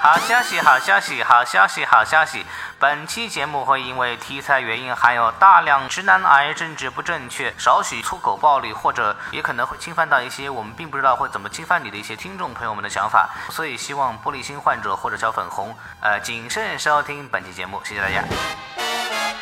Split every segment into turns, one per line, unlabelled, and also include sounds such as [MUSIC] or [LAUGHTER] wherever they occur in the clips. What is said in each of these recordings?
好消息，好消息，好消息，好消息！本期节目会因为题材原因，含有大量直男癌、政治不正确、少许粗口暴力，或者也可能会侵犯到一些我们并不知道会怎么侵犯你的一些听众朋友们的想法，所以希望玻璃心患者或者小粉红，呃，谨慎收听本期节目，谢谢大家。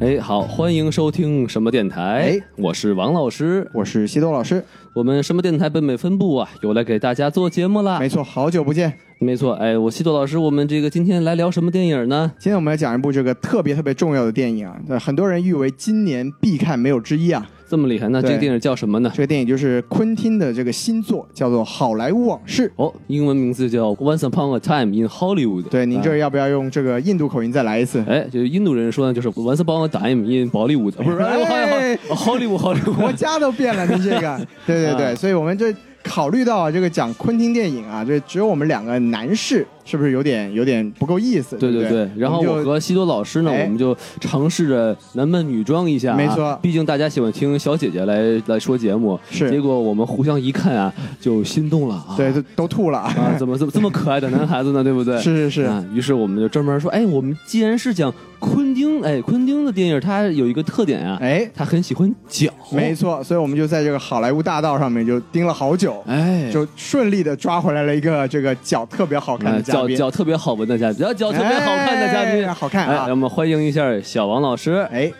哎，好，欢迎收听什么电台？
哎
我是王老师。
我是西多老师，
我们什么电台北美分部啊，又来给大家做节目啦。
没错，好久不见。
没错，哎，我西多老师，我们这个今天来聊什么电影呢？
今天我们来讲一部这个特别特别重要的电影啊，对很多人誉为今年必看没有之一啊。
这么厉害，那这
对
个电影叫什么呢？
这个电影就是昆汀的这个新作，叫做《好莱坞往事》。
哦，英文名字叫《Once Upon a Time in Hollywood》。
对，您这
啊
儿要不要用这个印度口音再来一 [LAUGHS] 次？
哎，就是印度人说呢，就是 Once Upon a Time in Bollywood，不是 [LAUGHS]
哎我
Hollywood，Hollywood。
家都变了，您这
[LAUGHS]
个，对对
啊
对，所以我们这考虑到啊，这个讲昆汀电影啊，这只有我们两个男士，是不是有点有点不够意思？
对
对
对
不
对，然后我
们就
和西多老师呢，
哎
我们就尝试着男扮女装一下、啊，
没错
毕竟大家喜欢听小姐姐来来说节目，
是
结果我们互相一看啊，就心动了啊，
对都都吐了啊，
啊，怎么这么这么可爱的男孩子呢，对不 [LAUGHS] 对？
是是是，
啊，于是我们就专门说，哎，我们既然是讲昆汀，哎，昆汀的电影它有一个特点啊，
哎，
他很喜欢脚，
没，错，所以我们就在这个好莱坞大道上面就盯了好久，
哎，
就顺利的抓回来了一个这个脚特别好看
哎
的嘉
脚
宾，
脚特别好闻的嘉宾，脚特别好看的嘉宾
哎，好看
哎，
啊
让！我们欢迎一下小王老师。
哎，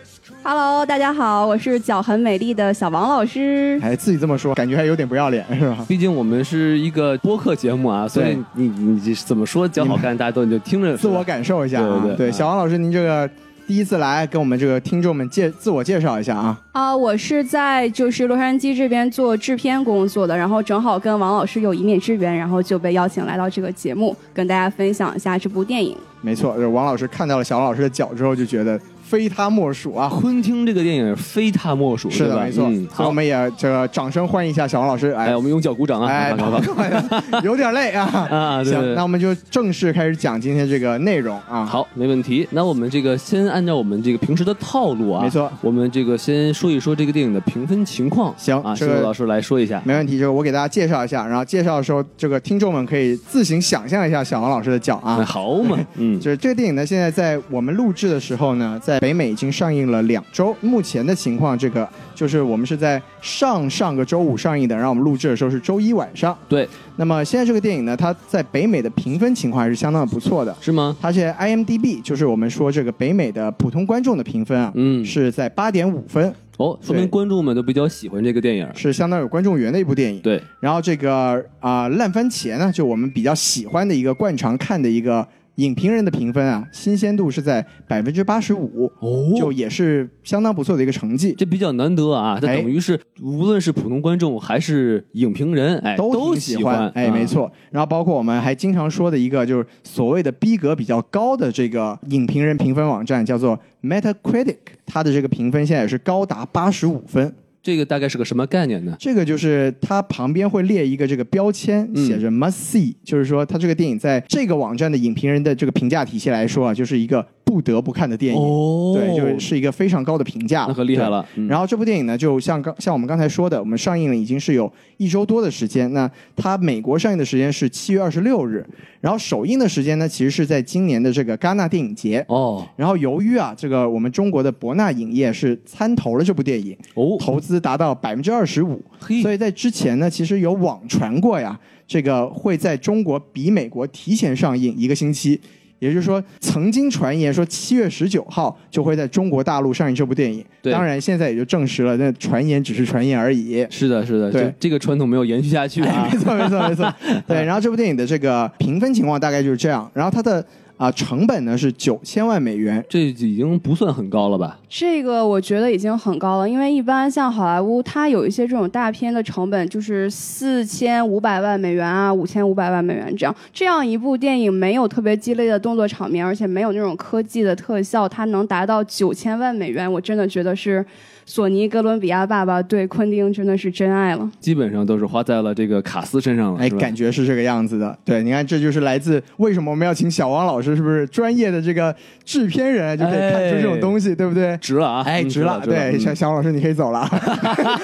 Hello，大家好，我是脚很美丽的小王老师。
哎，自己这么说，感觉还有点不要脸，
[LAUGHS]
是吧？
毕竟我们是一个播客节目啊，所以你你你怎么说脚好看，大家都你就听着
自我感受一下啊
对，对对啊
小王老师，您这个第一次来，跟我们这个听众们介自我介绍一下啊。
啊、我是在就是洛杉矶这边做制片工作的，然后正好跟王老师有一面之缘，然后就被邀请来到这个节目，跟大家分享一下这部电影。
没错，就是王老师看到了小王老师的脚之后，就觉得非他莫
[LAUGHS]
属啊。
昆汀这个电影非他莫属，
是
对
的，
吧？
没错
嗯，
所以我
好，
们也这个掌声欢迎一下小王老师，哎
哎，我们用脚鼓掌啊！
哎
好好好，
[LAUGHS] 有点累啊。
[LAUGHS] 啊，对
行，
对
那
对。
我们就正式开始讲今天这个内容啊。，
好，没问题。那我们这个先按照我们这个平时的套路啊，
没错，
我们这个先说一说这个电影的评分情况。
行
啊，石
这个
头老师来说一下。
没问题，这个我给大家介绍一下，然后介绍的时候，这个听众们可以自行想象一下小王老师的脚
哎
啊。
好嘛，嗯，
[LAUGHS] 就是这个电影呢，现在在我们录制的时候呢，在北美已经上映了两周。目前的情况，这个就是我们是在上上个周五上映的，然后我们录制的时候是周一晚上。
对，
那么现在这个电影呢，它在北美的评分情况还是相当的不错的。
是吗？
它现在 IMDB 就是我们说这个北美的普通观众的评分啊，
嗯
是在八点五分，啊
哦，说明
对
观众们都比较喜欢这个电影。
是相当有观众缘的一部电影。
对，
然后这个啊、烂番茄呢，就我们比较喜欢的一个惯常看的一个影评人的评分啊，新鲜度是在百分之八十五，
哦
就也是相当不错的一个成绩。
这比较难得啊，它
哎
等于是、无论是普通观众还是影评人，哎，都
都挺
喜
喜欢，哎，
啊
没错。然后包括我们还经常说的一个，就是所谓的逼格比较高的这个影评人评分网站，叫做 Metacritic，它的这个评分现在也是高达八十五分。
这个大概是个什么概念呢？
这个就是它旁边会列一个这个标签，
嗯
写着 must see，、就是说它这个电影在这个网站的影评人的这个评价体系来说啊，就是一个不得不看的电影，
哦
对，就是是一个非常高的评价，
那可厉害了。
对。
嗯
然后这部电影呢，就像刚像我们刚才说的，我们上映了已经是有一周多的时间。那它美国上映的时间是七月二十六日，然后首映的时间呢，其实是在今年的这个戛纳电影节。
哦
然后由于啊，这个我们中国的博纳影业是参投了这部电影，
哦，
投资达到百分之二十五，
嘿
所以在之前呢，其实有网传过呀，这个会在中国比美国提前上映一个星期，也就是说，曾经传言说七月十九号就会在中国大陆上映这部电影。
对
当然现在也就证实了，那传言只是传言而已。
是的，是的，
对
这这个传统没有延续下去啊
哎， [LAUGHS] 没。错，没错，没错。对，然后这部电影的这个评分情况大概就是这样，然后它的啊、成本呢是九千万美元，
这已经不算很高了吧？
这个我觉得已经很高了，因为一般像好莱坞，它有一些这种大片的成本就是四千五百万美元啊，五千五百万美元这样。这样一部电影没有特别激烈的动作场面，而且没有那种科技的特效，它能达到九千万美元，我真的觉得是索尼哥伦比亚爸爸对昆汀真的是真爱了。
基本上都是花在了这个卡斯身上了，
哎，
是吧
感觉是这个样子的。对，你看，这就是来自为什么我们要请小王老师，是不是专业的这个制片人啊就可以看出这种东西，对不对？
值哎了啊！
哎，
嗯
值了。对，小
嗯
小王老师，你可以走了。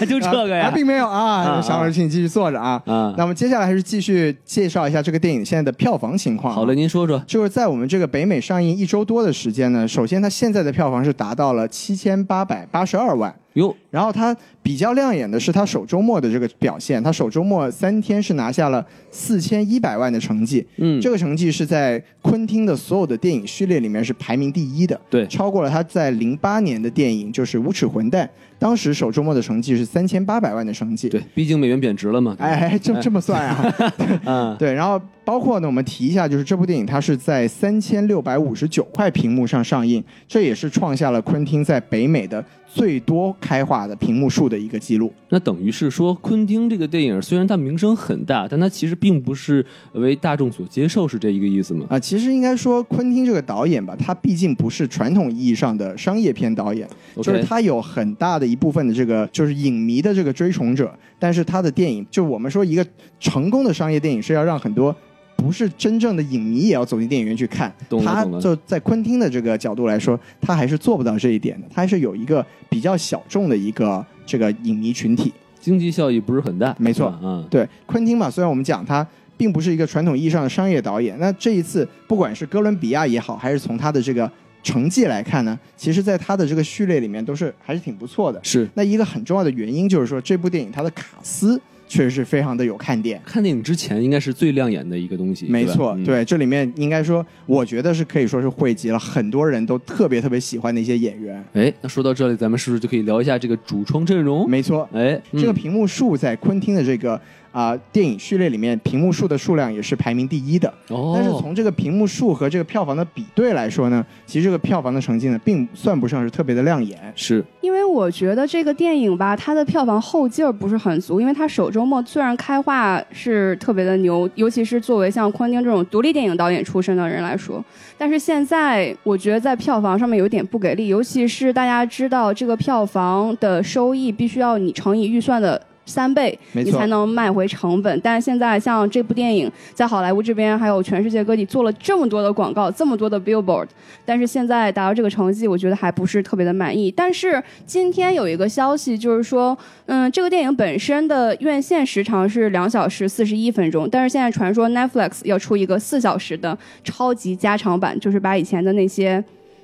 就这个
啊
呀，
并没有啊，
啊
小王老师，请你继续坐着啊。
啊
那我们接下来还是继续介绍一下这个电影现在的票房情况。啊
好嘞，，您说说，
就是在我们这个北美上映一周多的时间呢，首先它现在的票房是达到了七千八百八十二万。
哟，
然后它比较亮眼的是它首周末的这个表现，它首周末三天是拿下了四千一百万的成绩，
嗯，
这个成绩是在昆汀的所有的电影序列里面是排名第一的，
对
超过了他在零八年的电影就是《无耻混蛋》，当时首周末的成绩是三千八百万的成绩，
对，毕竟美元贬值了嘛，
哎，哎，这这么算啊？ [LAUGHS]
啊，
对，然后包括呢，我们提一下，就是这部电影它是在三千六百五十九块屏幕上上映，这也是创下了昆汀在北美的最多开画的屏幕数的一个记录。
那等于是说，昆汀这个电影虽然它名声很大，但它其实并不是为大众所接受，是这一个意思吗？
啊、其实应该说，昆汀这个导演吧，他毕竟不是传统意义上的商业片导演
OK
就是他有很大的一部分的这个就是影迷的这个追崇者，但是他的电影，就我们说一个成功的商业电影是要让很多。不是真正的影迷也要走进电影院去看
懂，了
他
懂了
就在昆汀的这个角度来说，他还是做不到这一点的，他还是有一个比较小众的一个这个影迷群体。
经济效益不是很大，
没错
是吧啊，
对，昆汀嘛，虽然我们讲他并不是一个传统意义上的商业导演，那这一次不管是哥伦比亚也好，还是从他的这个成绩来看呢，其实在他的这个序列里面都是还是挺不错的。
是
那一个很重要的原因就是说，这部电影它的卡斯确实是非常的有看点。
看电影之前应该是最亮眼的一个东西，
没
吧
错，
嗯
对，这里面应该说，我觉得是可以说是汇集了很多人都特别特别喜欢的一些演员。
哎，那说到这里，咱们是不是就可以聊一下这个主创阵容？
没错，
哎，嗯
这个屏幕数在昆汀的这个啊、电影序列里面，屏幕数的数量也是排名第一的。
哦，
但是从这个屏幕数和这个票房的比对来说呢，其实这个票房的成绩呢，并算不上是特别的亮眼。
是
因为我觉得这个电影吧，它的票房后劲儿不是很足，因为它首周末虽然开画是特别的牛，尤其是作为像昆汀这种独立电影导演出身的人来说，但是现在我觉得在票房上面有点不给力，尤其是大家知道这个票房的收益必须要你乘以预算的。三倍，
没
你
错
才能卖回成本。但是现在像这部电影在好莱坞这边，还有全世界各地做了这么多的广告，这么多的 billboard，但是现在达到这个成绩，我觉得还不是特别的满意。但是今天有一个消息，就是说，嗯，这个电影本身的院线时长是两小时四十一分钟，但是现在传说 Netflix 要出一个四小时的超级加长版，就是把以前的那些。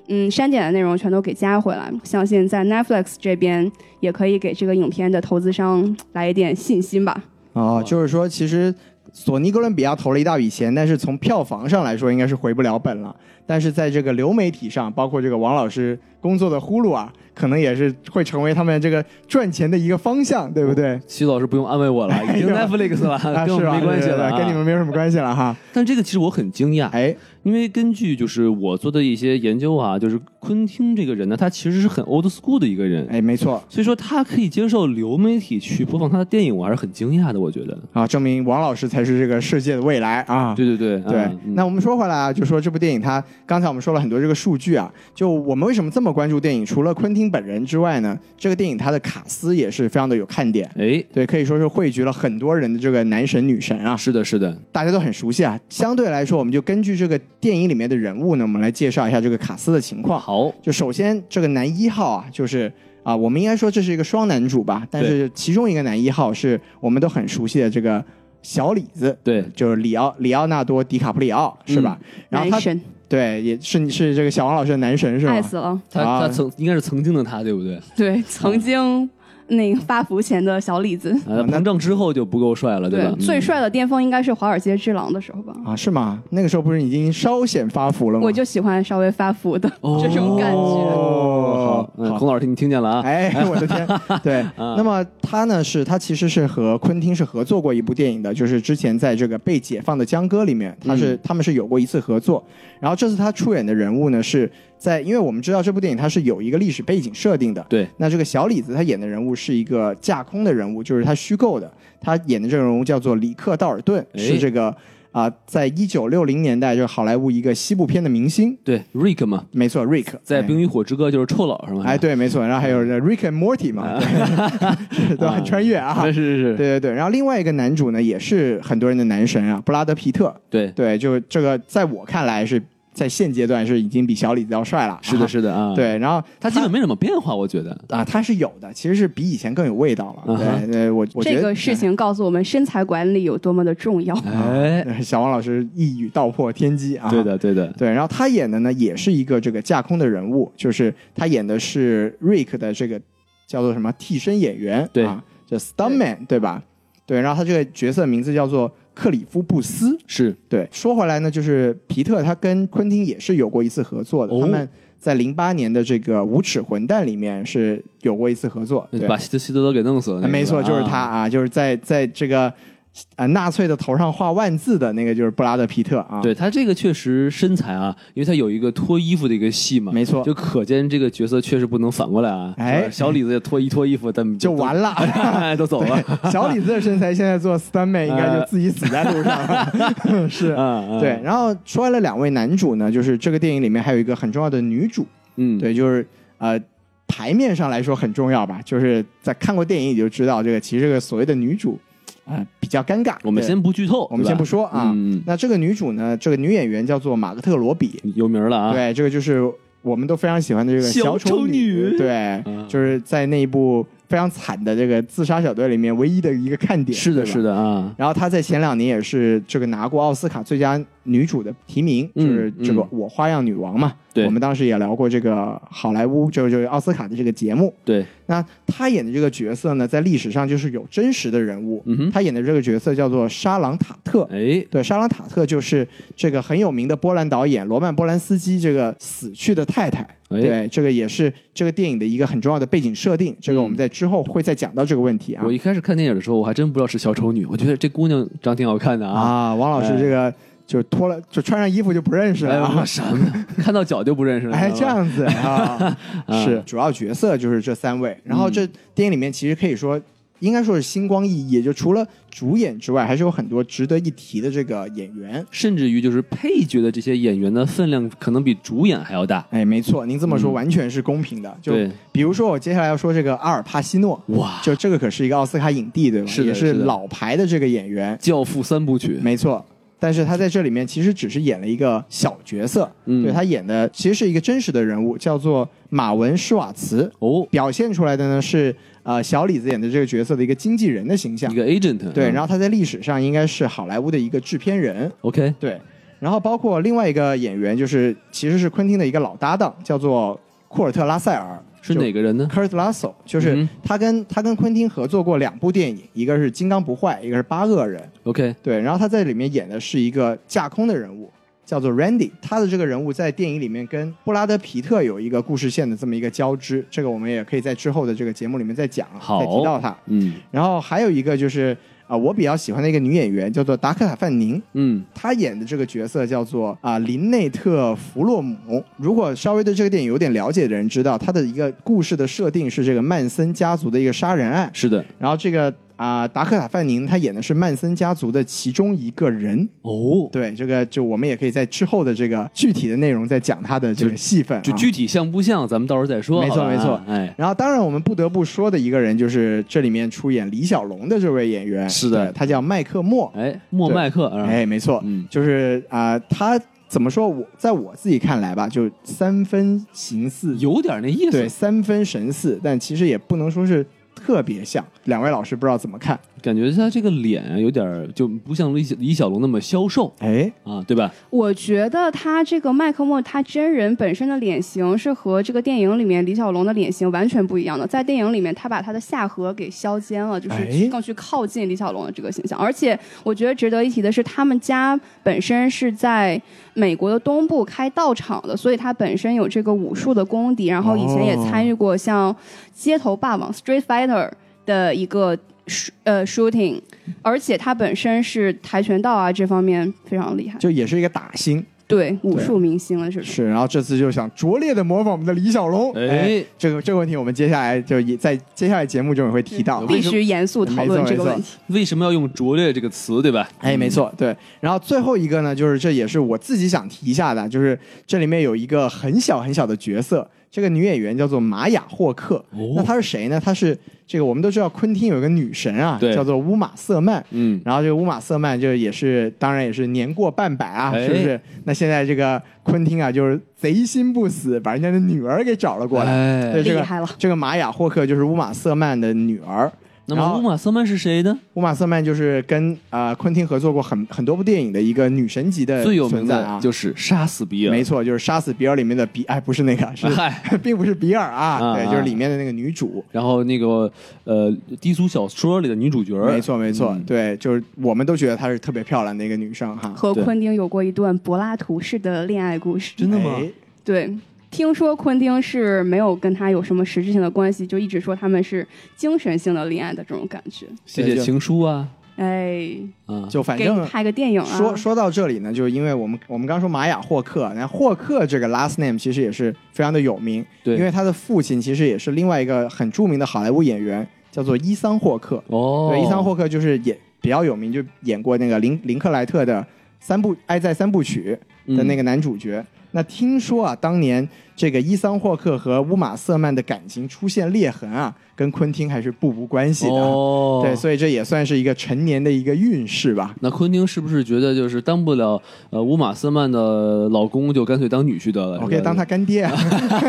嗯，删减的内容全都给加回来，相信在 Netflix 这边也可以给这个影片的投资商来一点信心吧。
啊、就是说，其实索尼哥伦比亚投了一大笔钱，但是从票房上来说，应该是回不了本了。但是在这个流媒体上，包括这个王老师工作的呼噜啊，可能也是会成为他们这个赚钱的一个方向，对不对？
徐老师不用安慰我
[LAUGHS]
了，已经 Netflix 了，
哎啊，
跟我
是
们
吧？
没关系
对对
了
对
啊，
跟你们没有什么关系了哈。
但这个其实我很惊讶，
哎，
因为根据就是我做的一些研究啊，就是昆汀这个人呢，他其实是很 old school 的一个人，
哎，没错
所以说他可以接受流媒体去播放他的电影，我还是很惊讶的。我觉得，
啊，证明王老师才是这个世界的未来啊。
对对对
对
啊，嗯
那我们说回来啊，就说这部电影它，刚才我们说了很多这个数据啊，就我们为什么这么关注电影？除了昆汀本人之外呢，这个电影它的卡斯也是非常的有看点。
哎，
对，可以说是汇聚了很多人的这个男神女神啊，
是的，是的，
大家都很熟悉啊。相对来说，我们就根据这个电影里面的人物呢，我们来介绍一下这个卡斯的情况。
好，
就首先这个男一号啊，就是啊，我们应该说这是一个双男主吧，但是其中一个男一号是我们都很熟悉的这个小李子，
对，
就是里奥里奥纳多·迪卡普里奥是吧？然后
嗯男
他
神
对也是是这个小王老师的男神是吗哦
爱？死了，
他
啊
他曾应该是曾经的他，对不对？
对，曾经那个发福前的小
[LAUGHS]
李子，
啊，膨胀之后就不够帅了，吧？嗯
最帅的巅峰应该是华尔街之狼的时候吧。
啊，是吗？那个时候不是已经稍显发福了吗？
我就喜欢稍微发福的、
哦
这种感觉。
哦
好，，嗯，孔老师，你听见了 [LAUGHS] 啊？
哎，我的天，对，
嗯
那么他呢是他其实是和昆汀是合作过一部电影的，就是之前在这个被解放的江歌里面，他是、
嗯
他们是有过一次合作，然后这次他出演的人物呢是在，因为我们知道这部电影它是有一个历史背景设定的，
对，
那这个小李子他演的人物是一个架空的人物，就是他虚构的，他演的这个人物叫做里克道尔顿，
哎
是这个。啊，在一九六零年代就是好莱坞一个西部片的明星，
对，Rick 嘛，
没错，Rick
在《
哎
冰与火之歌》就是臭老师嘛，嗯
哎，对，没错，然后还有 Rick and Morty 嘛，对 [LAUGHS] 对吧？穿越啊，
是是是，
对对对。然后另外一个男主呢，也是很多人的男神啊，布拉德皮特。
对，
对，就这个，在我看来是在现阶段是已经比小李子要帅了。
是的，是的啊，
啊。，对，然后
他基本没什么变化，我觉得。
啊，他是有的，其实是比以前更有味道了。
嗯哼
对，对，我我觉
这
得
个事。情告诉我们身材管理有多么的重要。
哎，
哎 [LAUGHS] 小王老师一语道破天机啊！
对，的，对的，
对。然后他演的呢，也是一个这个架空的人物，就是他演的是 Rick 的这个叫做什么替身演员，
对
啊，叫 Stuntman，对吧？对，然后他这个角色名字叫做克里夫布斯，
是
对，说回来呢，就是皮特他跟昆汀也是有过一次合作的，
哦
他们在零八年的这个《无耻混蛋》里面是有过一次合作，对，
把希特希特勒给弄死了那个，
没错，
啊
就是他。啊，就是在在这个啊纳粹的头上画万字的那个就是布拉德皮特啊，
对他这个确实身材啊，因为他有一个脱衣服的一个戏嘛，
没错
就可见这个角色确实不能反过来啊。
哎
是吧小李子也脱一脱衣服，但
就完了。
了，都 [LAUGHS] 走了。
对 [LAUGHS] 小李子的身材现在做 stunt man 应该就自己死在路上了， [LAUGHS] 是。
嗯，嗯
对，，然后说完了两位男主呢，就是这个电影里面还有一个很重要的女主，
嗯，
对，就是呃，牌面上来说很重要吧，就是在看过电影你就知道，这个其实这个所谓的女主啊、呃比较尴尬。
我们
对
先不剧透，
我们
对吧
先不说啊，
嗯
那这个女主呢，这个女演员叫做马格特罗比，
有名了啊。
对，这个就是我们都非常喜欢的这个
小
小
丑
丑女，
女
对，
嗯
就是在那一部非常惨的这个自杀小队里面唯一的一个看点，
是的，是
的。
的啊。
然后她在前两年也是这个拿过奥斯卡最佳女主的提名，
嗯
就是这个
嗯
《我花样女王》嘛。
对
我们当时也聊过这个好莱坞，就是就是奥斯卡的这个节目。
对，
那她演的这个角色呢，在历史上就是有真实的人物。
嗯哼
她演的这个角色叫做沙朗塔特。
哎，
对，沙朗塔特就是这个很有名的波兰导演罗曼·波兰斯基这个死去的太太。
哎
对，这个也是这个电影的一个很重要的背景设定。这个
嗯
我们在之后会再讲到这个问题啊
我。一开始看电影的时候，我还真不知道是小丑女，我觉得这姑娘长挺好看的啊。
啊，王老师
哎
这个就脱了，就穿上衣服就不认识
哎，
了
我
啊 [LAUGHS]
说。什么呢？看到脚就不认识了。
哎，
知
这
道吗
样
[LAUGHS]
子啊，是主要角色就是这三位。然
嗯
后这电影里面其实可以说，应该说是星光熠熠，也就除了主演之外，还是有很多值得一提的这个演员。
甚至于就是配角的这些演员的分量，可能比主演还要大。
哎，没错，您这么说完全是公平的。就
嗯对
比如说我接下来要说这个阿尔帕西诺，
哇，
就这个可是一个奥斯卡影帝，对吧？
是的
也
是的
老牌的这个演员，
《教父》三部曲，
没错。但是他在这里面其实只是演了一个小角色，
嗯
对他演的其实是一个真实的人物，叫做马文施瓦茨。
哦，
表现出来的呢是呃小李子演的这个角色的一个经纪人的形象
一。个嗯 agent。
对，然
后
后他在历史上应该是好莱坞的一个制片人。
OK，
对，然后包括另外一个演员，就是其实是昆汀的一个老搭档，叫做库尔特·拉塞尔。
是哪个人呢？
？Kurt Russell，就是
嗯
他跟、他跟昆汀合作过两部电影，一个是《金刚不坏》，一个是《八恶人》。
？OK，
对，然后他在里面演的是一个架空的人物，叫做 Randy。他的这个人物在电影里面跟布拉德皮特有一个故事线的这么一个交织，这个我们也可以在之后的这个节目里面再讲，
好
再提到他。
嗯
然后还有一个就是啊、我比较喜欢的一个女演员叫做达科塔·范宁，
嗯，
她演的这个角色叫做啊、林内特·弗洛姆。如果稍微对这个电影有点了解的人知道，她的一个故事的设定是这个曼森家族的一个杀人案。
是的。
然后这个啊、达科塔·范宁她演的是曼森家族的其中一个人。
哦，
对，这个就我们也可以在之后的这个具体的内容再讲她的这个戏份、啊。
就具体像不像，咱们到时候再说。
没错
好吧
没错
哎，
然后，当然我们不得不说的一个人就是这里面出演李小龙的这位演员，
是的
对他叫麦克默。
哎，莫麦克，啊
哎，没错，
嗯
就是啊、他怎么说？我在我自己看来吧，就三分形似，
有点那意思，
对，三分神似，但其实也不能说是特别像。两位老师不知道怎么看？
感觉他这个脸啊有点就不像李小李小龙那么消瘦
哎，
啊，对吧？
我觉得他这个麦克默他真人本身的脸型是和这个电影里面李小龙的脸型完全不一样的。在电影里面，他把他的下颌给削尖了，就
哎
是更去靠近李小龙的这个形象。而且我觉得值得一提的是，他们家本身是在美国的东部开道场的，所以他本身有这个武术的功底，然后以前也
哦
参与过像街头霸王 （Street Fighter） 的一个。呃，shooting，而且他本身是跆拳道啊这方面非常厉害。
就也是一个打星，
对武术明星了，是不是？
是，然后这次就想拙劣的模仿我们的李小龙。
哎，
这个这个问题我们接下来就也在接下来节目中也会提到。
必须严肃讨论这个问题。
为什么要用“拙劣”这个词，对吧？
哎，没错，对。然后最后一个呢，就是这也是我自己想提一下的，就是这里面有一个很小很小的角色，这个女演员叫做玛雅霍克。
哦
那她是谁呢？她是这个我们都知道，昆汀有一个女神啊
对，
叫做乌玛瑟曼。
嗯，
然后这个乌玛瑟曼就也是，当然也是年过半百啊，
哎
是不是？那现在这个昆汀啊，就是贼心不死，把人家的女儿给找了过来。
哎
对这
厉
个
害了
这个玛雅霍克就是乌玛瑟曼的女儿。
那
然
么
后
乌玛瑟曼是谁呢？
乌玛瑟曼就是跟啊、呃昆汀合作过很很多部电影的一个女神级的
最有名
存在啊
的，就是杀死比尔，
没错，就是《杀死比尔》里面的比，哎，不是那个，是、
嗨，
[LAUGHS] 并不是比尔啊，
啊
对，
啊
就是里面的那个女主。
然后那个呃低俗小说里的女主角，
没错，没错，
嗯
对，就是我们都觉得她是特别漂亮的一个女生哈。
和
对
昆汀有过一段柏拉图式的恋爱故事。
真的吗？
哎
对，听说昆汀是没有跟他有什么实质性的关系，就一直说他们是精神性的恋爱的这种感觉。
写写情书啊
哎，
啊，
就反
给你
正
拍个电影啊！
说说到这里呢，就是因为我们我们刚说玛雅霍克，那霍克这个 last name 其实也是非常的有名，
对
因为他的父亲其实也是另外一个很著名的好莱坞演员，叫做伊桑霍克。
哦，
对，伊桑霍克就是也比较有名，就演过那个林林克莱特的三部《爱在三部曲》的那
个
个男主角。那听说啊，当年这个伊桑霍克和乌玛瑟曼的感情出现裂痕啊，跟昆汀还是不无关系的。
哦，
对，所以这也算是一个成年的一个运势吧。
那昆汀是不是觉得就是当不了呃乌玛瑟曼的老公，就干脆当女婿得了
我可以当他
[LAUGHS]
干爹啊！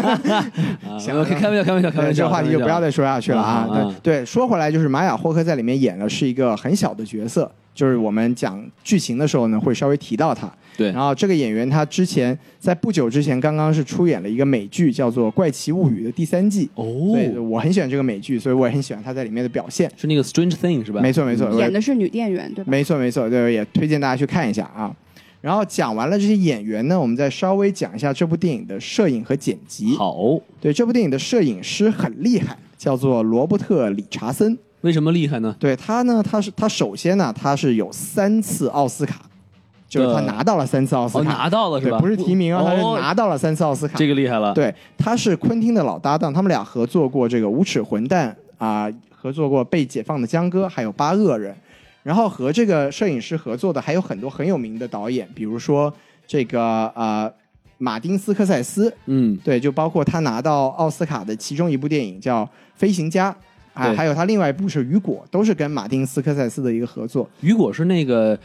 啊
行
没有开开玩笑，开玩笑，开玩笑，
对，这个话题就不要再说下去了啊
啊啊啊！
对对，说回来，就是玛雅霍克在里面演的是一个很小的角色，就是我们讲剧情的时候呢，会稍微提到他。
对
然后这个演员他之前在不久之前刚刚是出演了一个美剧，叫做《怪奇物语》的第三季。所以
哦，
我很喜欢这个美剧，所以我也很喜欢他在里面的表现。
是那个 Strange Thing 是吧？
没错，没错，我
演的是女店员，对吧？
没错，没错，对，也推荐大家去看一下啊。然后讲完了这些演员呢，我们再稍微讲一下这部电影的摄影和剪辑。
好，
对，这部电影的摄影师很厉害，叫做罗伯特·理查森。
为什么厉害呢？
对他呢，他是他首先呢，他是有三次奥斯卡，就是他
呃
拿到了三次奥斯
哦，
卡，
拿到了是
对，
吧？
不是提名啊，他是
哦
拿到了三次奥斯卡。
这个厉害了。
对，他是昆汀的老搭档，他们俩合作过这个《无耻混蛋》啊、合作过《被解放的江哥》，还有《八恶人》。然后和这个摄影师合作的还有很多很有名的导演，比如说这个呃马丁斯科塞斯，
嗯，
对，就包括他拿到奥斯卡的其中一部电影叫《飞行家》，啊，
对
还有他另外一部是《雨果》，都是跟马丁斯科塞斯的一个合作。
雨果是那个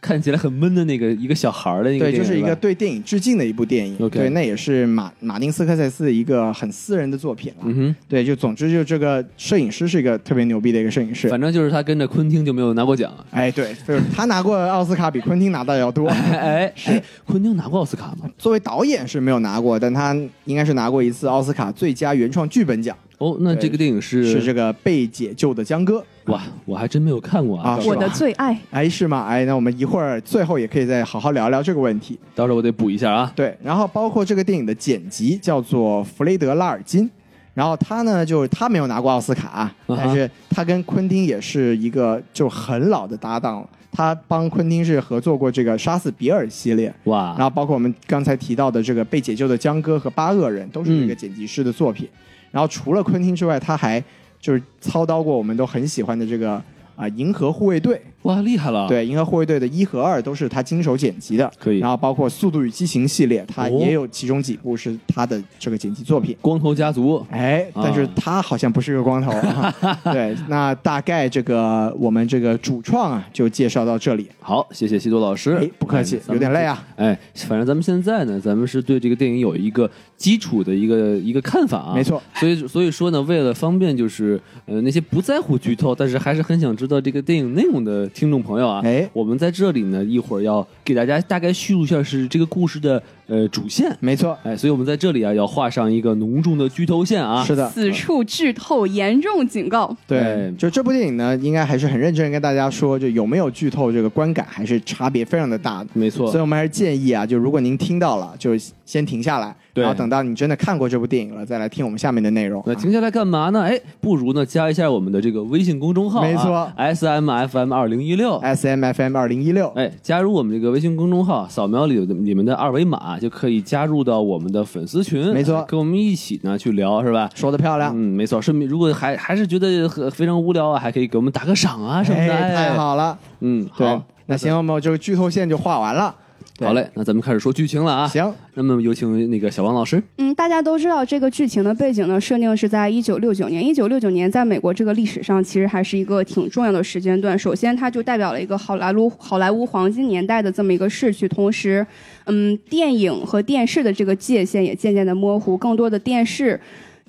看起来很闷的那个一个小孩儿的那个
对，
电影，
就是一个
吧
对电影致敬的一部电影。
OK
对，那也是马马丁斯科塞斯的一个很私人的作品了。
嗯
对，就总之就这个摄影师是一个特别牛逼的一个摄影
哼，
师。
反正就是他跟着昆汀就没有拿过奖。
哎，对，就是他拿过奥斯卡比昆汀拿到的要
[LAUGHS]
多。
哎哎，哎昆汀拿过奥斯卡吗？
作为导演是没有拿过，但他应该是拿过一次奥斯卡最佳原创剧本奖，
哦，那
对
这个电影是
是这个《被解救的江哥》。
哇，我还真没有看过啊到
啊，
时
是
候
我
吧
的最爱，
哎，是吗？哎，那我们一会儿最后也可以再好好聊聊这个问题。
到时候我得补一下啊。
对，然后包括这个电影的剪辑叫做弗雷德·拉尔金，然后他呢就是他没有拿过奥斯卡，啊
嗯哼
但是他跟昆汀也是一个就很老的搭档了。他帮昆汀是合作过这个《杀死比尔》系列，然
哇，
后包括我们刚才提到的这个被解救的江哥和八恶人，都是这个剪辑师的作品。然后除了昆汀之外，他还就是操刀过我们都很喜欢的这个啊、银河护卫队》。
哇，厉害了。，
对，《银河护卫队》的一和二都是他经手剪辑的，
啊可以
然后包括《速度与激情》系列，他也
哦
有其中几部是他的这个剪辑作品。
光头家族
哎，但是
啊
他好像不是个光头、
[LAUGHS]
啊。对，那大概这个我们这个主创啊，就介绍到这里。
好，谢谢西多老师
哎，，不客气
哎，
有点累。啊。
咱们哎，反正咱们现在呢，咱们是对这个电影有一个基础的一个一个看法啊，
没错。
所以所以说呢，为了方便就是呃那些不在乎剧透，但是还是很想知道这个电影内容的听众朋友啊，
哎
我们在这里呢一会儿要给大家大概叙述一下是这个故事的呃主线。
没错，
哎，所以我们在这里啊，要画上一个浓重的剧透线啊。
是的，
此处剧透严重警告。
对
哎，
就这部电影呢，应该还是很认真地跟大家说，就有没有剧透这个观感还是差别非常的大的。
没错
所以，我们还是建议啊，就如果您听到了，就先停下来，
对
然后等到你真的看过这部电影了，再来听我们下面的内容、
那
啊。
停下来干嘛呢？哎，不如呢加一下我们的这个微信公众号、啊，
没错哎
，S M F M 二零一六。
S M F M 二零一六，
哎，加入我们这个微信公众号，扫描里的你们的二维码就可以加入到我们的粉丝群，哎
没错啊
跟我们一起呢去聊，是吧？
说的漂亮，
嗯，没错。顺便，如果还还是觉得很非常无聊啊，还可以给我们打个赏啊什么
哎
的。哎，
太，好了。
嗯，
对
好，，
那行，我们这个剧透线就画完了。对
好嘞，那咱们开始说剧情了啊。，
行，
那么有请那个小王老师。
嗯，大家都知道这个剧情的背景呢，设定是在一九六九年。一九六九年在美国这个历史上，其实还是一个挺重要的时间段。首先，它就代表了一个好莱坞好莱坞黄金年代的这么一个逝去，同时，嗯，电影和电视的这个界限也渐渐的模糊，更多的电视。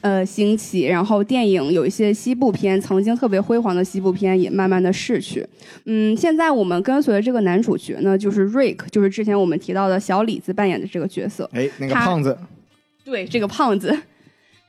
呃，兴起，然后电影有一些西部片，曾经特别辉煌的西部片也慢慢的逝去。嗯，现在我们跟随的这个男主角呢，就是 Rick，就是之前我们提到的小李子扮演的这个角色。
哎，那个
他
胖子，
对，这个胖子，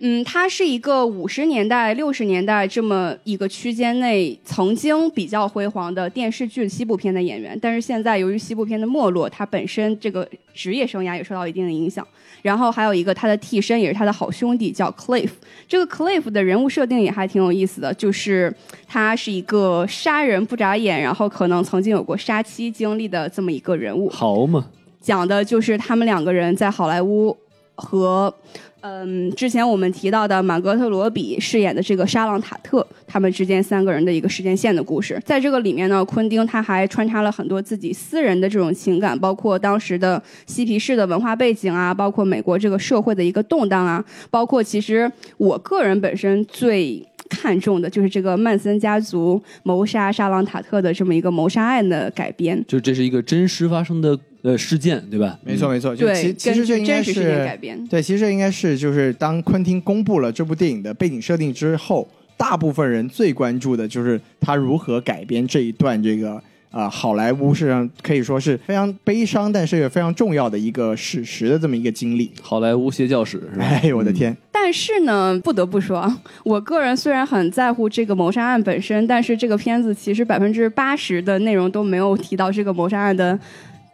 嗯，他是一个五十年代、六十年代这么一个区间内曾经比较辉煌的电视剧西部片的演员，但是现在由于西部片的没落，他本身这个职业生涯也受到一定的影响。然后还有一个他的替身也是他的好兄弟，叫 Cliff。这个 Cliff 的人物设定也还挺有意思的，就是他是一个杀人不眨眼，然后可能曾经有过杀妻经历的这么一个人物。
好嘛，
讲的就是他们两个人在好莱坞和嗯之前我们提到的马格特罗比饰演的这个沙朗塔特他们之间三个人的一个时间线的故事。在这个里面呢，昆汀他还穿插了很多自己私人的这种情感，包括当时的嬉皮士的文化背景啊，包括美国这个社会的一个动荡啊，包括其实我个人本身最。看重的就是这个曼森家族谋杀沙朗塔特的这么一个谋杀案的改编，
就这是一个真实发生的呃事件，对吧？嗯
没错没错，就
对
其，其
根
实这
据
应该
真实事件
是
改编。
对，其实这应该是就是当昆汀公布了这部电影的背景设定之后，大部分人最关注的就是他如何改编这一段这个呃好莱坞实际上可以说是非常悲伤，但是也非常重要的一个史实的这么一个经历。
好莱坞邪教史是吧？嗯
[LAUGHS] 哎呦我的天，
但是呢，不得不说，啊，我个人虽然很在乎这个谋杀案本身，但是这个片子其实百分之八十的内容都没有提到这个谋杀案的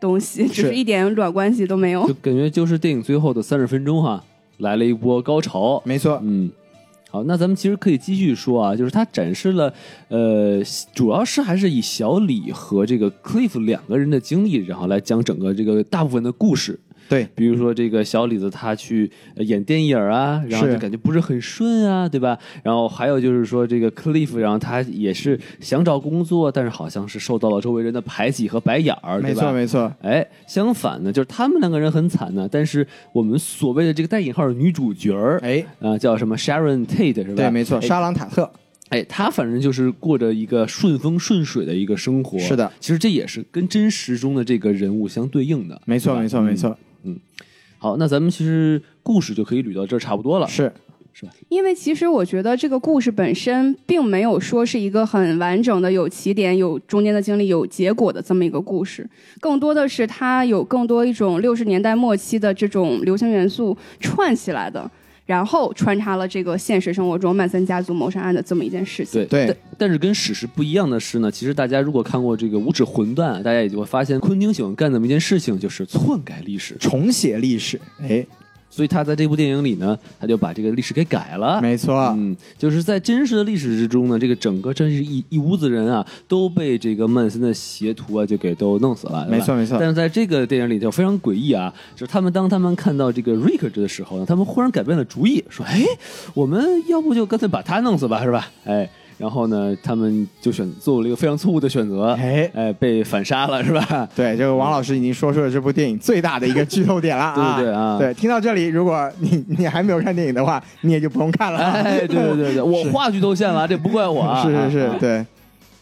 东西，只是一点软关系都没有
哦
就。感觉就是电影最后的三十分钟哈、来了一波高潮。
没错，
嗯，好，那咱们其实可以继续说啊，就是它展示了，呃，主要是还是以小李和这个 Cliff 两个人的经历，然后来讲整个这个大部分的故事。
对，
比如说这个小李子他去呃演电影啊，然后
是
就感觉不是很顺啊，对吧？然后还有就是说这个 Cliff，然后他也是想找工作，但是好像是受到了周围人的排挤和白眼儿，对
没
吧
错？没错，
哎，相反呢，就是他们两个人很惨呢，但是我们所谓的这个带引号的女主角儿，
哎，
啊、叫什么 Sharon Tate 是吧？
对，没错，
哎
沙朗塔特，
哎，她反正就是过着一个顺风顺水的一个生活。
是的，
其实这也是跟真实中的这个人物相对应的。
没错
对吧
没错没。
嗯
错，
好，那咱们其实故事就可以捋到这儿差不多了。
是
因为其实我觉得这个故事本身并没有说是一个很完整的、有起点、有中间的经历、有结果的这么一个故事，更多的是它有更多一种六十年代末期的这种流行元素串起来的，然后穿插了这个现实生活中曼森家族谋杀案的这么一件事情。
对
对
但但是跟史实不一样的是呢，其实大家如果看过这个《无耻混蛋》，啊大家也就会发现，昆汀喜欢干这么一件事情，就是篡改历史。
重写历史，哎，
所以他在这部电影里呢，他就把这个历史给改了。
没错，
嗯，就是在真实的历史之中呢，这个整个真是一一屋子人啊，都被这个曼森的邪徒啊就给都弄死了，对吧
没错没错
但是在这个电影里就非常诡异啊，就是他们当他们看到这个瑞克的时候呢，他们忽然改变了主意，说，哎，我们要不就干脆把他弄死吧，是吧？哎。然后呢，他们就选做了一个非常错误的选择，
哎
哎，被反杀了，是吧？
对，这个王老师已经说出了这部电影最大的一个剧透点了
[LAUGHS]
啊！
对对对啊
对，听到这里，如果你你还没有看电影的话，你也就不用看了啊。
哎，对对对对，我话剧都现了，这不怪我 [LAUGHS] 啊。
是是是
啊，
对。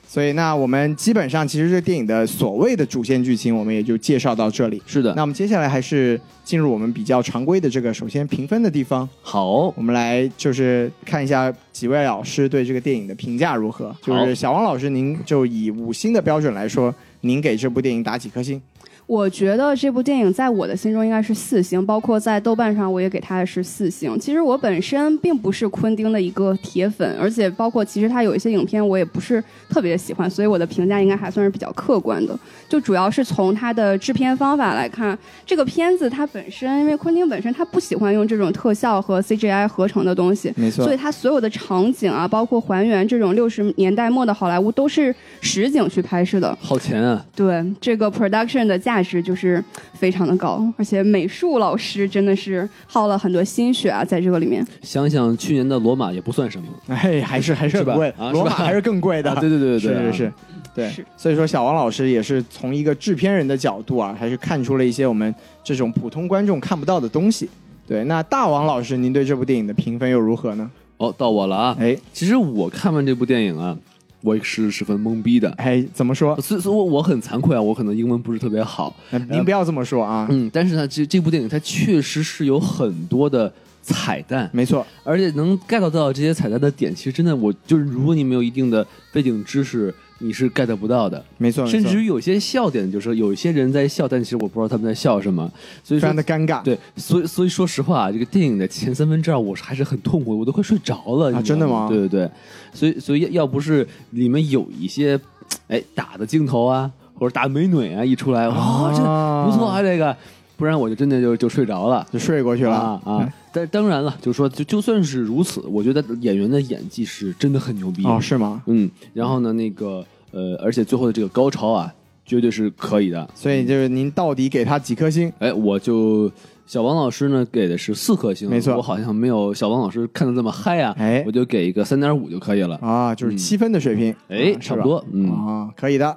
所以那我们基本上其实这电影的所谓的主线剧情，我们也就介绍到这里。
是的。
那我们接下来还是进入我们比较常规的这个首先评分的地方，
好，
我们来就是看一下几位老师对这个电影的评价如何。就
好
是小王老师，您就以五星的标准来说，您给这部电影打几颗星？
我觉得这部电影在我的心中应该是四星，包括在豆瓣上我也给它的是四星。其实我本身并不是昆汀的一个铁粉，而且包括其实他有一些影片我也不是特别喜欢，所以我的评价应该还算是比较客观的。就主要是从他的制片方法来看，这个片子它本身，因为昆汀本身他不喜欢用这种特效和 CGI 合成的东西，
没错
所以它所有的场景啊，包括还原这种六十年代末的好莱坞都是实景去拍摄的。
好钱啊！
对这个 production 的价值就是非常的高，而且美术老师真的是耗了很多心血啊，在这个里面。
想想去年的罗马也不算什么，
哎，还是还是
是吧
很贵，
啊
罗马
是吧
还是更贵的。
啊对对对对对
是是是，对。
是
所以说，小王老师也是从一个制片人的角度啊，还是看出了一些我们这种普通观众看不到的东西。对，那大王老师，您对这部电影的评分又如何呢？
哦，到我了啊！
哎
其实我看完这部电影啊，我也是十分懵逼的。
哎，怎么说？
所以，所以我我很惭愧啊，我可能英文不是特别好，
呃您不要这么说啊。
嗯，但是呢，这这部电影它确实是有很多的彩蛋，
没错，
而且能 get 到这些彩蛋的点，其实真的我就是，如果你没有一定的背景知识，你是 get 不到的。
没错，没错
甚至于有些笑点，就是有一些人在笑，但其实我不知道他们在笑什么，所以
非
说
常的尴尬。
对，所以所以说实话，啊这个电影的前三分之二我是还是很痛苦的，我都快睡着了。
啊
你知道
真的吗
对对对，所以所以要要不是里面有一些，哎，打的镜头啊，或者打美女啊一出来，哇、
啊
这不错啊，这个，不然我就真的就就睡着了。
就睡过去了
啊啊！但当然了，就是说，就就算是如此，我觉得演员的演技是真的很牛逼
哦，是吗？
嗯，然后呢，那个呃，而且最后的这个高潮啊，绝对是可以的。
所以就是您到底给他几颗星？
哎，我就小王老师呢给的是四颗星，
没错
我好像没有小王老师看的这么嗨啊，
哎
我就给一个三点五就可以了。
啊，就是七分的水平，
哎
啊，
差不。多，
是吧
嗯，
啊，可以的。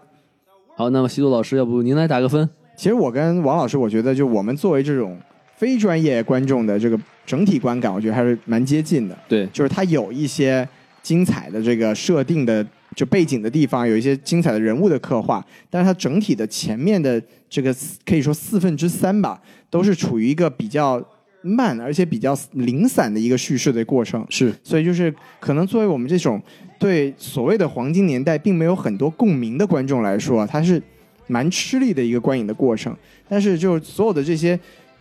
好，那么西多老师，要不您来打个分？
其实我跟王老师，我觉得就我们作为这种非专业观众的这个整体观感，我觉得还是蛮接近的。
对，
就是它有一些精彩的这个设定的就背景的地方，有一些精彩的人物的刻画，但是它整体的前面的这个四可以说四分之三吧，都是处于一个比较慢而且比较零散的一个叙事的过程。
是
所以就是可能作为我们这种对所谓的黄金年代并没有很多共鸣的观众来说啊，它是蛮吃力的一个观影的过程。但是就是所有的这些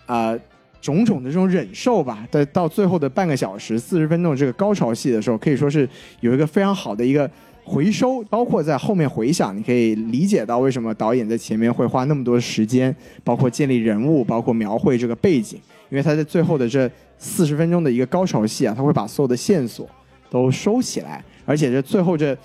啊、呃种种的这种忍受吧，到到最后的半个小时四十分钟这个高潮戏的时候，可以说是有一个非常好的一个。回收，包括在后面回想，你可以理解到为什么导演在前面会花那么多时间，包括建立人物，包括描绘这个背景，因为他在最后的这四十分钟的一个高潮戏啊，他会把所有的线索都收起来，而且这最后这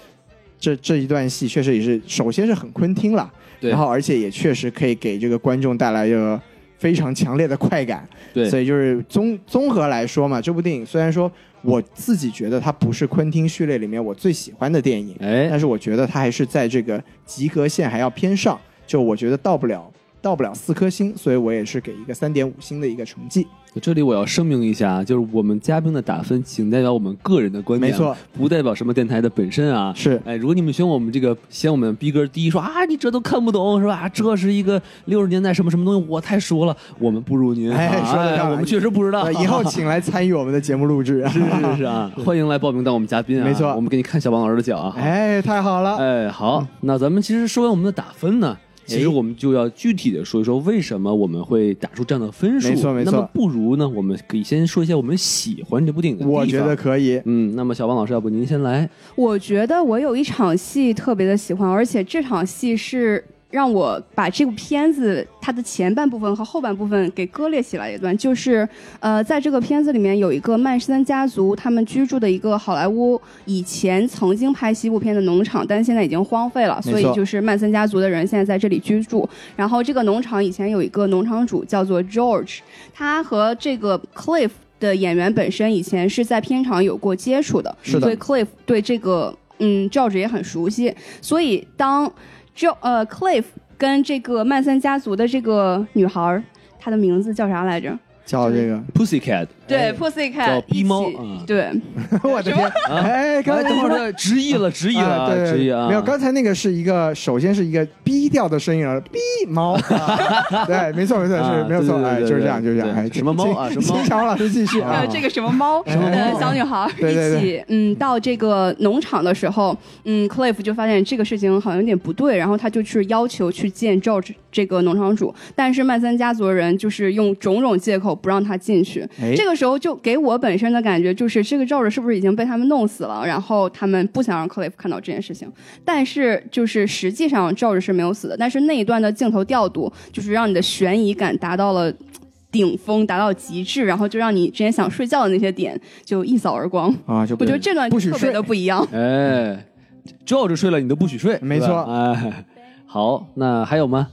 这这一段戏确实也是，首先是很昆汀了，
对
然后而且也确实可以给这个观众带来一个非常强烈的快感，
对
所以就是综综合来说嘛，这部电影虽然说我自己觉得它不是昆汀序列里面我最喜欢的电影，
哎，
但是我觉得它还是在这个及格线还要偏上，就我觉得到不了到不了四颗星，所以我也是给一个三点五星的一个成绩。
这里我要声明一下，啊就是我们嘉宾的打分仅代表我们个人的观点，啊
没错，
不代表什么电台的本身啊。
是
哎，如果你们嫌我们这个嫌我们逼格低，说啊你这都看不懂是吧？这是一个六十年代什么什么东西，我太熟了，我们不如您。
哎
啊
说得当
我们确实不知道。
呃，
[LAUGHS]
以后请来参与我们的节目录制。
是
[LAUGHS]
是是啊，欢迎来报名当我们嘉宾啊！
没错
我们给你看小王老师的脚啊！
哎，嗯太好了！
哎，好，那咱们其实说完我们的打分呢，
哎
其实我们就要具体的说一说为什么我们会打出这样的分数。
没错没错
那么不如呢，我们可以先说一下我们喜欢这部电影的地方
我觉得，可以。
嗯，那么小王老师，要不您先来？
我觉得我有一场戏特别的喜欢，而且这场戏是让我把这部片子它的前半部分和后半部分给割裂起来一段，就是呃，在这个片子里面有一个曼森家族他们居住的一个好莱坞以前曾经拍西部片的农场，但现在已经荒废了，
没
所以
错
就是曼森家族的人现在在这里居住。然后这个农场以前有一个农场主叫做 George，他和这个 Cliff。的演员本身以前是在片场有过接触的，
是的
对 Cliff 对这个嗯 George 也很熟悉，所以当 Jo 呃 Cliff 跟这个曼森家族的这个女孩儿，她的名字叫啥来着？
叫这个，
Pussycat，
对 Pussycat
哎叫
一
逼猫
起
嗯
对，
我的天！
啊
哎，刚才
哎等会儿
说
这直译了，直译了，
[LAUGHS] 啊对对
直译
对
啊，
没有，刚才那个是一个，首先是一个逼调的声音，然后逼猫，啊对，没错没错，是
啊
没有错，
对对对
哎，
对
就是这样，就
对
是这样，
对
哎，
什么猫啊
请
什么猫
请常老师继续啊
呃，，这个什么猫，
什么猫
呃，小女孩儿
对对
一起，嗯，到这个农场的时候，嗯，Cliff 就发现这个事情好像有点不对，然后他就去要求去见 George 这个农场主，但是曼森家族的人就是用种种借口不让他进去。
哎
这个时候就给我本身的感觉就是，这个 George 是不是已经被他们弄死了？然后他们不想让 Cliff 看到这件事情，但是就是实际上 George 是没有死的，但是那一段的镜头调度就是让你的悬疑感达到了。顶峰达到极致，然后就让你之前想睡觉的那些点就一扫而光。
啊，就不
我觉得这段
不许
特别
睡
的，不一样。
哎，照着睡了你都不许睡，
没
是吧
错
哎，好，那还有吗？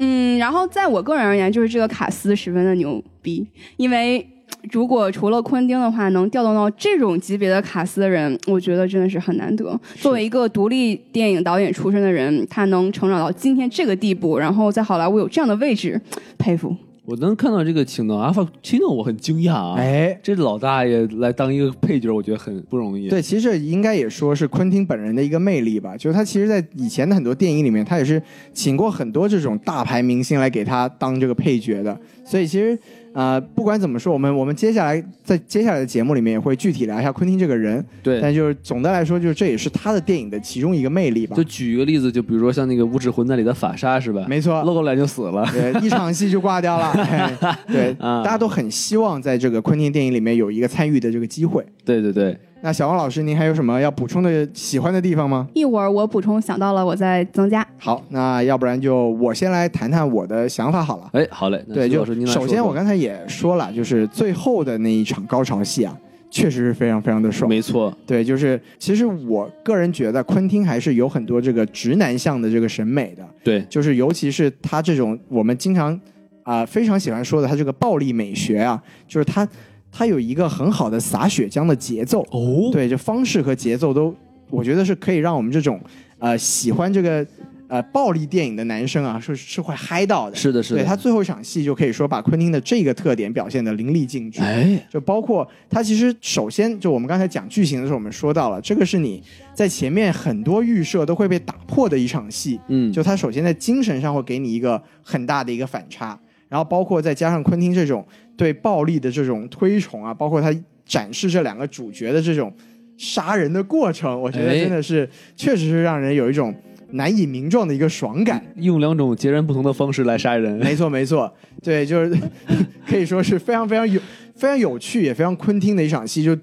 嗯，然后在我个人而言，就是这个卡斯十分的牛逼，因为如果除了昆汀的话，能调动到这种级别的卡斯的人，我觉得真的是很难得。作为一个独立电影导演出身的人，他能成长到今天这个地步，然后在好莱坞有这样的位置，佩服。
我能看到这个请到阿法奇诺，我很惊讶啊！，
哎，
这老大爷来当一个配角，我觉得很不容易。，
对，其实应该也说是昆汀本人的一个魅力吧，就是他其实，在以前的很多电影里面，他也是请过很多这种大牌明星来给他当这个配角的，所以其实。呃，不管怎么说，我们我们接下来在接下来的节目里面也会具体聊一下昆汀这个人，
对，
但就是总的来说，就是这也是他的电影的其中一个魅力吧
就。举一个例子，就比如说像那个《无耻混蛋》里的法沙是吧？
没错
露个脸就死了。 [LAUGHS]
对，一场戏就挂掉了。哎对，
啊
大家都很希望在这个昆汀电影里面有一个参与的这个机会。
对对对，
那小王老师，您还有什么要补充的喜欢的地方吗？
一会儿我补充想到了，我再增加。
好，那要不然就我先来谈谈我的想法好了。
哎，好嘞，那
对，
徐
就
老师您来
首
说
先
说
我刚才也说了，就是最后的那一场高潮戏啊，确实是非常非常的爽。
没错，
对，就是其实我个人觉得昆汀还是有很多这个直男向的这个审美的，
对
就是尤其是他这种我们经常啊、非常喜欢说的他这个暴力美学啊，就是他他有一个很好的洒血浆的节奏，
哦，
对，就方式和节奏都，我觉得是可以让我们这种呃喜欢这个呃暴力电影的男生啊，是是会嗨到的。
是的，是的，
对他最后一场戏就可以说把昆汀的这个特点表现的淋漓尽致。
哎，
就包括它其实首先就我们刚才讲剧情的时候，我们说到了，这个是你在前面很多预设都会被打破的一场戏。
嗯，
就它首先在精神上会给你一个很大的一个反差，然后包括再加上昆汀这种对暴力的这种推崇啊，包括他展示这两个主角的这种杀人的过程，我觉得
哎
真的是、确实是让人有一种难以名状的一个爽感。
用两种截然不同的方式来杀人。
[LAUGHS] 没错，没错，对，就是 [LAUGHS] 可以说是非常非常有非常有趣，也非常昆汀的一场戏。就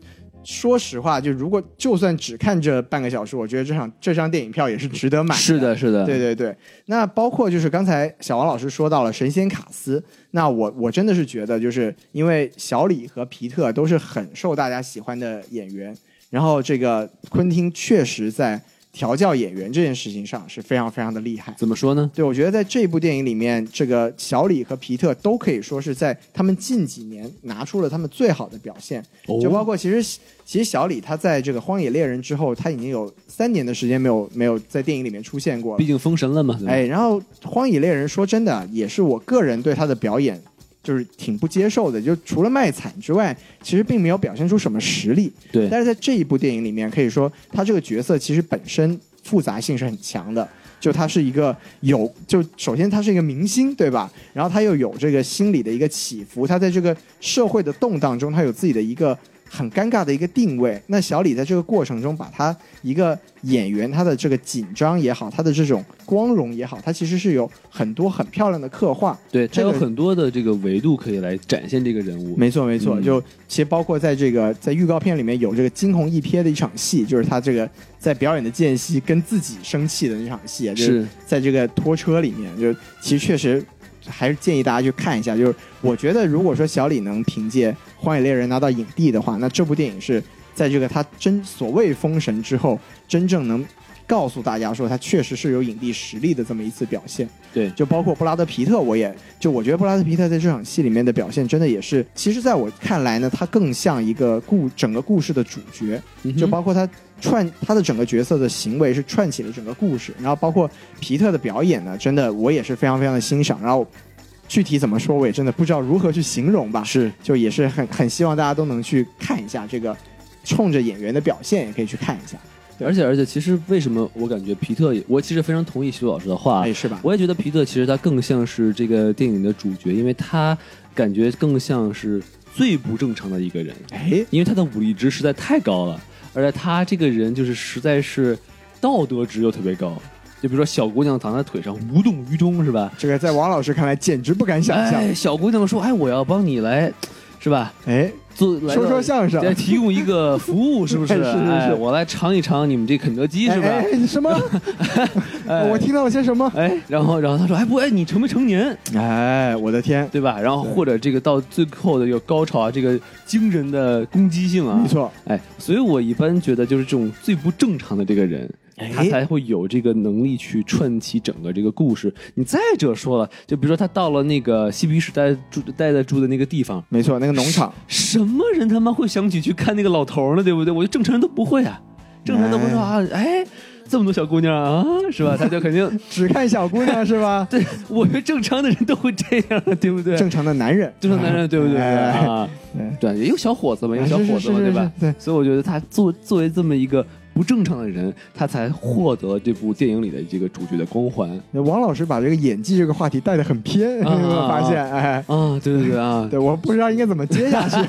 说实话，就如果就算只看这半个小时，我觉得这场这张电影票也是值得买。
是的，是的，
对对对，那包括就是刚才小王老师说到了神仙卡斯，那我我真的是觉得，就是因为小李和皮特都是很受大家喜欢的演员，然后这个昆汀确实在调教演员这件事情上是非常非常的厉害。
怎么说呢？
对，我觉得在这部电影里面，这个小李和皮特都可以说是在他们近几年拿出了他们最好的表现，
哦
就包括其实其实小李他在这个《荒野猎人》之后，他已经有三年的时间没有没有在电影里面出现过了
毕。竟封神了嘛。对吧，
哎，然后《荒野猎人》说真的，也是我个人对他的表演就是挺不接受的，就除了卖惨之外，其实并没有表现出什么实力。
对，
但是在这一部电影里面，可以说他这个角色其实本身复杂性是很强的。就他是一个有，就首先他是一个明星，对吧？然后他又有这个心理的一个起伏，他在这个社会的动荡中，他有自己的一个很尴尬的一个定位。那小李在这个过程中，把他一个演员他的这个紧张也好，他的这种光荣也好，他其实是有很多很漂亮的刻画。
对，他
这
有
个
很多的这个维度可以来展现这个人物。
没错，没错，
嗯
就其实包括在这个在预告片里面有这个惊鸿一瞥的一场戏，就是他这个在表演的间隙跟自己生气的那场戏啊，就是
是
在这个拖车里面，就其实确实还是建议大家去看一下。就是我觉得，如果说小李能凭借《荒野猎人》拿到影帝的话，那这部电影是在这个他真所谓封神之后，真正能告诉大家说他确实是有影帝实力的这么一次表现。
对
就包括布拉德皮特，我也就我觉得布拉德皮特在这场戏里面的表现，真的也是，其实在我看来呢，他更像一个故整个故事的主角，
嗯哼
就包括他串他的整个角色的行为是串起了整个故事，然后包括皮特的表演呢，真的我也是非常非常的欣赏，然后。具体怎么说我也真的不知道如何去形容吧。
是
就也是很很希望大家都能去看一下这个，冲着演员的表现也可以去看一下，对
而且而且，其实为什么我感觉皮特也，我其实非常同意徐老师的话，
哎，是吧？
我也觉得皮特其实他更像是这个电影的主角，因为他感觉更像是最不正常的一个人，
哎，
因为他的武力值实在太高了，而且他这个人就是实在是道德值又特别高，就比如说小姑娘躺在腿上无动于衷是吧？
这个在王老师看来简直不敢想象。
哎，小姑娘说：“哎，我要帮你来，是吧？
哎，
做来
说说相声，
来提供一个服务，是不是？
[LAUGHS] 哎是是是
哎我来尝一尝你们这肯德基，是吧？
哎
[LAUGHS]
哎什么？
哎
我听到了些什么？
哎，然后然后他说，哎不，哎你成没成年，
哎，我的天，
对吧？然后或者这个到最后的一个高潮啊，这个精神的攻击性啊，
没，错，
哎，所以我一般觉得就是这种最不正常的这个人。他才会有这个能力去串起整个这个故事。你再者说了，就比如说他到了那个嬉皮士待住待在住的那个地方，
没错，那个农场，
什么人他妈会想起去看那个老头儿呢？对不对？我觉得正常人都不会啊，正常人都不会说啊，哎，这么多小姑娘啊，是吧？他就肯定？
[LAUGHS] 只看小姑娘是吧
对，我觉得正常的人都会这样，对 [LAUGHS] 不对？
正常的男人，
正常男人对不对
哎
啊
对？
对，也有小伙子嘛，有
哎
小伙子
是是
嘛，
是
对吧
是是？
所以我觉得他作作为这么一个不正常的人，他才获得这部电影里的这个主角的光环
王老师把这个演技这个话题带得很偏， [LAUGHS] 你有没有发现？哎，
啊！对对对啊！
对，我不知道应该怎么接下
[LAUGHS]
去。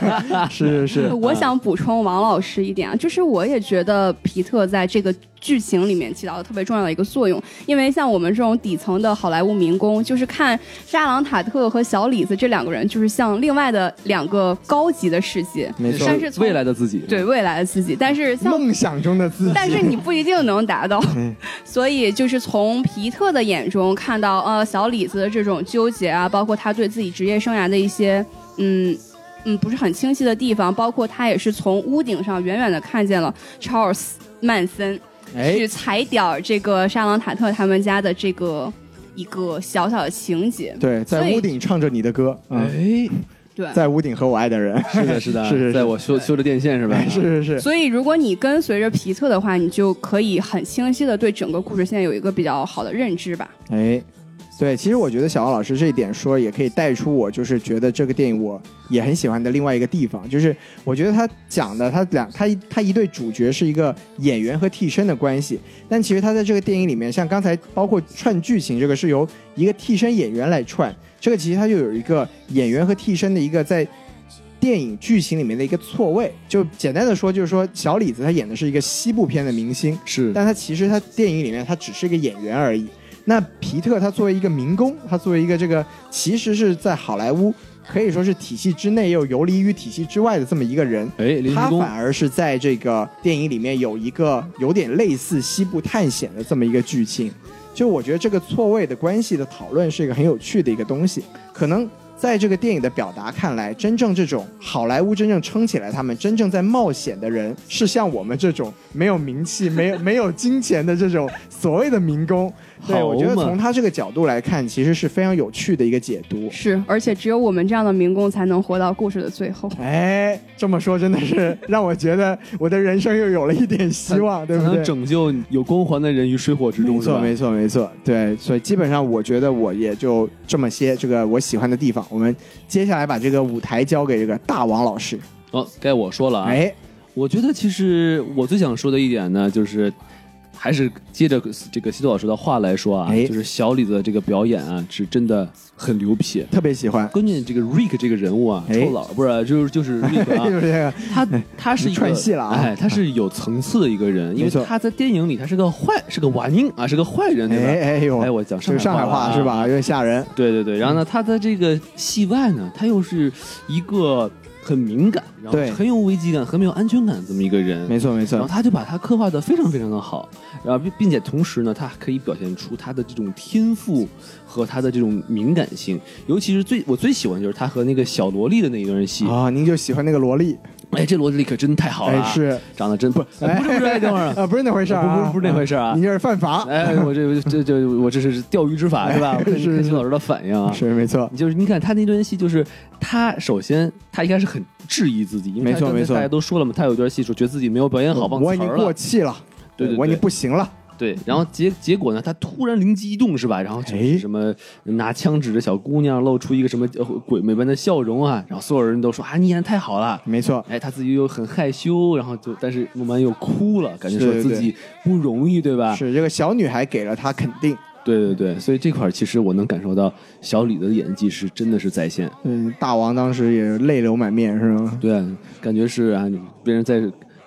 是是是，
我想补充王老师一点啊，就是我也觉得皮特在这个剧情里面起到了特别重要的一个作用，因为像我们这种底层的好莱坞民工，就是看扎朗塔特和小李子这两个人，就是像另外的两个高级的世界，
没错
但是从
未来的自己，
对未来的自己，但是像
梦想中的自 [LAUGHS] 己。
但是你不一定能达到
嗯，
所以就是从皮特的眼中看到，呃，小李子的这种纠结啊，包括他对自己职业生涯的一些，嗯嗯，不是很清晰的地方，包括他也是从屋顶上远远的看见了 Charles 曼森
哎
去踩点儿这个沙朗塔特他们家的这个一个小小的情节，
对，
所
在
以
屋顶唱着你的歌，嗯，
哎，
对。
在屋顶和我爱的人，
是的，是的，
是是是
在我修修着电线是吧？
是是是，
所以，如果你跟随着皮特的话，你就可以很清晰的对整个故事线有一个比较好的认知吧。
哎，对，其实我觉得小奥老师这一点说，也可以带出我就是觉得这个电影我也很喜欢的另外一个地方，就是我觉得他讲的他两他一他一对主角是一个演员和替身的关系，但其实他在这个电影里面，像刚才包括串剧情这个是由一个替身演员来串，这个其实它就有一个演员和替身的一个在。电影剧情里面的一个错位，就简单的说，就是说小李子他演的是一个西部片的明星，
是
但他其实他电影里面他只是一个演员而已。那皮特他作为一个民工，他作为一个这个其实是在好莱坞可以说是体系之内又游离于体系之外的这么一个人，
哎，临时
他
工
反而是在这个电影里面有一个有点类似西部探险的这么一个剧情。就我觉得这个错位的关系的讨论是一个很有趣的一个东西，可能。在这个电影的表达看来，真正这种好莱坞真正撑起来他们真正在冒险的人，是像我们这种没有名气、没有没有金钱的这种所谓的民工。对，
好
我觉得
嘛
从他这个角度来看，其实是非常有趣的一个解读。
是，而且只有我们这样的民工才能活到故事的最后。
哎，这么说真的是 [LAUGHS] 让我觉得我的人生又有了一点希望，对
才
不对
能？拯救有光环的人于水火之中，
没错，没
错。
错，没错。对，所以基本上我觉得我也就这么些这个我喜欢的地方。我们接下来把这个舞台交给这个大王老师。
哦，该我说了啊。
哎，
我觉得其实我最想说的一点呢，就是还是接着这个西多老师的话来说啊，
哎
就是小李子的这个表演啊，是真的很牛皮。
特别喜欢，
关键这个 Rick 这个人物啊，
哎
臭老不是就是
[LAUGHS]
就是 Rick 啊
就，是这个
他他是一个
串戏了啊
哎，他是有层次的一个人，因
没
为
错
他在电影里他是个坏，是个瓦宁啊，是个坏人，对吧？
哎哎呦，
哎我讲
这个
上
上
海
海
话了啊
话是吧？有点吓人。
对对对，然后呢，他的这个戏外呢，他又是一个很敏感，然后
对
很有危机感、很没有安全感的这么一个人。
没错，没
然后
错，
他就把他刻画的非常非常的好，然后并并且同时呢，他可以表现出他的这种天赋和他的这种敏感性，尤其是最我最喜欢就是他和那个小萝莉的那一段戏，
啊，您就喜欢那个萝莉，
哎，这萝莉可真太好了啊，[LAUGHS]
哎是
长得真不哎不是不是，哎等会
[LAUGHS]
儿啊，
啊，不是那回事儿啊，
不不不是那回事儿啊
您这是犯法，
哎，我这这这我这是钓鱼执法是吧？我看
哎是
看
是
徐老师的反应啊，
是没错，
就是你看他那段戏，就是他首先他一开始很质疑自己，因为
没错
他刚才
没错
大家都说了嘛，他有一段戏说觉得自己没有表演好，忘
我已
词
经
儿
过
了，
气了，
对对对
我已经不行了，
对，然后结结果呢，他突然灵机一动是吧？然后就是
哎
什么拿枪指着小姑娘，露出一个什么呃鬼魅般的笑容啊，然后所有人都说啊，你演的太好了。
没错，
哎，他自己又很害羞，然后就但是慢慢又哭了，感觉说
是
自己不容易，对吧？
是这个小女孩给了他肯定。
对对对，所以这块儿其实我能感受到小李的演技是真的是在线，
嗯，大王当时也泪流满面，是吗？
对，感觉是啊，别人在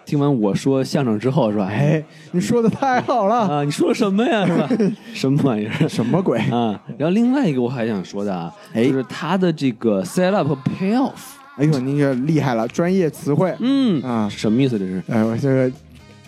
听完我说相声之后是吧？
哎，你说的太好了，
啊，你说了什么呀？是吧？
[LAUGHS]
什么玩意儿？
什么鬼？
[LAUGHS] 啊，然后另外一个我还想说的啊，
哎
就是他的这个 set up 和 payoff，
哎呦，你这厉害了，专业词汇。
嗯
啊
什么意思这是？
哎，我这个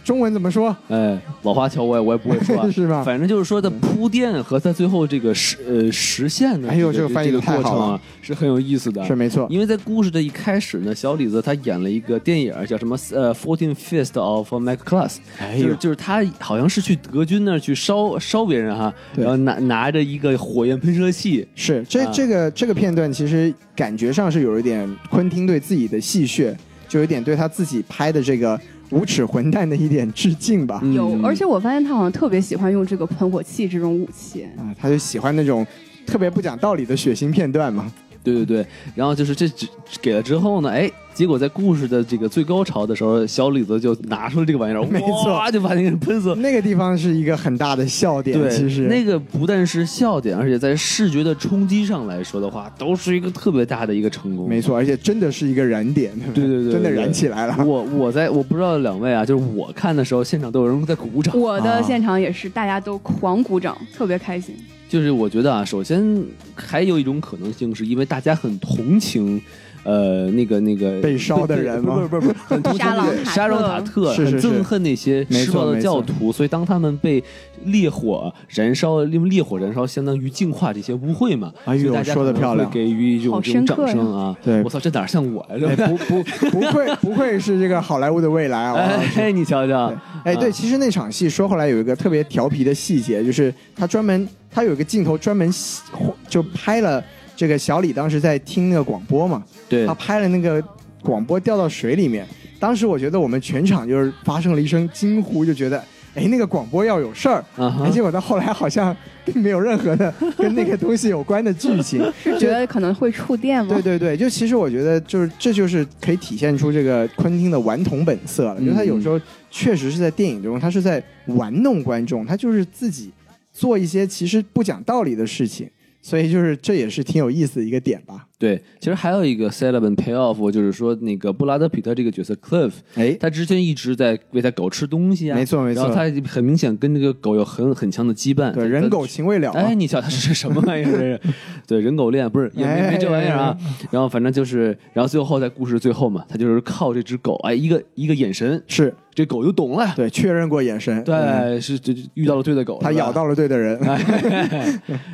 中文怎么说？
哎，老花桥我也我也不会说、啊，
[LAUGHS] 是吧嗯
反正就是说它铺垫和它最后这个实呃实现的、
哎呦
这
这
个
个翻译
这
得
个
太
过
好
程啊
了，
是很有意思的，
是没错，
因为在故事的一开始呢，小李子他演了一个电影儿叫什么呃《Fourteen Fist of Mac Class》，
哎
就
呦
是就是他好像是去德军那儿去烧烧别人哈，
对
然后拿拿着一个火焰喷射器，
是这
啊
这个这个片段，其实感觉上是有一点昆汀对自己的戏谑，就有点对他自己拍的这个无耻混蛋的一点致敬吧。
有
嗯，
而且我发现他好像特别喜欢用这个喷火器这种武器。
啊，他就喜欢那种特别不讲道理的血腥片段嘛。
对对对，然后就是这只给了之后呢，哎，结果在故事的这个最高潮的时候，小李子就拿出了这个玩意儿，
[LAUGHS] 没错
哇，就把那个人喷
[LAUGHS]
死。
那个地方是一个很大的笑点，
对，
其实
那个不但是笑点，而且在视觉的冲击上来说的话，都是一个特别大的一个成功。
没错，而且真的是一个燃点，
对对对对
真的燃
对
起来了。
我我在我不知道两位啊，就是我看的时候，现场都有人在鼓
[LAUGHS]
掌。
我
啊
的现场也是，大家都狂鼓掌，特别开心。
就是我觉得啊，首先还有一种可能性，是因为大家很同情，呃，那个那个
被烧的人吗
不是不是不是，很同情那个
沙
沙
朗
朗
塔
塔
特
特，
是是是
很憎恨那些
没错
施暴的
没错
教徒，所以当他们被烈火燃烧，因为烈火燃烧相当于净化这些污秽嘛，
哎呦
所以大家
说得
可能
漂亮
会给予一种
好
这种
深刻
掌
呀
声啊！
对
我操，这哪像我
[LAUGHS]
呀？
哎，
对吧
不不不 [LAUGHS] 愧不愧是这个好莱坞的未来啊！王老师
[LAUGHS] 哎，你瞧瞧，
哎，对，
啊
其实那场戏说后来有一个特别调皮的细节，就是他专门他有一个镜头专门细就拍了这个小李当时在听那个广播嘛，
对
他，拍了那个广播掉到水里面，当时我觉得我们全场就是发生了一声惊呼，就觉得哎那个广播要有事儿，
啊哈
哎，结果到后来好像并没有任何的跟那个东西有关的剧 [LAUGHS] 情，
是觉得可能会触电吗？
对对对，就其实我觉得就是这就是可以体现出这个昆汀的顽童本色了，
嗯
因为他有时候确实是在电影中，他是在玩弄观众，他就是自己做一些其实不讲道理的事情，所以就是这也是挺有意思的一个点吧。
对，其实还有一个 s e l e b a n payoff，就是说那个布拉德皮特这个角色 Cliff，
哎，
他之前一直在喂他狗吃东西啊，
没错没错
然后他很明显跟这个狗有很很强的羁绊，
对，
他
人狗。情未了、
哎，
啊。哎
你瞧，他是什么玩意儿？这
[LAUGHS]
是，对，人狗恋不是也没没这玩意儿啊。然后反正就是，然后最后在故事最后嘛，他就是靠这只狗，哎，一个一个眼神，
是
这狗就懂了。
对，确认过眼神，嗯，
对，哎是这这遇到了对的狗，
他
是吧
咬到了对的人，
[LAUGHS]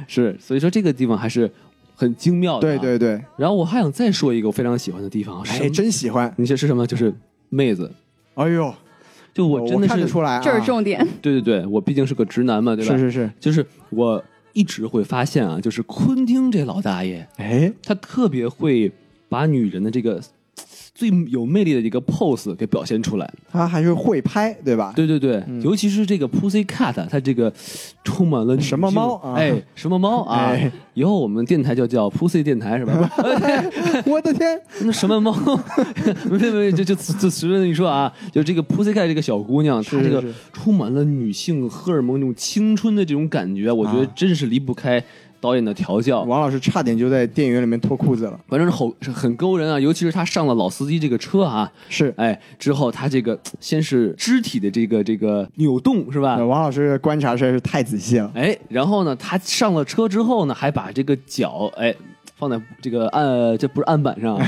是，所以说这个地方还是很精妙的。啊
[LAUGHS] 对。对对，
然后我还想再说一个我非常喜欢的地方，啊是什
哎，
么？
真喜欢，
你这是什么？就是妹子，
哎呦，
就我真的
看
是
得出来、啊，
这是重点。
对对对，我毕竟是个直男嘛，对吧？
是是是，
就是我一直会发现啊，就是昆汀这老大爷，
哎，
他特别会把女人的这个最有魅力的一个 pose 给表现出来。
他还是会拍，对吧？
对对对，
嗯
尤其是这个 pussy cat，他啊这个充满了女性
什么猫啊
哎，什么猫啊？
哎
以后我们电台就叫 pussy 电台是
[LAUGHS]
吧？
[LAUGHS] 我的天，
那什么猫？没没没，就就就随便一说啊，就这个 Pussycat 这个小姑娘，
是
她这个
是
充满了女性荷尔蒙那种青春的这种感觉，我觉得
啊
真是离不开导演的调教。
王老师差点就在电影院里面脱裤子了。
反正是好是很勾人啊，尤其是她上了老司机这个车啊，
是，
哎，之后她这个先是肢体的这个这个扭动是吧？
王老师观察实在是太仔细
[LAUGHS]
了。
哎，然后呢，他上了车之后呢，还把这个脚哎放在这个案，这不是案板上啊，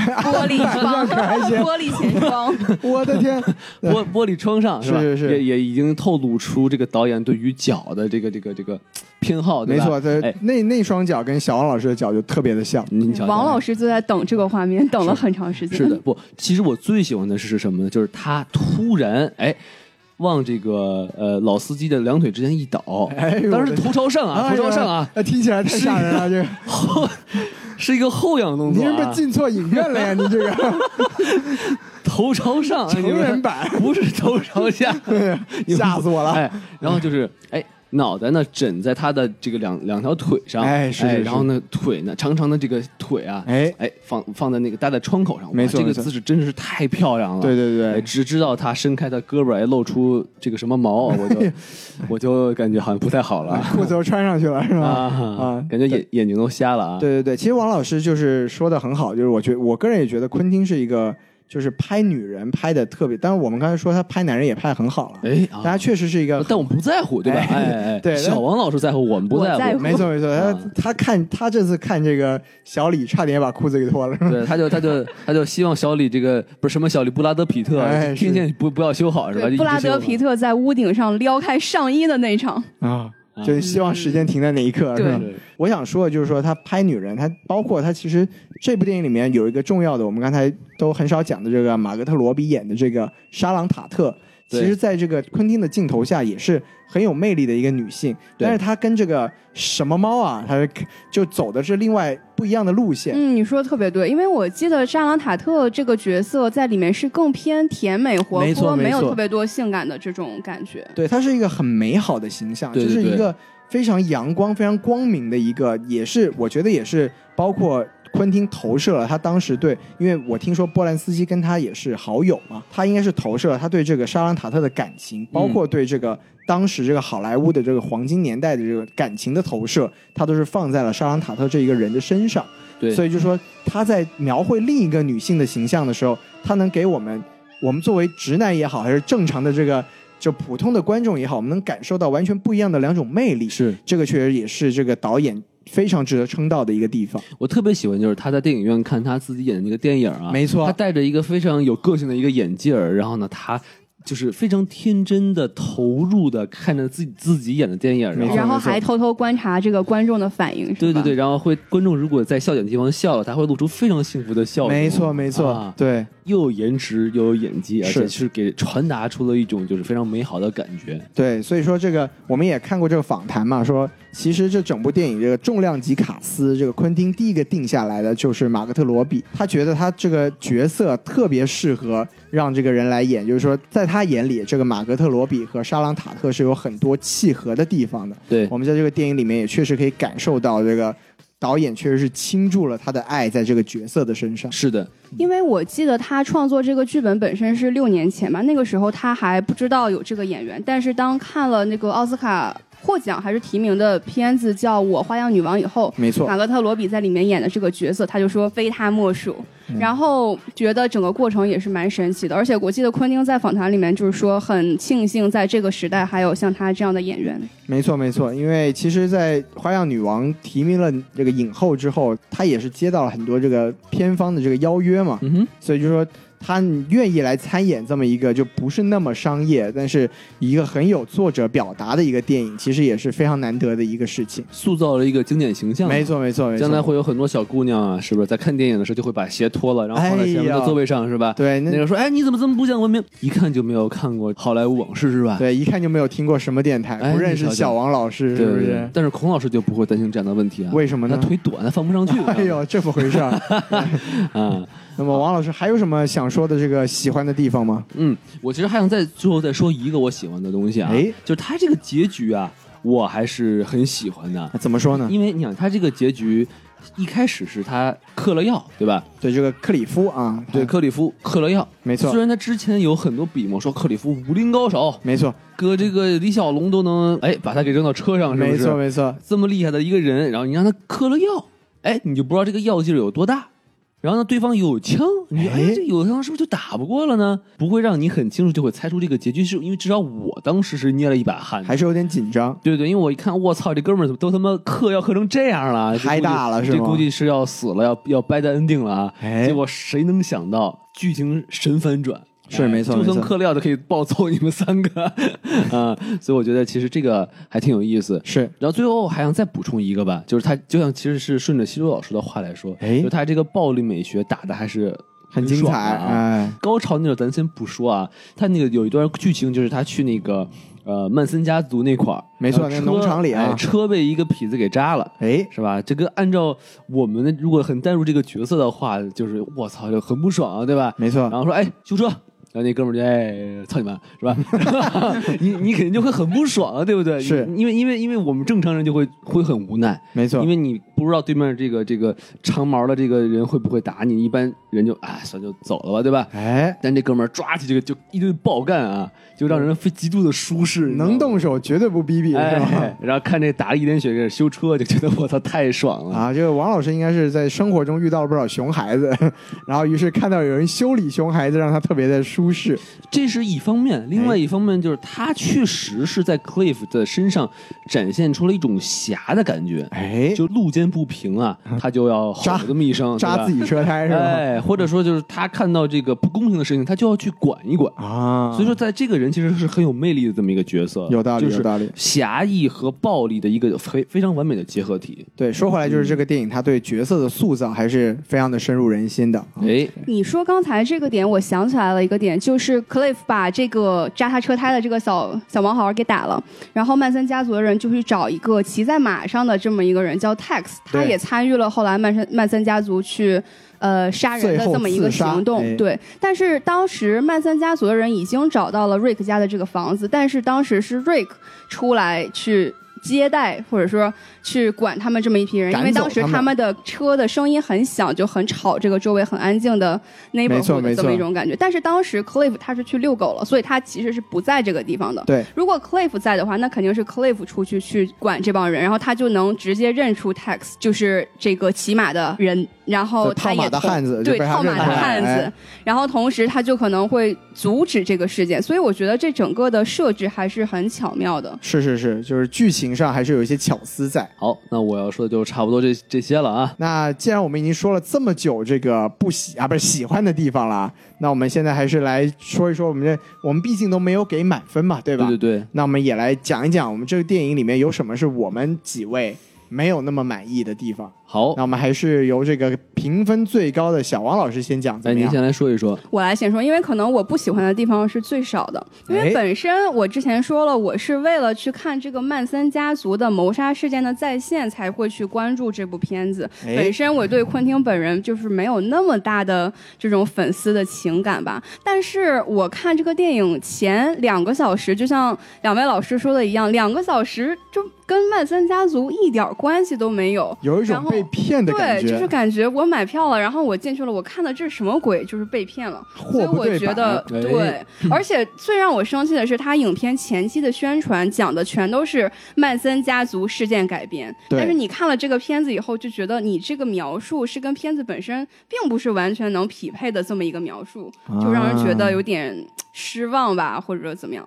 [LAUGHS]
玻璃窗，玻璃前窗，
我的天，
玻玻璃窗上吧？
是是
也
是
也已经透露出这个导演对于脚的这个这个这个偏好，对
没
吧
错，对，
哎，嗯
那那双脚跟小王老师的脚就特别的像。
你瞧瞧，
王老师就在等这个画面，等了很长时间。
是的，不，其实我最喜欢的是什么呢？就是他突然哎。往这个呃老司机的两腿之间一倒，
哎呦
当
我
时
的
头朝上啊，
哎
头
呀
朝上啊，，
哎听起来太吓人了。
[LAUGHS]
这个，
后是一个后仰动
你
作、啊， [LAUGHS]
是不是进错影院了呀？你这个，
头朝上，
成人版
不是头朝 [LAUGHS] 下，
吓死我了
哎，然后就是哎。脑袋呢枕在他的这个两两条腿上，
哎是是是
然后呢腿呢长长的这个腿啊，
哎
哎放放在那个搭在窗口上，哇
没错
这个
没错
姿势真是太漂亮了，
对对对
哎只知道他伸开他胳膊，哎露出这个什么毛，我
哎
就 [LAUGHS] 我就感觉好像不太好了
裤子都穿上去了是吧？
啊，感觉眼眼睛都瞎了啊，
对对对，其实王老师就是说的很好，就是我觉我个人也觉得昆汀是一个就是拍女人拍的特别，当然我们刚才说他拍男人也拍的很好了，
哎啊
大家确实是一个，
但我们不在乎，对吧？
哎
哎哎，
对
小王老师在乎，我们不
我在
乎
乎。
[LAUGHS] 没错没错，他
啊
他看他这次看这个小李差点把裤子给脱了，
对，他就他就他就希望小李这个不是什么小李布拉德皮特，啊
哎是
天天不不要修好是吧？
对，布拉德皮
特
特在屋顶上撩开上衣的那一场，
啊， [LAUGHS] 就是希望时间停在那一刻，
嗯
是吧
对？
我想说的就是说，他拍女人，他包括他其实这部电影里面有一个重要的，我们刚才都很少讲的这个马格特罗比演的这个莎朗塔特，其
对
实在这个昆汀的镜头下也是很有魅力的一个女性，
对
但是她跟这个什么猫啊，她就走的是另外不一样的路线。
嗯，你说的特别对，因为我记得莎朗塔特这个角色在里面是更偏甜美活
没错
泼，
没
没有
错
特别多性感的这种感觉。
对，她是一个很美好的形象，
对对
就是一
对
个非常阳光、非常光明的一个，也是我觉得也是包括昆汀投射了他当时对，因为我听说波兰斯基跟他也是好友嘛，他应该是投射了他对这个莎朗塔特的感情，
嗯
包括对这个。当时这个好莱坞的这个黄金年代的这个感情的投射，他都是放在了莎朗塔特这一个人的身上。
对
所以就说他在描绘另一个女性的形象的时候，他能给我们，我们作为直男也好，还是正常的这个就普通的观众也好，我们能感受到完全不一样的两种魅力。
是
这个确实也是这个导演非常值得称道的一个地方。
我特别喜欢，就是他在电影院看他自己演的那个电影啊，
没错
他戴着一个非常有个性的一个眼镜儿，然后呢，他就是非常天真的投入的看着自己自己演的电影，然
没错
后
然后
没错
还偷偷观察这个观众的反应，是吧
对对对，，然后会观众如果在笑点的地方笑了，他会露出非常幸福的笑容，
没错，没错，
啊
对，
又有颜值又有演技，而
是
且是给传达出了一种就是非常美好的感觉。
对，所以说这个我们也看过这个访谈嘛，说其实这整部电影这个重量级卡司，这个昆汀第一个定下来的就是马格特罗比，他觉得他这个角色特别适合让这个人来演，就是说在他眼里，这个马格特罗比和莎朗塔特是有很多契合的地方的。
对
我们在这个电影里面也确实可以感受到这个。导演确实是倾注了他的爱在这个角色的身上，
是的，
因为我记得他创作这个剧本本身是六年前嘛，那个时候他还不知道有这个演员，但是当看了那个奥斯卡获奖还是提名的片子叫《我花样女王》以后，
没错
马，格特罗比在里面演的这个角色，他就说非他莫属，
嗯
然后觉得整个过程也是蛮神奇的，而且我记得昆汀在访谈里面就是说很庆幸在这个时代还有像他这样的演员，
没错，没错，因为其实，在《花样女王》提名了这个影后之后，她也是接到了很多这个片方的这个邀约嘛，
嗯哼，
所以就说她愿意来参演这么一个就不是那么商业，但是一个很有作者表达的一个电影，其实也是非常难得的一个事情。
塑造了一个经典形象。
没。错，没错，没
将来
错。
会有很多小姑娘啊，是不是在看电影的时候就会把鞋脱了，然后放在前面
哎
的
呀
座位上，是吧？
对，
[LAUGHS] 那
那
个说，哎，你怎么这么不讲文明？一看就没有看过好莱坞往事，是吧？
对一看就没有听过什么电台，
哎
不认识
你瞧瞧
小王老师，是
对
不
对
是
对？但是孔老师就不会担心这样的问题啊，
为什么呢
他腿短，他放不上去。
[LAUGHS] 哎呦，这么回
[LAUGHS]
事儿。
啊，
那么，王老师还有什么想说的这个喜欢的地方吗？
嗯，我其实还想再最后再说一个我喜欢的东西啊，
哎
就是他这个结局啊，我还是很喜欢的，
怎么说呢？
因为你想他这个结局。一开始是他嗑了药，对吧？
对这个克里夫啊，
对，克里夫嗑了药，
没错
虽然他之前有很多笔墨说克里夫武林高手，
没错，
搁这个李小龙都能哎把他给扔到车上，是不是？
没错，没错，
这么厉害的一个人，然后你让他嗑了药，哎，你就不知道这个药劲儿有多大。然后呢，对方又有枪，你说
哎
哎，这有枪是不是就打不过了呢？不会让你很清楚就会猜出这个结局，是因为至少我当时是捏了一把汗。
还是有点紧张。
对对，因为我一看，我操，这哥们儿怎么都他妈嗑药嗑成这样了？这估计
嗨大了是吗
这估计是要死了，要要掰的 ending 了啊！
哎
结果谁能想到剧情神反转？
是
哎
没错
就
没
从
错
嗑料就可以暴揍你们三个 [LAUGHS] 啊！所以我觉得其实这个还挺有意思。
是，
然后最后我还想再补充一个吧，就是他就像其实是顺着西周老师的话来说，
哎
就他这个暴力美学打的还是
很精
爽
彩，
的啊。
哎，
高潮那种咱先不说啊，他那个有一段剧情就是他去那个呃曼森家族那块儿，
没错
呃
那
车
农场里啊
哎车被一个痞子给扎了。
哎，
是吧？这个按照我们的如果很带入这个角色的话，就是我操，就很不爽啊，对吧？
没错
然，后说哎修车，然后那哥们儿就哎操你妈是吧？ [LAUGHS] 你你肯定就会很不爽啊，对不对？
是
因为因为因为我们正常人就会会很无奈，
没错
因，为你不知道对面这个这个长毛的这个人会不会打你，一般人就哎算了就走了吧，对吧？
哎，
但这哥们儿抓起这个就一顿爆干啊，就让人非极度的舒适，你知道吗
能动手绝对不逼逼是吧
哎？，然后看这打了一脸血给修车，就觉得我操太爽了。
啊，这个王老师应该是在生活中遇到了不少熊孩子， [LAUGHS] 然后于是看到有人修理熊孩子，让他特别的舒适。
这是一方面，另
哎
外一方面就是他确实是在 Cliff 的身上展现出了一种侠的感觉，
哎，嗯
就路见不平啊，他就要吼
扎
这么一声，对
扎
吧
自己车
[LAUGHS]
胎是吧？
哎，或者说就是他看到这个不公平的事情，他就要去管一管。
啊，
所以说，在这个人其实是很有魅力的这么一个角色，
有道理，
就
有
是
道理。
侠义和暴力的一个非非常完美的结合体。
对，说回来就是这个电影，它对角色的塑造还是非常的深入人心的。
哎，
你说刚才这个点，我想起来了一个点，就是 Cliff 把这个扎他车胎的这个小小毛孩儿给打了，然后曼森家族的人就去找一个骑在马上的这么一个人叫 Tex，他
对
也参与了后来曼森曼森家族去。呃，杀人的这么一个行
最
动，
后刺杀哎
对。但是当时曼森家族的人已经找到了瑞克家的这个房子，但是当时是瑞克出来去接待，或者说去管他们这么一批人，
赶
因为当
走
时
他们
他们的车的声音很响，就很吵，这个周围很安静的
没错
neighborhood
没
的
错
这么一种感觉。但是当时 Cliff 他是去遛狗了，所以他其实是不在这个地方的。
对，
如果 Cliff 在的话，那肯定是 Cliff 出去去管这帮人，然后他就能直接认出 Tex 就是这个骑马的人，然后
这套
哦他也
马的
同
汉子就
对
被他
套马
认出
的
来
汉
哎
子，然后同时他就可能会阻止这个事件，所以我觉得这整个的设置还是很巧妙的。
是是是，就是剧情上还是有一些巧思在。
好，那我要说的就差不多这这些了啊。
那既然我们已经说了这么久这个不喜啊不是喜欢的地方了，那我们现在还是来说一说我们这我们毕竟都没有给满分嘛，对吧？
对对，
那我们也来讲一讲我们这个电影里面有什么是我们几位没有那么满意的地方。
好
那，我们还是由这个评分最高的小王老师先讲，怎
哎，
么
您
样？
先来说一说。
我来先说，因为可能我不喜欢的地方是最少的，因
哎
为本身我之前说了，我是为了去看这个曼森家族的谋杀事件的再现才会去关注这部片子。
哎
本身我对昆汀本人就是没有那么大的这种粉丝的情感吧，但是我看这个电影前两个小时，就像两位老师说的一样，两个小时就跟曼森家族一点儿关系都没有。
有一种
然后
被骗的感
对，
觉，
就是感觉我买票了，然后我进去了，我看的这是什么鬼？就是被骗了。所
货
以
不
我
对
觉
版。
得，
哎
[LAUGHS]
对，而且最让我生气的是，他影片前期的宣传讲的全都是曼森家族事件改编，
对
但是你看了这个片子以后，就觉得你这个描述是跟片子本身并不是完全能匹配的这么一个描述，
啊
就让人觉得有点嘖失望吧，或者说怎么样？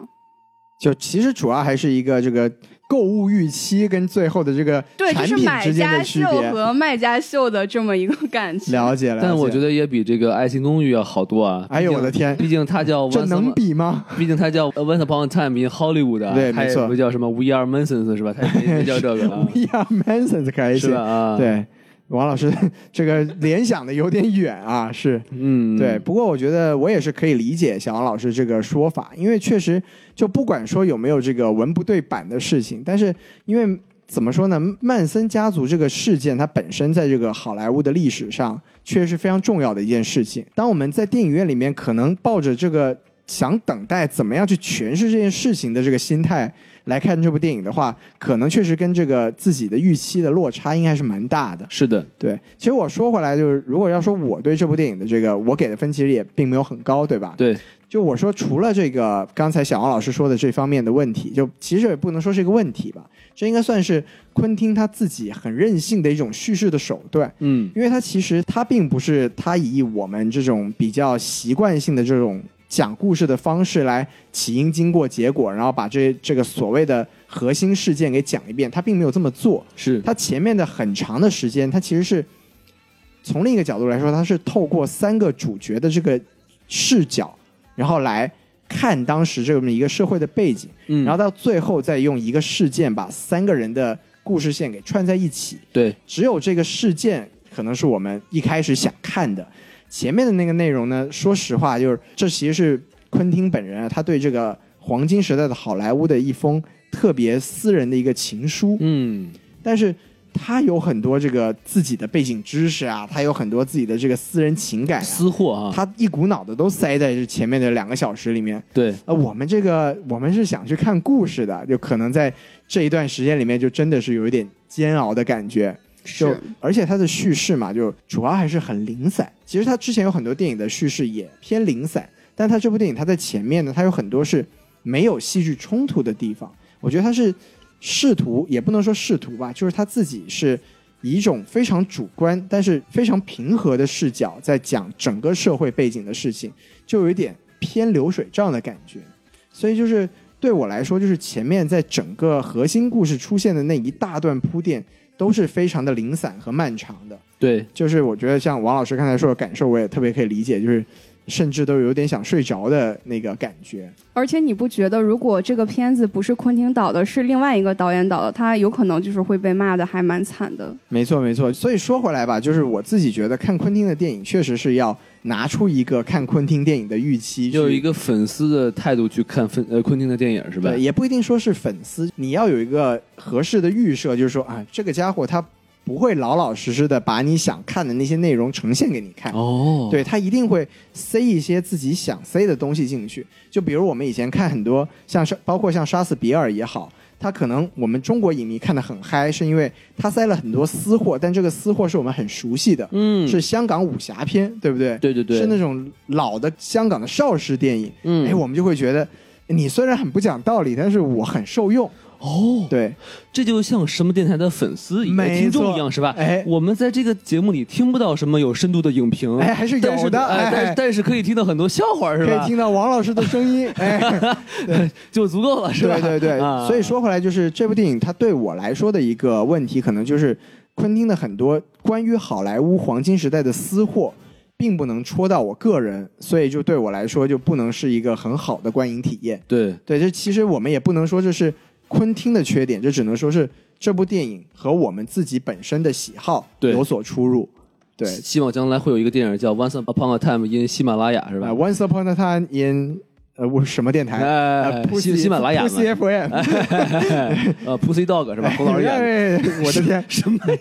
就其实主要还是一个这个购物预期跟最后的这个
对，就
产
是
品
买
之间
家
的区
秀
别。
和卖家秀的这么一个感觉。，
了解了解，
但我觉得也比这个《爱情公寓》要好多啊！
哎呦我的天
[LAUGHS] 毕竟它叫 Once
这
Upon-
能比吗？ [LAUGHS]
毕竟它叫 Once Upon a Time in Hollywood，啊
对
它也
没错
不叫什么 We Are Mansons 是吧？它也没叫这个
[LAUGHS]
啊，
We are Manson 可以
是吧？啊，，
对，王老师 [LAUGHS] 这个联想的有点远啊，是
嗯，
对。，不过我觉得我也是可以理解小王老师这个说法，因为确实就不管说有没有这个文不对版的事情，但是因为。怎么说呢？曼森家族这个事件，它本身在这个好莱坞的历史上，确实是非常重要的一件事情。当我们在电影院里面，可能抱着这个想等待怎么样去诠释这件事情的这个心态来看这部电影的话，可能确实跟这个自己的预期的落差应该是蛮大的。
是的，
对，其实我说回来，就是如果要说我对这部电影的这个我给的分，其实也并没有很高，对吧？
对，
就我说，除了这个刚才小王老师说的这方面的问题，就其实也不能说是一个问题吧，这应该算是昆汀他自己很任性的一种叙事的手段。
嗯，
因为他其实他并不是他以我们这种比较习惯性的这种讲故事的方式来起因、经过、结果，然后把这这个所谓的核心事件给讲一遍，他并没有这么做。
是，
它前面的很长的时间，它其实是从另一个角度来说，它是透过三个主角的这个视角，然后来看当时这么一个社会的背景，
嗯，
然后
后
到最后再用一个事件把三个人的故事线给串在一起。
对，
只有这个事件可能是我们一开始想看的，前面的那个内容呢，说实话就是这其实是昆汀本人啊，他对这个。黄金时代的好莱坞的一封特别私人的一个情书，
嗯，
但是他有很多这个自己的背景知识啊，他有很多自己的这个私人情感啊，
私货啊，
他一股脑的都塞在这前面的两个小时里面。
对，
呃，我们这个我们是想去看故事的，就可能在这一段时间里面，就真的是有一点煎熬的感觉。就是而且它的叙事嘛，就主要还是很零散。其实它之前有很多电影的叙事也偏零散，但它这部电影它在前面呢，它有很多是没有戏剧冲突的地方。我觉得它是试图，也不能说试图吧，就是他自己是以一种非常主观但是非常平和的视角在讲整个社会背景的事情，就有一点偏流水账的感觉。所以就是对我来说，就是前面在整个核心故事出现的那一大段铺垫都是非常的零散和漫长的。
对，
就是我觉得像王老师刚才说的感受，我也特别可以理解，就是甚至都有点想睡着的那个感觉。
而且你不觉得，如果这个片子不是昆汀导的，是另外一个导演导的，他有可能就是会被骂的还蛮惨的。
没错，没错。所以说回来吧，就是我自己觉得看昆汀的电影，确实是要拿出一个看昆汀电影的预期去，
就一个粉丝的态度去看分呃昆汀的电影是吧
对，？也不一定说是粉丝，你要有一个合适的预设，就是说啊，这个家伙他不会老老实实的把你想看的那些内容呈现给你看。
哦，
对他一定会塞一些自己想塞的东西进去。就比如我们以前看很多像是包括像《杀死比尔》也好，他可能我们中国影迷看得很嗨，是因为他塞了很多私货，但这个私货是我们很熟悉的，
嗯，
是香港武侠片，对不对？
对对对
是那种老的香港的邵氏电影。
嗯
哎，我们就会觉得你虽然很不讲道理，但是我很受用。
哦，
对，
这就像什么电台的粉丝一样、
没
听众
错
一样是吧？
哎
我们在这个节目里听不到什么有深度的影评，
哎还是有
但是
的
哎，
哎
但是但是可以听到很多笑话是
可以
吧？
听到王老师的声音。哎，
就足够了是吧？
对对对，
啊
所以说回来就是这部电影，它对我来说的一个问题，可能就是昆汀的很多关于好莱坞黄金时代的私货，并不能戳到我个人，所以就对我来说就不能是一个很好的观影体验。
对
对，这其实我们也不能说这是昆汀的缺点，这只能说是这部电影和我们自己本身的喜好
对
有所出入。对，
希望将来会有一个电影叫《Once Upon a Time in 喜马拉雅》是吧
啊、？o n c e Upon a Time in 呃，我什么电台？
哎
呃
喜
Pussy-
喜马拉雅嘛
Pussy FM，
呃，Pussy Dog
[LAUGHS]
是吧？侯老师演的。
哎我的 [LAUGHS] 天，
什么呀？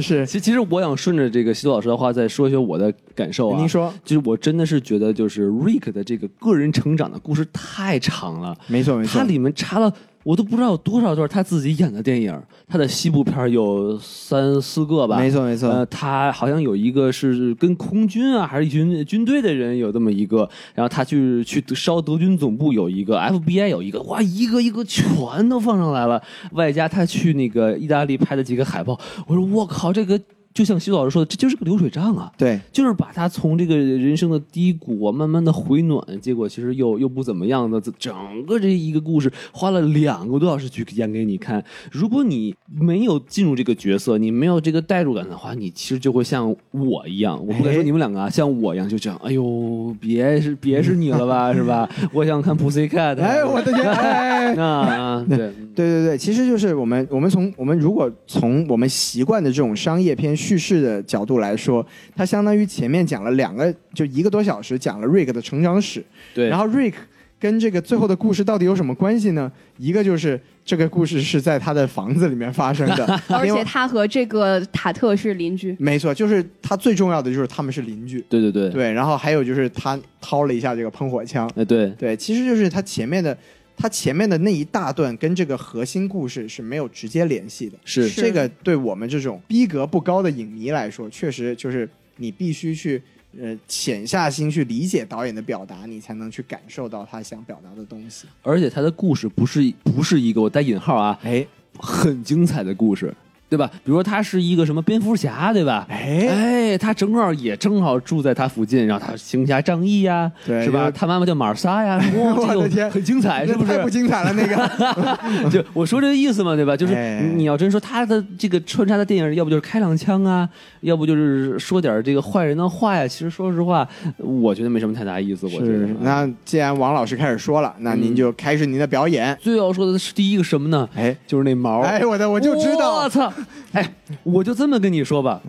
是是 [LAUGHS]
其其实我想顺着这个西多老师的话再说一说我的感受啊。
您说，
就是我真的是觉得，就是 Rick 的这个个人成长的故事太长了，
没错没错，
它里面插了我都不知道有多少段他自己演的电影，他的西部片儿有三四个吧，
没错没错
呃，他好像有一个是跟空军啊，还是一群军队的人有这么一个，然后他去去烧德军总部有一个，FBI 有一个，哇，一个一个全都放上来了，外加他去那个意大利拍的几个海报，我说我靠，这个就像徐老师说的，这就是个流水账啊。
对
就是把他从这个人生的低谷啊，慢慢的回暖，结果其实又又不怎么样的，整个这一个故事花了两个多小时去演给你看。如果你没有进入这个角色，你没有这个代入感的话，你其实就会像我一样，我不敢说
哎
你们两个啊，像我一样就这样，哎呦，别是别是你了吧，是吧？我想看
[LAUGHS]
Pussycat，
哎我的天，哎，
啊啊，对
对对对，其实就是我们我们从我们如果从我们习惯的这种商业片叙事的角度来说，它相当于前面讲了两个就一个多小时讲了瑞克的成长史，
对，
然后瑞克跟这个最后的故事到底有什么关系呢？一个就是这个故事是在他的房子里面发生 [LAUGHS] 的
[LAUGHS] ，而
另
且
外
他和这个塔特是邻居。
没错，就是他最重要的就是他们是邻居，
对对对，
对，然后还有就是他掏了一下这个喷火枪，
哎对
对，其实就是他前面的，他前面的那一大段跟这个核心故事是没有直接联系的。
是
是
这个对我们这种逼格不高的影迷来说，确实就是你必须去呃潜下心去理解导演的表达，你才能去感受到他想表达的东西。
而且他的故事不是不是一个我带引号啊，
哎
很精彩的故事，对吧？比如说他是一个什么蝙蝠侠，对吧？
哎，
哎，他正好也正好住在他附近，然后他行侠仗义呀，
对
是吧？
就
他妈妈叫玛莎
[LAUGHS]
呀，哇，
我
这个
的天
很精彩，是
那
不
哎太不
是？
精彩了那个。
就我说这个意思嘛，对吧？就是
哎
你要真说他的这个穿插的电影，要不就是开两枪啊，要不就是说点这个坏人的话呀。其实说实话，我觉得没什么太大意思。 [LAUGHS] 我觉得嗯
是，那既然王老师开始说了，那您就开始您的表演。
最要说的是第一个什么呢？
哎
就是那毛。 [LAUGHS]
哎，我的我就知道
我，操！哎，我就这么跟你说吧，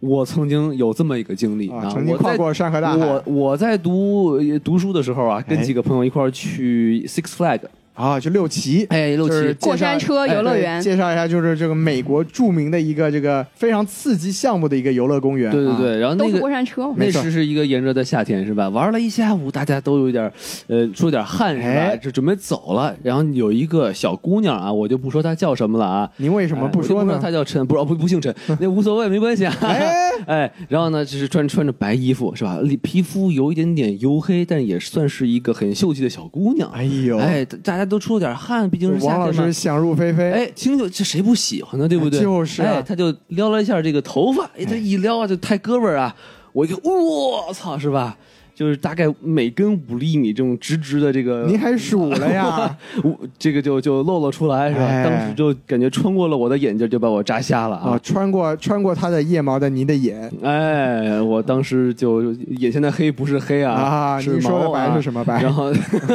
我曾经有这么一个经历
嗯啊，
啊，
曾经
我
跨
在
过山河大海
我我在读呃读书的时候啊，跟
哎
几个朋友一块儿去 Six Flag，
啊，就六旗，
哎，六
就是
旗
介绍
过山车
哎
游乐
对
园，
介绍一下，就是这个美国著名的一个这个非常刺激项目的一个游乐公园。
对对
啊，
对，然后
都
那
是
个
过山车。
没
那
错
时是一个炎热的夏天，是吧？玩了一下午，大家都有点，呃，出有点汗，是吧
哎？
就准备走了。然后有一个小姑娘啊，我就不说她叫什么了啊，
您为什么
哎
不说
我就
呢
知道？她叫陈，不是哦不不
[LAUGHS]
姓陈，那无所谓，没关系啊。
哎，
[LAUGHS] 哎，然后呢，就是穿穿着白衣服，是吧？里皮肤有一点点黝黑，但也算是一个很秀气的小姑娘。
哎呦，
哎，大家都出了点汗，毕竟是夏
王
天嘛。
老师想入非非，
哎，听就这谁不喜欢呢？对不对？
哎就是啊
哎，他就撩了一下这个头发，哎，他一撩啊，就太胳膊儿啊，我一看，我操，是吧？就是大概每根五厘米这种直直的这个，
您还数
[LAUGHS]
了呀？
我这个就就露了出来，是吧？
哎
当时就感觉穿过了我的眼睛，就把我扎瞎了
啊，
啊！
穿过穿过他的腋毛的您的眼
哎，我当时就眼前的黑不是黑啊，
啊，
是
你说的
毛啊
白是什么白？
然后 [LAUGHS]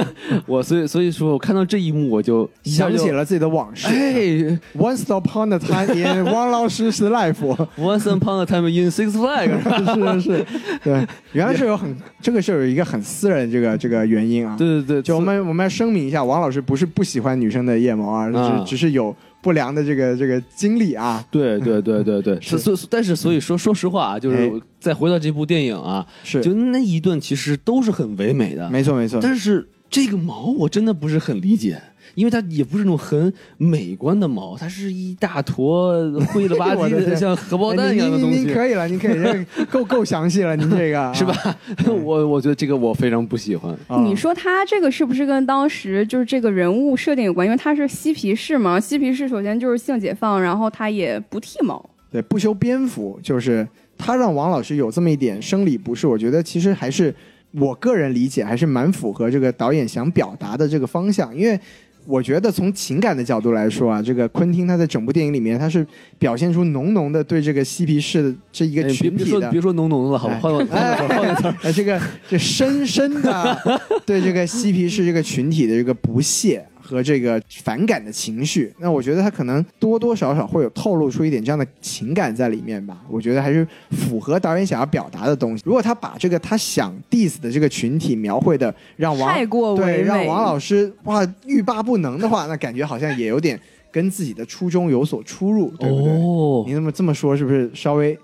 我所以所以说我看到这一幕，我就一下
想
就
起了自己的往事。
哎
Once upon a
[LAUGHS]
time in 王老师 's life，
，Once upon a time in Six
[LAUGHS]
Flags，
是是，对，原来是有很这个是有一个很私人的这个这个原因啊。
对对对，
就我们我们要声明一下，王老师不是不喜欢女生的腋毛啊，
嗯
只只是有不良的这个这个经历啊。
对对对对对，
是
所所以但是所以说，说实话啊，就是
哎
再回到这部电影啊，
是
就那一段其实都是很唯美的，
没错没错，
但是这个毛我真的不是很理解。因为它也不是那种很美观的毛，它是一大坨灰了吧
我
唧
的
的，
天
像荷包蛋一样的
哎您
东
您您
西，
可以了，您可以，这个够够详细了，您
[LAUGHS]
这个啊
是吧？？哎我我觉得这个我非常不喜欢。
啊
你说他这个是不是跟当时就是这个人物设定有关？因为他是嬉皮士嘛，嬉皮士首先就是性解放，然后他也不剃毛。
对不修边幅，就是他让王老师有这么一点生理不适，我觉得其实还是我个人理解还是蛮符合这个导演想表达的这个方向，因为。我觉得从情感的角度来说啊，这个昆汀他在整部电影里面，他是表现出浓浓的对这个嬉皮士的这一个
哎别
群
别
体
说
的
别说浓浓的了，好吧，
哎
换个换个词儿换个词儿。
呃，这个这深深的对这个嬉皮士这个群体的这个不屑和这个反感的情绪，那我觉得他可能多多少少会有透露出一点这样的情感在里面吧。我觉得还是符合导演想要表达的东西。如果他把这个他想 diss 的这个群体描绘的让王
太过唯
对
美，
让王老师哇欲罢不能的话，那感觉好像也有点跟自己的初衷有所出入，对不对？
哦，
您那么这么说，是不是稍微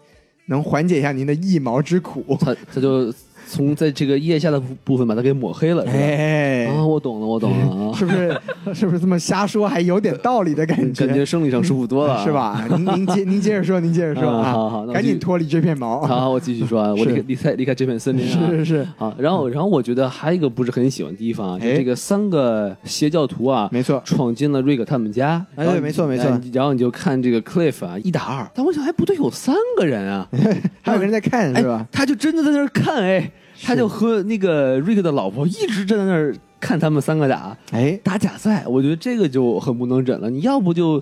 能缓解一下您的一毛之苦？
他他就从在这个腋下的部部分把它给抹黑了，是吧？
哎，
啊，我懂了，我懂了啊。
是不是是不是这么瞎说还有点道理的感觉？
感觉生理上舒服多了，
是？吧？您您接您接着说，您接着说
嗯
啊，
好好那我
赶
继
紧
续
脱离这片
[LAUGHS]
毛。
好，我继续说啊，我离
是
开离开离开这片森林
是
啊。
是是，
好，然后然后我觉得还有一个不是很喜欢的地方啊，就
哎
这个三个邪教徒啊。
没错。
闯进了瑞克他们家，
哎
然后
对没错没错
哎然后你就看这个 Cliff 啊，一打二，但我想，哎，不对，有三个人啊，
[LAUGHS] 还有个人在看
哎
[LAUGHS] 是吧？，
他就真的在那儿看，哎，他就和那个瑞克的老婆一直站在那儿看他们三个打，
哎，
打假赛，我觉得这个就很不能忍了。你要不就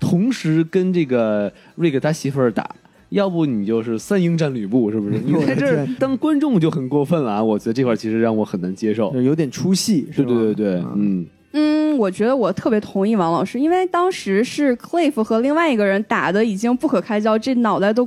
同时跟这个瑞克他媳妇儿打，要不你就是三英战吕布，是不是？你在这儿当观众就很过分了啊！我觉得这块儿其实让我很难接受
就。有点出戏，是
对
吧？
对对对，嗯，
嗯，我觉得我特别同意王老师，因为当时是 Cliff 和另外一个人打的已经不可开交，这脑袋都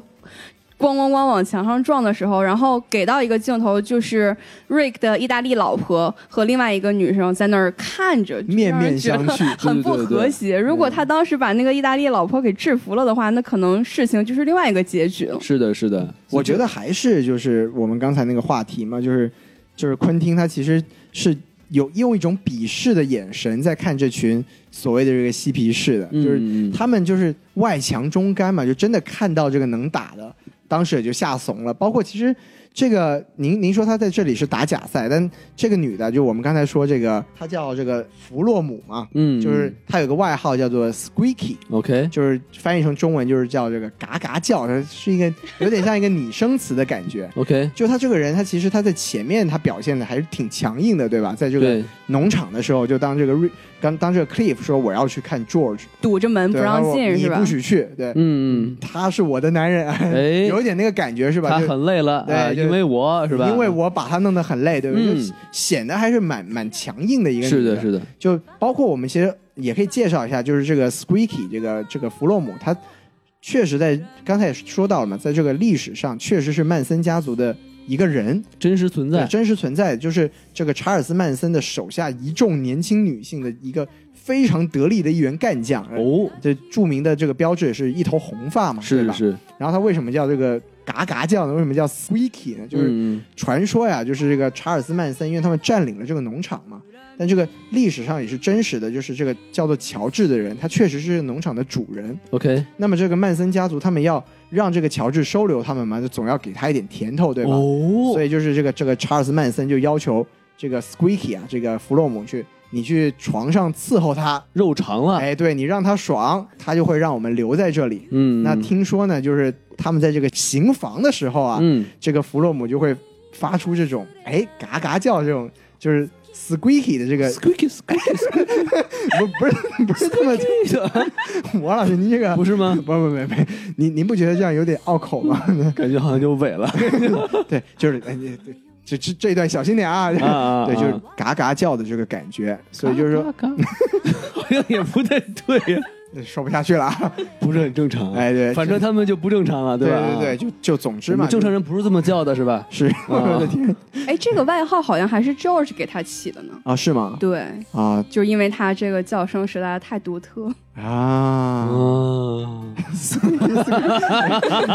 咣咣咣往墙上撞的时候，然后给到一个镜头，就是 Rick 的意大利老婆和另外一个女生在那儿看着，就
面
让人
面
觉得
相觑
很不
对对对
和谐。如果他当时把那个意大利老婆给制服了的话，那可能事情就是另外一个结局了。
是的，是的，
嗯我觉得还是就是我们刚才那个话题嘛，就是就是昆汀他其实是有用一种鄙视的眼神在看这群所谓的这个嬉皮士的，
嗯
就是
嗯
他们就是外强中干嘛，就真的看到这个能打的，当时也就吓怂了。包括其实这个您您说她在这里是打假赛，但这个女的就我们刚才说这个，她叫这个弗洛姆嘛，
嗯，
就是她有个外号叫做 Squeaky，
OK，。
就是翻译成中文就是叫这个嘎嘎叫，它是一个有点像一个拟声词的感觉
OK，
就她这个人，她其实她在前面她表现的还是挺强硬的，对吧？在这个
对，
农场的时候，就当这个瑞当当这个 Cliff 说我要去看 George，
堵着门不
对，他
让
说
进
你
是吧
不？许去，对，
嗯嗯，
[LAUGHS] 他是我的男人，
哎
嗯 [LAUGHS] 有一点那个感觉是吧？
他
就
很累了，
对
啊
就
因为我是吧？
因为我把他弄得很累，对不对？
嗯
就显得还是蛮蛮强硬的一个
是
女
的，是的，
就包括我们其实也可以介绍一下，就是这个 Squeaky 这个这个弗洛姆，他确实在刚才也说到了嘛，在这个历史上确实是曼森家族的一个人，
真实存
对，
在，
真实存在，就是这个查尔斯曼森的手下一众年轻女性的一个非常得力的一员干将。
哦，
这著名的这个标志也是一头红发嘛，对
是
吧？
是，
然后他为什么叫这个嘎嘎叫呢？为什么叫 squeaky 呢？就是
嗯
传说呀，就是这个查尔斯曼森，因为他们占领了这个农场嘛。但这个历史上也是真实的，就是这个叫做乔治的人，他确实是农场的主人。
OK，
那么这个曼森家族他们要让这个乔治收留他们嘛，就总要给他一点甜头，对吧？
哦
所以就是这个这个查尔斯曼森就要求这个 Squeaky 啊，这个弗洛姆去你去床上伺候他，
肉长了，
哎，对你让他爽，他就会让我们留在这里。
嗯，
那听说呢，就是他们在这个行房的时候啊，
嗯，
这个弗洛姆就会发出这种哎嘎嘎叫这种就是 squeaky 的这个
squeaky squeaky
不不是不是这么
squeaky，
王老师您这个
不
不
是吗？
不不不，您您不觉得这样有点拗口吗？
[LAUGHS] 感觉好像就萎了
[LAUGHS] 对，就是哎你对这这这一段小心点啊，
啊啊！啊
对，就是嘎嘎叫的这个感觉，所以就是说
嘎，嘎嘎好像也不太对呀，
说不下去了啊，
[LAUGHS] 不是很正常。
哎对
反正他们就不正常了，
对
吧？
对对，，就就总之
我
嘛，
们正常人不是这么叫的，是吧？
就是是我的天
哎，这个外号好像还是 George 给他起的呢。
啊，是吗？
对，
啊
就是因为他这个叫声实在太独特。
啊，
啊，
[LAUGHS]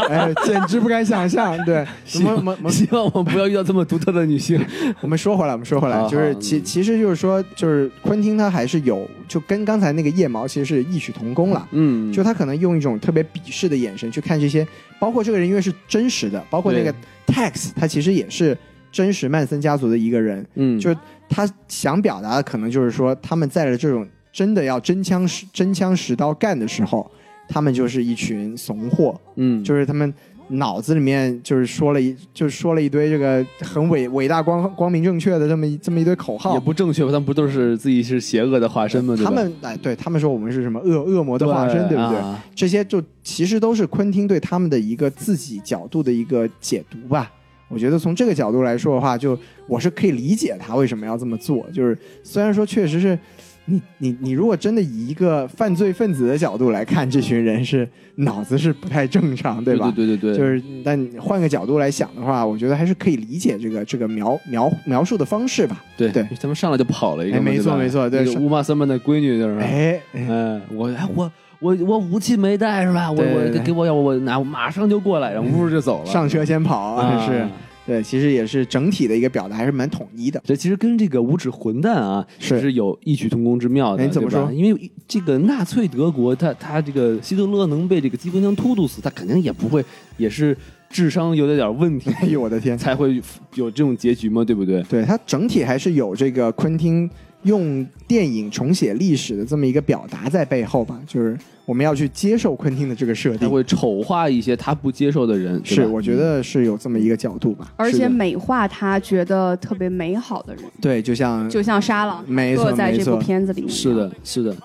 哎，简直不敢想象，
[LAUGHS]
对，我
希
们我
望
们我们
希望我不要遇到这么独特的女
[LAUGHS]
性。
我们说回来，我们说回来，
好
就是
好
其
嗯
其实就是说，就是昆汀他还是有，就跟刚才那个夜毛其实是异曲同工了。
嗯，
就他可能用一种特别鄙视的眼神去看这些，包括这个人因为是真实的，包括那个 Tex，他其实也是真实曼森家族的一个人。
嗯，
就他想表达的可能就是说，他们在了这种真的要真枪实真枪实刀干的时候，他们就是一群怂货，
嗯，
就是他们脑子里面就是说了一就是说了一堆这个很伟伟大光光明正确的这么一这么一堆口
也
号。
不正确吧？他们不都是自己是邪恶的化身吗？对吧
他们哎，对他们说我们是什么恶恶魔的化身，对不对？
啊
这些就其实都是昆汀对他们的一个自己角度的一个解读吧。我觉得从这个角度来说的话，就我是可以理解他为什么要这么做。就是虽然说确实是你你你如果真的以一个犯罪分子的角度来看，这群人是脑子是不太正常，
对
吧？
对对对对，
就是，但你换个角度来想的话，我觉得还是可以理解这个这个描描描述的方式吧。
对
对，
他们上来就跑了一个
哎
嘛，
没错
对吧
没错对
那
是
个乌玛森曼的闺女就是，
哎，
哎，我哎我我我武器没带是吧？我
对对
我
对
给我要我拿，我马上就过来，然后呜就走了。
上车先跑
啊
是对，其实也是整体的一个表达还是蛮统一的。
这其实跟这个无耻混蛋啊
是
是有异曲同工之妙的。
哎怎么
对吧
说
因为这个纳粹德国，他他这个希特勒能被这个机关枪突突死，他肯定也不会，也是智商有点点
[LAUGHS]
问题
哎呦我的天！
才会有这种结局嘛，对不对？
对，它整体还是有这个昆汀用电影重写历史的这么一个表达在背后吧，就是我们要去接受昆汀的这个设
他
定。
会丑化一些他不接受的人，对
是，
吧
我觉得是有这么一个角度吧。
而
是
且
的
美化他觉得特别美好的人，
对，就像
就像沙朗
没错
落在
没
这部
错，
片子里面。
是，的，是的。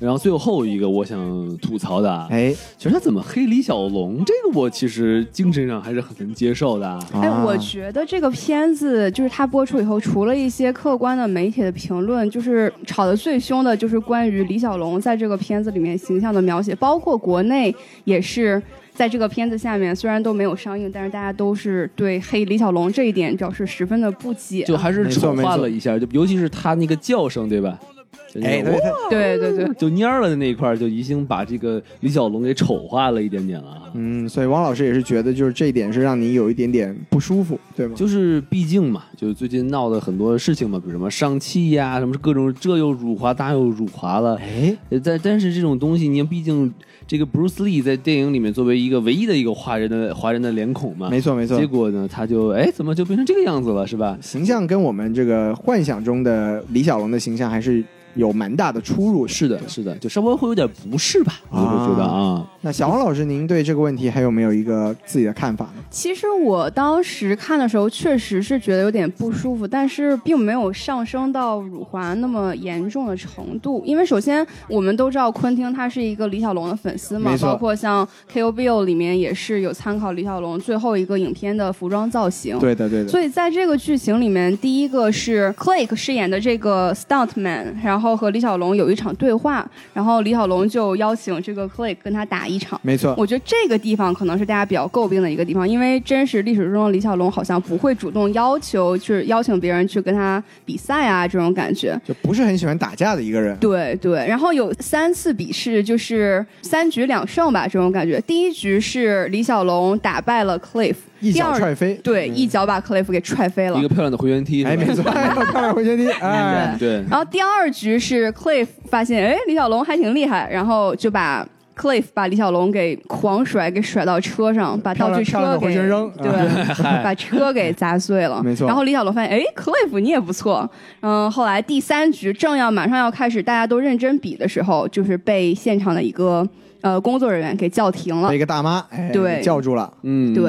然后最后一个我想吐槽的啊，
哎，
其实他怎么黑李小龙，这个我其实精神上还是很能接受的啊。
哎，
啊
我觉得这个片子就是它播出以后，除了一些客观的媒体的评论，就是吵得最凶的就是关于李小龙在这个片子里面形象的描写，包括国内也是。在这个片子下面，虽然都没有上映，但是大家都是对黑李小龙这一点表示十分的不解。
就还是
没错
丑
没
化
错
了一下，就尤其是他那个叫声，对吧？就那
哎，
个
对对
对对对，
就蔫儿了的那一块儿，就已经把这个李小龙给丑化了一点点了啊。
嗯，所以王老师也是觉得，就是这一点是让你有一点点不舒服，对吗？
就是毕竟嘛，就是最近闹的很多事情嘛，比如什么上汽呀、什么各种这又辱华，那又辱华了。
哎，
呃但但是这种东西，你毕竟这个 Bruce Lee 在电影里面作为一个唯一的一个华人的华人的脸孔嘛，
没错没错
结，果呢，他就哎怎么就变成这个样子了，是吧？
形象跟我们这个幻想中的李小龙的形象还是有蛮大的出入。
是的，是的，就稍微会有点不适吧，我就会觉得啊，
那小王老师，您对这个问题还有没有一个自己的看法呢？
其实我当时看的时候，确实是觉得有点不舒服，但是并没有上升到辱华那么严重的程度。因为首先我们都知道昆汀他是一个李小龙的粉丝嘛
没，错
包括像《K.O. Bill》里面也是有参考李小龙最后一个影片的服装造型。
对的，对的。
所以在这个剧情里面，第一个是 Click 饰演的这个 Stuntman，然后和李小龙有一场对话，然后李小龙就邀请这个 Click 跟他打一一场。
没错，
[LAUGHS] 我觉得这个地方可能是大家比较诟病的一个地方，因为真实历史中的李小龙好像不会主动要求，就是邀请别人去跟他比赛啊这种感觉。
就不是很喜欢打架的一个人。
对对，然后有三次比试，就是三局两胜吧，这种感觉。第一局是李小龙打败了 Cliff，
一
第
脚
二
踹飞，
对，一脚把 Cliff 给踹飞了
一个。漂亮的回旋踢，
哎，
是吧
没错，哎漂亮回旋踢，
[LAUGHS]
哎，
对，
然后第二局是 Cliff 发现，哎，李小龙还挺厉害，然后就把 Cliff 把李小龙给狂甩，给甩到车上，把
漂
道
亮嗯
具
漂亮的
车
回
给
旋扔啊
对，把车给砸碎了。
没错
然后李小龙发现，哎，Cliff 你也不错。嗯，后来第三局正要马上要开始，大家都认真比的时候，就是被现场的一个呃工作人员给叫停了
被一。个大妈哎
对
叫住了。
嗯，
对。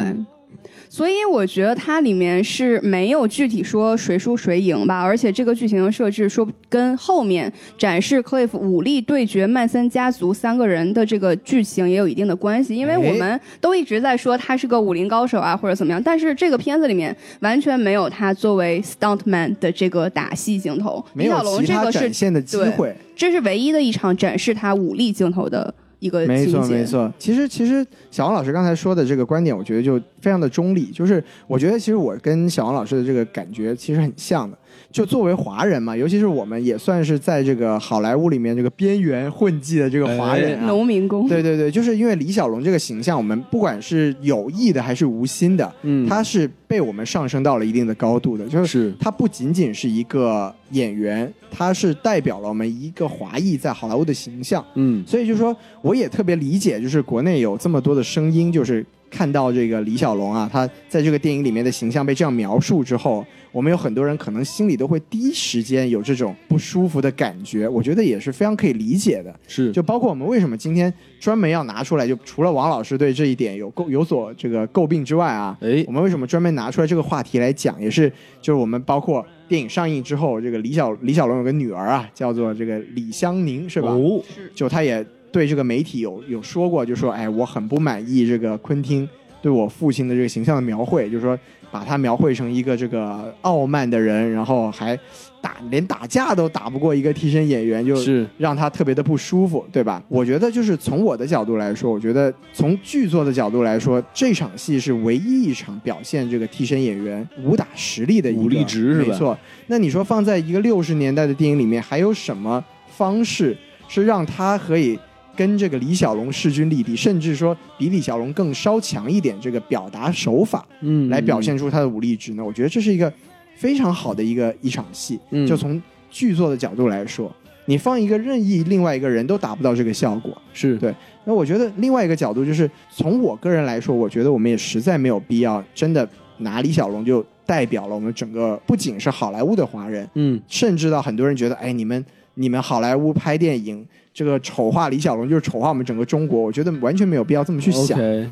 所以我觉得它里面是没有具体说谁输谁赢吧，而且这个剧情的设置说跟后面展示 Cliff 武力对决曼森家族三个人的这个剧情也有一定的关系，因为
哎
我们都一直在说他是个武林高手啊或者怎么样，但是这个片子里面完全没有他作为 stuntman 的这个打戏镜头，
没
李小
有
龙
其
这
他
个是
展现的机
对
会，
这是唯一的一场展示他武力镜头的一个
没错
情节
没错。其实其实小王老师刚才说的这个观点，我觉得就非常的中立，就是我觉得其实我跟小王老师的这个感觉其实很像的。就作为华人嘛，尤其是我们也算是在这个好莱坞里面这个边缘混迹的这个华人啊，
农民工。
对对对，就是因为李小龙这个形象，我们不管是有意的还是无心的，
嗯，
他是被我们上升到了一定的高度的，就是
是
他不仅仅是一个演员，他是代表了我们一个华裔在好莱坞的形象。
嗯，
所以就说，我也特别理解，就是国内有这么多的声音，就是看到这个李小龙啊，他在这个电影里面的形象被这样描述之后，我们有很多人可能心里都会第一时间有这种不舒服的感觉，我觉得也是非常可以理解的。
是
就包括我们为什么今天专门要拿出来，就除了王老师对这一点有诟有所这个诟病之外啊，
哎
我们为什么专门拿出来这个话题来讲，也是就是我们包括电影上映之后，这个李小李小龙有个女儿啊，叫做这个李香凝，是吧？
哦，
就他也对这个媒体有有说过，就说哎，我很不满意这个昆汀对我父亲的这个形象的描绘，就是说把他描绘成一个这个傲慢的人，然后还打连打架都打不过一个替身演员，就是让他特别的不舒服，对吧？我觉得就是从我的角度来说，我觉得从剧作的角度来说，这场戏是唯一一场表现这个替身演员武打实力的一个
武力值是吧
没错。那你说放在一个六十年代的电影里面，还有什么方式是让他可以跟这个李小龙势均力敌，甚至说比李小龙更稍强一点这个表达手法
嗯，
来表现出他的武力值呢？我觉得这是一个非常好的一个一场戏。
嗯，
就从剧作的角度来说，你放一个任意另外一个人都达不到这个效果。
是
对那我觉得另外一个角度就是，从我个人来说，我觉得我们也实在没有必要真的拿李小龙就代表了我们整个，不仅是好莱坞的华人，
嗯
甚至到很多人觉得，哎，你们你们好莱坞拍电影这个丑化李小龙就是丑化我们整个中国，我觉得完全没有必要这么去想。
OK，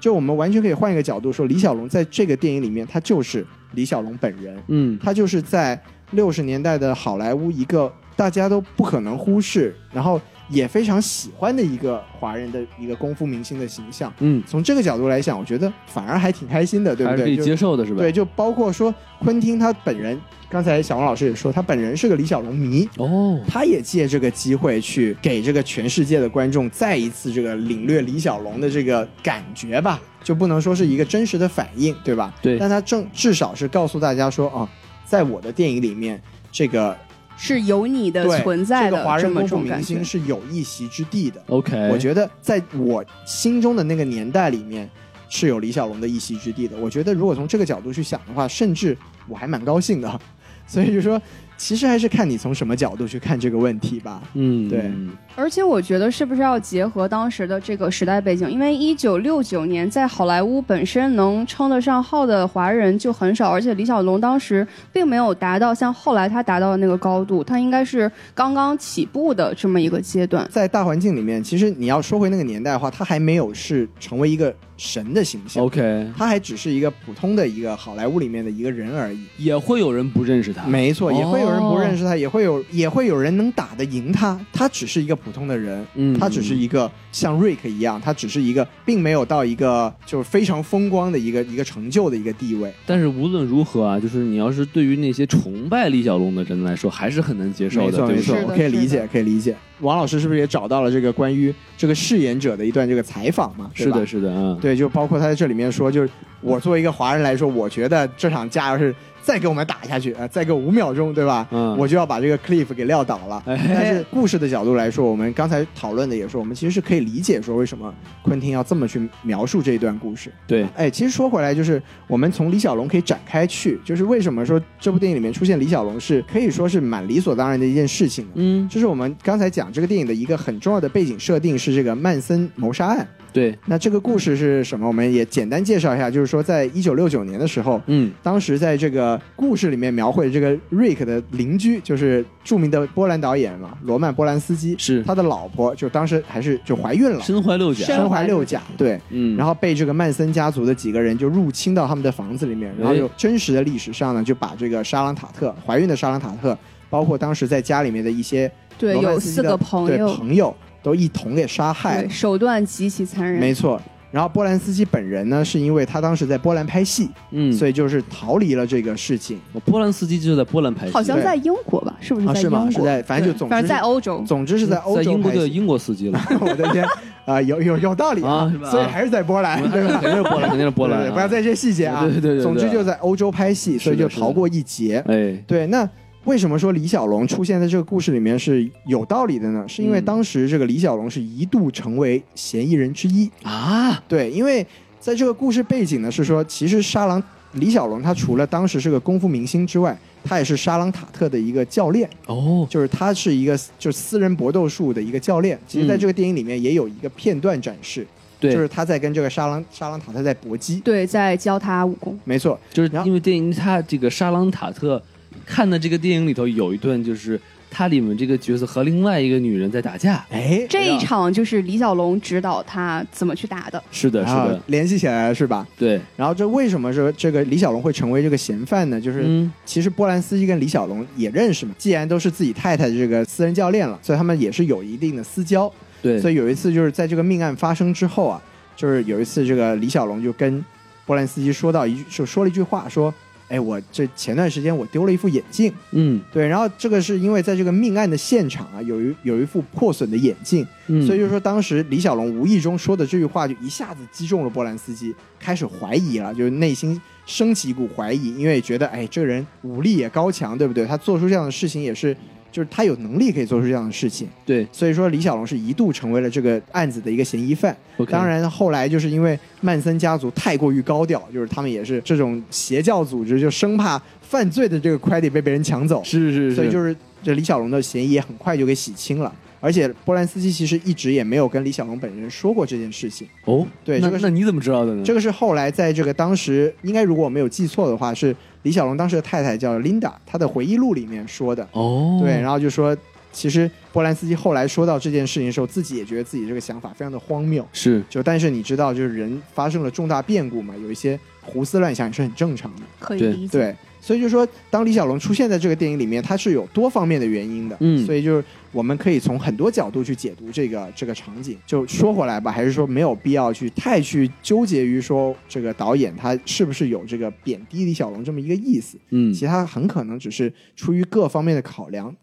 就我们完全可以换一个角度说，李小龙在这个电影里面，他就是李小龙本人。
嗯
他就是在六十年代的好莱坞一个大家都不可能忽视，然后也非常喜欢的一个华人的一个功夫明星的形象。
嗯，
从这个角度来讲，我觉得反而还挺开心的，对不
还是可
对？
以接
就
受的是吧？
对，就包括说昆汀他本人，刚才小王老师也说，他本人是个李小龙迷，
哦，
他也借这个机会去给这个全世界的观众再一次这个领略李小龙的这个感觉吧，就不能说是一个真实的反应，对吧？
对
但他正至少是告诉大家说啊，在我的电影里面，这个
是有你的
对
存在
这
的
个华
这
人
么
功夫
种
明
感觉
星。是有一席之地的。
OK，
我觉得在我心中的那个年代里面。是有李小龙的一席之地的。我觉得如果从这个角度去想的话，甚至我还蛮高兴的。 [LAUGHS] 所以就说，其实还是看你从什么角度去看这个问题吧。
嗯
对
而且我觉得是不是要结合当时的这个时代背景？因为一九六九年在好莱坞本身能称得上号的华人就很少，而且李小龙当时并没有达到像后来他达到的那个高度，他应该是刚刚起步的这么一个阶段。
在大环境里面，其实你要说回那个年代的话，他还没有是成为一个神的形象，
OK，
他还只是一个普通的一个好莱坞里面的一个人而已。
也会有人不认识他，
没错，也会有人不
哦
认识他，也会有也会有人能打得赢他。他只是一个普通的人，
嗯，
他只是一个像瑞克一样，他只是一个，并没有到一个就是非常风光的一个一个成就的一个地位。
但是无论如何啊，就是你要是对于那些崇拜李小龙的人来说，还是很难接受
没
的，
错
对
没
不
错
对
是，的
我可以理
是的
解，可以理解。王老师是不是也找到了这个关于这个饰演者的一段这个采访嘛？对
是
吧
的，，是的啊，
对，就包括他在这里面说，就是我作为一个华人来说，我觉得这场架要是再给我们打下去，呃，再给我五秒钟，对吧？
嗯
我就要把这个 Cliff 给撂倒了。
哎
但是故事的角度来说，我们刚才讨论的也是，我们其实是可以理解说为什么昆汀要这么去描述这一段故事。
对
哎，其实说回来，就是我们从李小龙可以展开去，就是为什么说这部电影里面出现李小龙是可以说是蛮理所当然的一件事情的。
嗯，
就是我们刚才讲这个电影的一个很重要的背景设定是这个曼森谋杀案。
对，
那这个故事是什么？我们也简单介绍一下，就是说，在一九六九年的时候，
嗯，
当时在这个故事里面描绘这个瑞克的邻居，就是著名的波兰导演嘛，罗曼·波兰斯基，
是
他的老婆，就当时还是就怀孕了，
身怀六甲，
身
身怀六甲，对。
嗯，
嗯然
后
后被这个曼森家族的几个人就入侵到他们的房子里面，然后就真实的历史上呢，就把这个莎朗塔特怀孕的莎朗塔特，包括当时在家里面的一些
对，
罗曼
有
斯基
四
的
个朋
对
友，
朋友都一同给杀害
对，
了。
手段极其残忍。
没错。然后波兰斯基本人呢，是因为他当时在波兰拍戏，
嗯，
所以就是逃离了这个事情
我波兰斯基就在波兰拍戏，
好像
对
在英国吧？是不是
啊，
在
是
英国？
吗？是在，反正就
对
总之
反
是
正在欧洲。
总之是在欧
在
洲
英国
拍
的
戏。
英国司机了，
[LAUGHS] 我的天，啊，有有有道理
啊是吧
所以还是在波兰，对吧？
肯定是波兰，肯定是波兰
[LAUGHS] 对
啊，
不要在这细节啊。
对对对对
总之就在欧洲拍戏，
是
所
的
以就逃过一劫。
哎，
对，那为什么说李小龙出现在这个故事里面是有道理的呢？是因为
嗯
当时这个李小龙是一度成为嫌疑人之一。
啊，
对，因为在这个故事背景呢，是说其实沙朗李小龙他除了当时是个功夫明星之外，他也是沙朗塔特的一个教练，
哦，
就是他是一个就是私人搏斗术的一个教练。其实，在
嗯
这个电影里面也有一个片段展示，
对，
就是他在跟这个沙朗沙朗塔特在搏击。
对，在教他武功。
没错，
就是
然后
因为电影，他这个沙朗塔特看的这个电影里头有一段，就是他里面这个角色和另外一个女人在打架。
哎，
这一场就是李小龙指导他怎么去打的。
是的，是的，
啊联系起来了是吧？
对，
然后这为什么说这个李小龙会成为这个嫌犯呢？就是、
嗯，
其实波兰斯基跟李小龙也认识嘛，既然都是自己太太的这个私人教练了，所以他们也是有一定的私交。
对，
所
以
以有一次就是在这个命案发生之后啊，就是有一次这个李小龙就跟波兰斯基说到一句，就说了一句话，说：“哎，我这前段时间我丢了一副眼镜。”
嗯，
对，然后这个是因为在这个命案的现场啊，有一有一副破损的眼镜，
嗯
所以就是说，当时李小龙无意中说的这句话，就一下子击中了波兰斯基，开始怀疑了，就是内心升起一股怀疑，因为觉得，哎，这个人武力也高强，对不对？他做出这样的事情也是，就是他有能力可以做出这样的事情。
对
所以说，李小龙是一度成为了这个案子的一个嫌疑犯。
，OK，
当然，后来就是因为曼森家族太过于高调，就是他们也是这种邪教组织，就生怕犯罪的这个 credit 被别人抢走，
是是是，
所以就是是这李小龙的嫌疑也很快就给洗清了。而且波兰斯基其实一直也没有跟李小龙本人说过这件事情，
哦，
对
那
这个是
那你怎么知道的呢？
这个是后来在这个当时应该如果我没有记错的话，是李小龙当时的太太叫 Linda，她的回忆录里面说的。
哦，
对，然后就说其实波兰斯基后来说到这件事情的时候，自己也觉得自己这个想法非常的荒谬。
是
就但是你知道，就是人发生了重大变故嘛，有一些胡思乱想也是很正常的。
可以
对
理解。
对，所以就说，当李小龙出现在这个电影里面，它是有多方面的原因的。
嗯
所以就是我们可以从很多角度去解读这个这个场景。就说回来吧，还是说没有必要去太去纠结于说这个导演他是不是有这个贬低李小龙这么一个意思。
嗯，
其他很可能只是出于各方面的考量，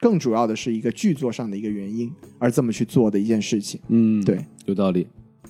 更主要的是一个剧作上的一个原因而这么去做的一件事情。
嗯，
对，
有道理。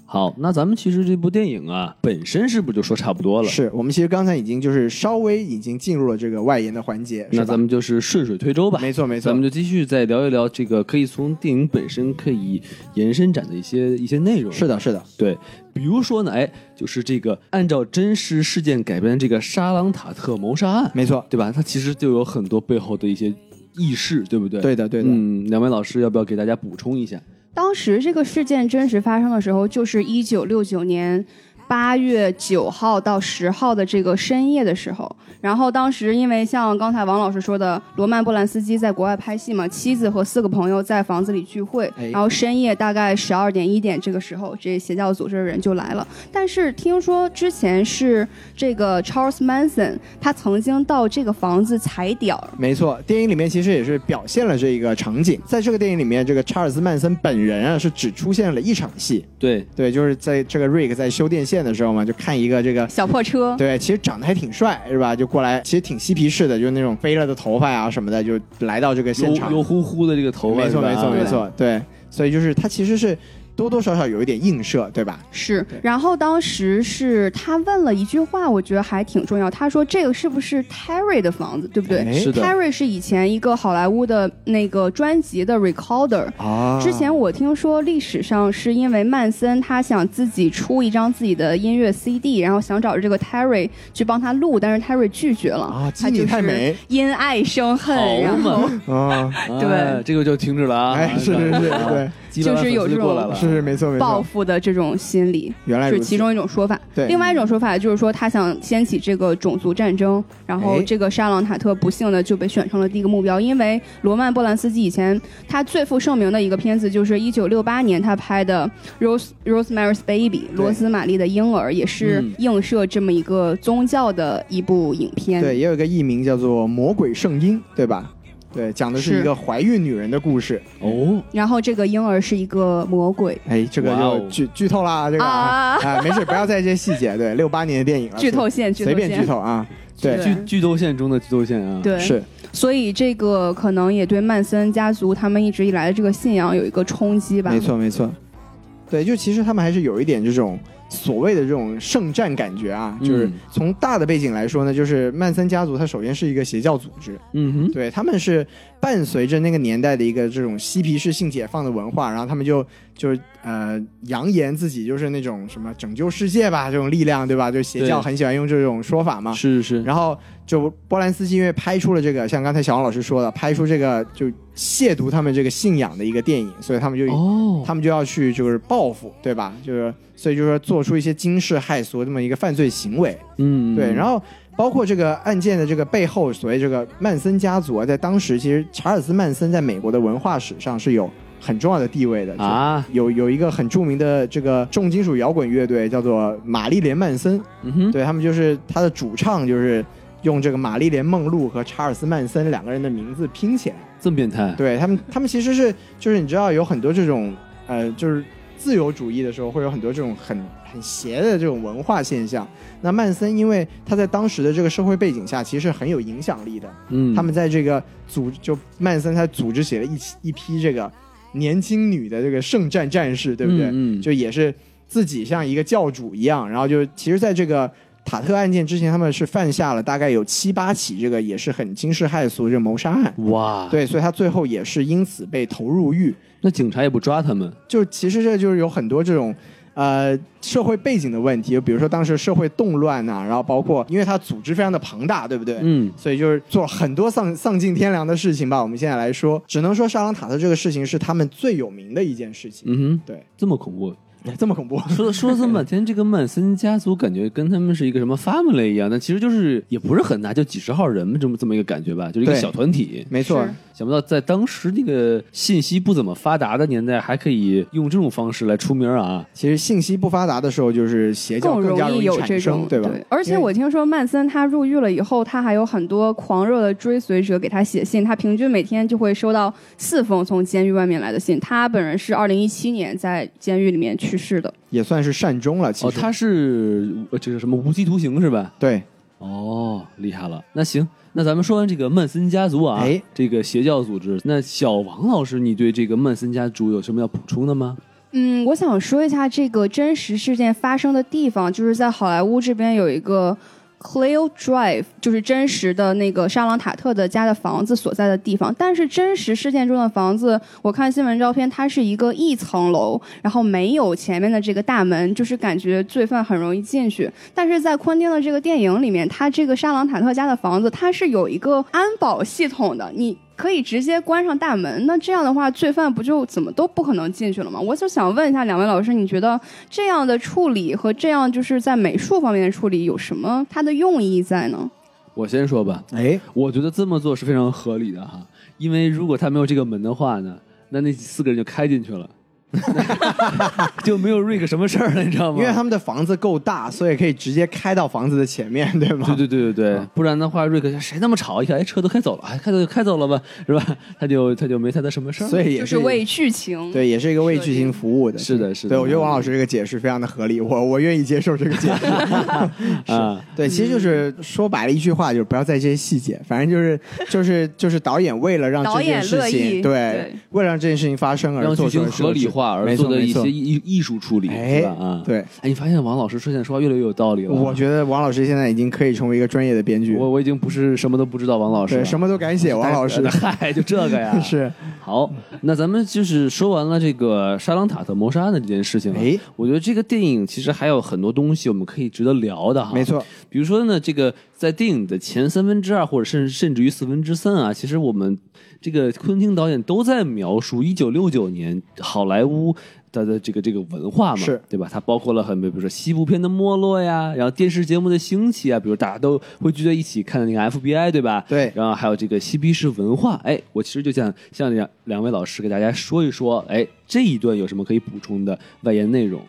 好，那咱们其实这部电影啊，本身是不是就说差不多了？
是我们其实刚才已经就是稍微已经进入了这个外延的环节，
那
是吧
咱们就是顺水推舟吧。
没错没错，
咱们就继续再聊一聊这个可以从电影本身可以延伸展的一些一些内容。
是的是的，
对，比如说呢，哎，就是这个按照真实事件改编的这个沙朗塔特谋杀案，
没错，
对吧？它其实就有很多背后的一些意识，对不对？
对的对的。
嗯，两位老师要不要给大家补充一下？
当时这个事件真实发生的时候，就是一九六九年八月九号到十号的这个深夜的时候。然后当时因为像刚才王老师说的，罗曼·波兰斯基在国外拍戏嘛，妻子和四个朋友在房子里聚会
哎，
然后深夜大概十二点一点这个时候，这邪教组织的人就来了。但是听说之前是这个 Charles Manson，他曾经到这个房子踩点儿，
没错，电影里面其实也是表现了这一个场景。在这个电影里面，这个查尔斯·曼森本人啊是只出现了一场戏，
对，
对，就是在这个瑞克在修电线的时候嘛，就看一个这个
小破车，
对，其实长得还挺帅，是吧？就过来，其实挺嬉皮士的，就是那种飞了的头发呀、什么的，就来到这个现场
油。油乎乎的这个头发，
没错，
是吧
没错，
对
没错，对。所以就是他其实是多多少少有一点映射，对吧？
是
对，
然后当时是他问了一句话，我觉得还挺重要。他说：“这个是不是 Terry 的房子？对不对、
哎
是
t
的
e r r y 是以前一个好莱坞的那个专辑的 recorder。
啊
之前我听说历史上是因为曼森他想自己出一张自己的音乐 CD，然后想找这个 Terry 去帮他录，但是 Terry 拒绝了。
啊，
他
基
就
米
是
太 [LAUGHS] 美
因爱生恨，然
好
[LAUGHS]
后
嘛，
啊，
对
哎这个就停止了啊，
哎，是是是，对，
几百万
就是有
粉丝
这种
过来了，啊
[LAUGHS] 是是没错没
报
错，
复的这种心理。
原来
是
如此
其。中一种说法。
对
另外一种说法就是说他想掀起这个种族战争，然后
哎
这个沙朗塔特不幸的就被选成了第一个目标，因为罗曼·波兰斯基以前他最负盛名的一个片子就是一九六八年他拍的《Rose Rosemary's Baby》罗斯玛丽的婴儿，也是
嗯
映射这么一个宗教的一部影片。
对，也有一个艺名叫做《魔鬼圣婴》，对吧？对，讲的是
是
一个怀孕女人的故事。
哦，
然后这个婴儿是一个魔鬼。
哎，这个
哇哦
就剧剧透啦，这个啊，啊没事，不要在意这些细节。对，六八年的电影了，
剧透线，剧
随
透
便 [LAUGHS] 剧
线，
透啊。对，
剧剧透线中的剧透线啊，，
对，
是
所以这个可能也对曼森家族他们一直以来的这个信仰有一个冲击吧。
没错没错。对，就其实他们还是有一点这种所谓的这种圣战感觉啊，
嗯
就是从大的背景来说呢，就是曼森家族，它首先是一个邪教组织，
嗯哼，
对，他们是伴随着那个年代的一个这种嬉皮士性解放的文化，然后他们就就是呃扬言自己就是那种什么拯救世界吧这种力量，对吧？就邪教
对
很喜欢用这种说法嘛。
是是，
啊然后就波兰斯基因为拍出了这个，像刚才小王老师说的，拍出这个就亵渎他们这个信仰的一个电影，所以他们就、
哦，
他们就要去就是报复，对吧？就是所以就是说做出一些惊世骇俗这么一个犯罪行为。
嗯，
对，然
后
后包括这个案件的这个背后，所谓这个曼森家族啊，在当时其实查尔斯曼森在美国的文化史上是有很重要的地位的。
啊，
就有有一个很著名的这个重金属摇滚乐队叫做玛丽莲曼森，
嗯哼，
对他们就是他的主唱就是用这个玛丽莲梦露和查尔斯曼森两个人的名字拼起来。
这么变态，
[LAUGHS] 对他们，他们其实是就是你知道有很多这种呃，就是自由主义的时候会有很多这种很很邪的这种文化现象。那曼森因为他在当时的这个社会背景下，其实很有影响力的。
嗯，
他们在这个组就曼森他组织起了一起一批这个年轻女的这个圣战战士，对不对？
嗯嗯
就也是自己像一个教主一样，然后就其实在这个。塔特案件之前，他们是犯下了大概有七八起这个也是很惊世骇俗这谋杀案，
哇，，
对，所以他最后也是因此被投入狱。
那警察也不抓他们，
就其实这就是有很多这种。呃，社会背景的问题，就比如说当时社会动乱呐、然后包括因为他组织非常的庞大，对不对？
嗯，
所以就是做了很多丧丧尽天良的事情吧。我们现在来说，只能说沙朗塔特这个事情是他们最有名的一件事情。
嗯哼，
对，
这么恐怖。
这么恐怖， [LAUGHS]
说说了这么半天，这个曼森家族感觉跟他们是一个什么 family 一样，但其实就是也不是很大，就几十号人这么这么一个感觉吧，就是一个
对
小团体。
没错
是，
想不到在当时那个信息不怎么发达的年代，还可以用这种方式来出名啊！
其实信息不发达的时候，就是邪教
更
更加
容
易
有
产
这种
生，对吧？
而且
因为
我听说曼森他入狱了以后，他还有很多狂热的追随者给他写信，他平均每天就会收到四封从监狱外面来的信。他本人是二零一七年在监狱里面去世的，
也算是善终了。其
哦，
实、
他是呃这个什么无期徒刑是吧？
对
哦，厉害了！那行，那咱们说完这个曼森家族啊，
哎
这个邪教组织，那小王老师，你对这个曼森家族有什么要补充的吗？
嗯，我想说一下这个真实事件发生的地方，就是在好莱坞这边有一个 Clio Drive，就是真实的那个沙朗塔特的家的房子所在的地方。但是真实事件中的房子，我看新闻照片，它是一个一层楼，然后没有前面的这个大门，就是感觉罪犯很容易进去。但是在昆汀的这个电影里面，他这个沙朗塔特家的房子，它是有一个安保系统的，你可以直接关上大门。那这样的话，罪犯不就怎么都不可能进去了吗？我就想问一下两位老师，你觉得这样的处理和这样就是在美术方面的处理有什么它的用意在呢？
我先说吧，
哎，
我觉得这么做是非常合理的哈，因为如果他没有这个门的话呢，那那四个人就开进去了。 [LAUGHS] 就没有 Rick 什么事儿了，你知道 [LAUGHS] 吗？
因为他们的房子够大，所以可以直接开到房子的前面，对吗？
对对对对对，啊不然的话，瑞克谁那么吵？一看，哎，车都开走了，哎，开走就开走了吧， [LAUGHS] 是吧？他就他就没太当什么事儿。
所以也
就是为剧情。
对，也是一个为剧情服务的。
是的是的
对，我觉得王老师这个解释非常的合理，我我愿意接受这个解
[LAUGHS]
释。
啊，
对，其实就是说白了一句话，就是不要在意这些细节，反
[LAUGHS]
正就是就是就是导演为了让这
导演
件事
乐
情
意
对
对
为了让这件事情发生而
让
做
剧
出
情
的
合理化而
没
做
错
的
没
一
错
些。艺艺术处理，
哎
是吧？啊，
对
哎，你发现王老师出现说话越来越有道理了。
我觉得王老师现在已经可以成为一个专业的编剧，
嗯我我已经不是啊什么都不知道王老师
对，
了，哎
什么都
[LAUGHS]
敢写，王老师 [LAUGHS]
嗨，就这个呀。
是
好，那咱们就是说完了这个沙朗塔特谋杀案的这件事情、啊。
哎，
我觉得这个电影其实还有很多东西我们可以值得聊的哈。
没错，
比如说呢，这个在电影的前三分之二，或者甚甚至于四分之三啊，其实我们这个昆汀导演都在描述一九六九年好莱坞。它的这个这个文化嘛，
是
对吧？它包括了很多，比如说西部片的没落呀，然后电视节目的兴起啊，比如大家都会聚在一起看那个 FBI，对 [LAUGHS] 吧？
对
然后还有这个嬉皮士文化，哎，我其实就想向两两位老师给大家说一说，哎，这一段有什么可以补充的外延内容？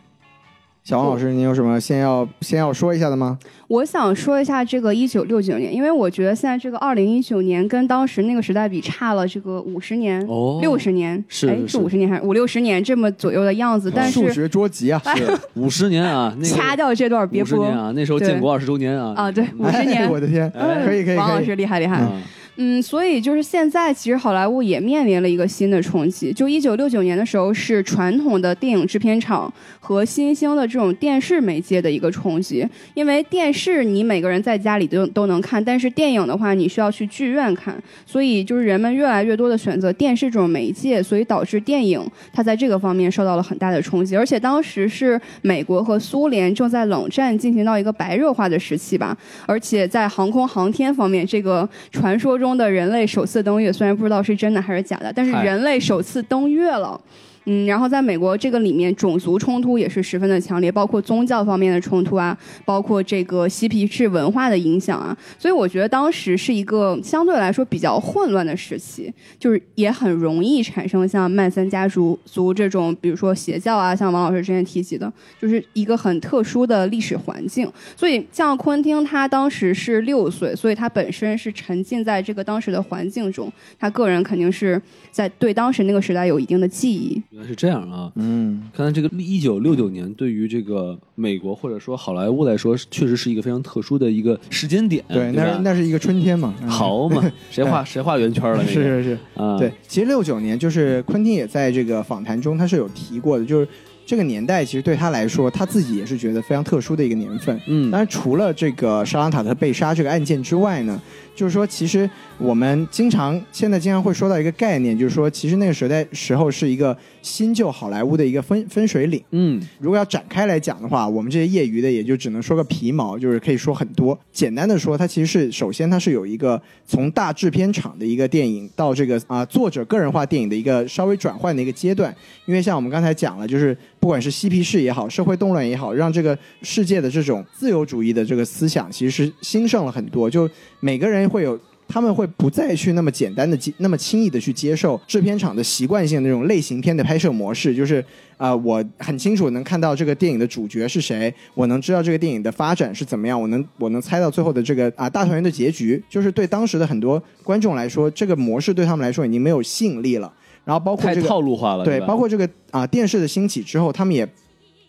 小王老师，你有什么先要先要说一下的吗？
我想说一下这个一九六九年，因为我觉得现在这个二零一九年跟当时那个时代比差了这个五十年、
哦
六十、年，
是
哎
是
是五十年还是五六十年这么左右的样子，但
数
是哎
学捉急啊，是
五十年啊，那个
掐掉这段别
五十
播
年啊，那时候建国二十周年啊
[LAUGHS]
啊，对，五十年
哎。我的天，可以可以
王老
可
师
以，
厉害厉害，
啊
嗯，所以就是现在，其实好莱坞也面临了一个新的冲击。就一九六九年的时候，是传统的电影制片厂和新兴的这种电视媒介的一个冲击。因为电视你每个人在家里都都能看，但是电影的话，你需要去剧院看。所以就是人们越来越多的选择电视这种媒介，所以导致电影它在这个方面受到了很大的冲击。而且当时是美国和苏联正在冷战进行到一个白热化的时期吧，而且在航空航天方面，这个传说中的人类首次登月，虽然不知道是真的还是假的，但是
嗨
人类首次登月了。嗯，然后在美国这个里面，种族冲突也是十分的强烈，包括宗教方面的冲突啊，包括这个嬉皮士文化的影响啊，所以我觉得当时是一个相对来说比较混乱的时期，就是也很容易产生像曼森家族族这种，比如说邪教啊，像王老师之前提及的，就是一个很特殊的历史环境。所以像昆汀他当时是六岁，所以他本身是沉浸在这个当时的环境中，他个人肯定是在对当时那个时代有一定的记忆。
原来是这样啊。
嗯，
看来这个一九六九年对于这个美国或者说好莱坞来说，确实是一个非常特殊的一个时间点，
对，
嗯对
那
吧
是那是一个春天嘛，嗯
好嘛，谁画谁画圆圈了？那个
是是是。
啊，
对，，其实六九年就是昆汀也在这个访谈中，他是有提过的，就是这个年代其实对他来说，他自己也是觉得非常特殊的一个年份。
嗯
当然，除了这个沙朗塔特被杀这个案件之外呢，就是说，其实我们经常现在经常会说到一个概念，就是说，其实那个时代时候是一个新旧好莱坞的一个分分水岭。
嗯，
如果要展开来讲的话，我们这些业余的也就只能说个皮毛，就是可以说很多。简单的说，它其实是首先它是有一个从大制片厂的一个电影到这个啊、作者个人化电影的一个稍微转换的一个阶段。因为像我们刚才讲了，就是不管是嬉皮士也好，社会动乱也好，让这个世界的这种自由主义的这个思想其实是兴盛了很多，就每个人会有。他们会不再去那么简单的、那么轻易的去接受制片厂的习惯性的那种类型片的拍摄模式，就是啊、我很清楚能看到这个电影的主角是谁，我能知道这个电影的发展是怎么样，我能我能猜到最后的这个啊、大团圆的结局，就是对当时的很多观众来说，这个模式对他们来说已经没有吸引力了。然后包括
太
这个
套路化了，
对，
吧
包括这个啊、电视的兴起之后，他们也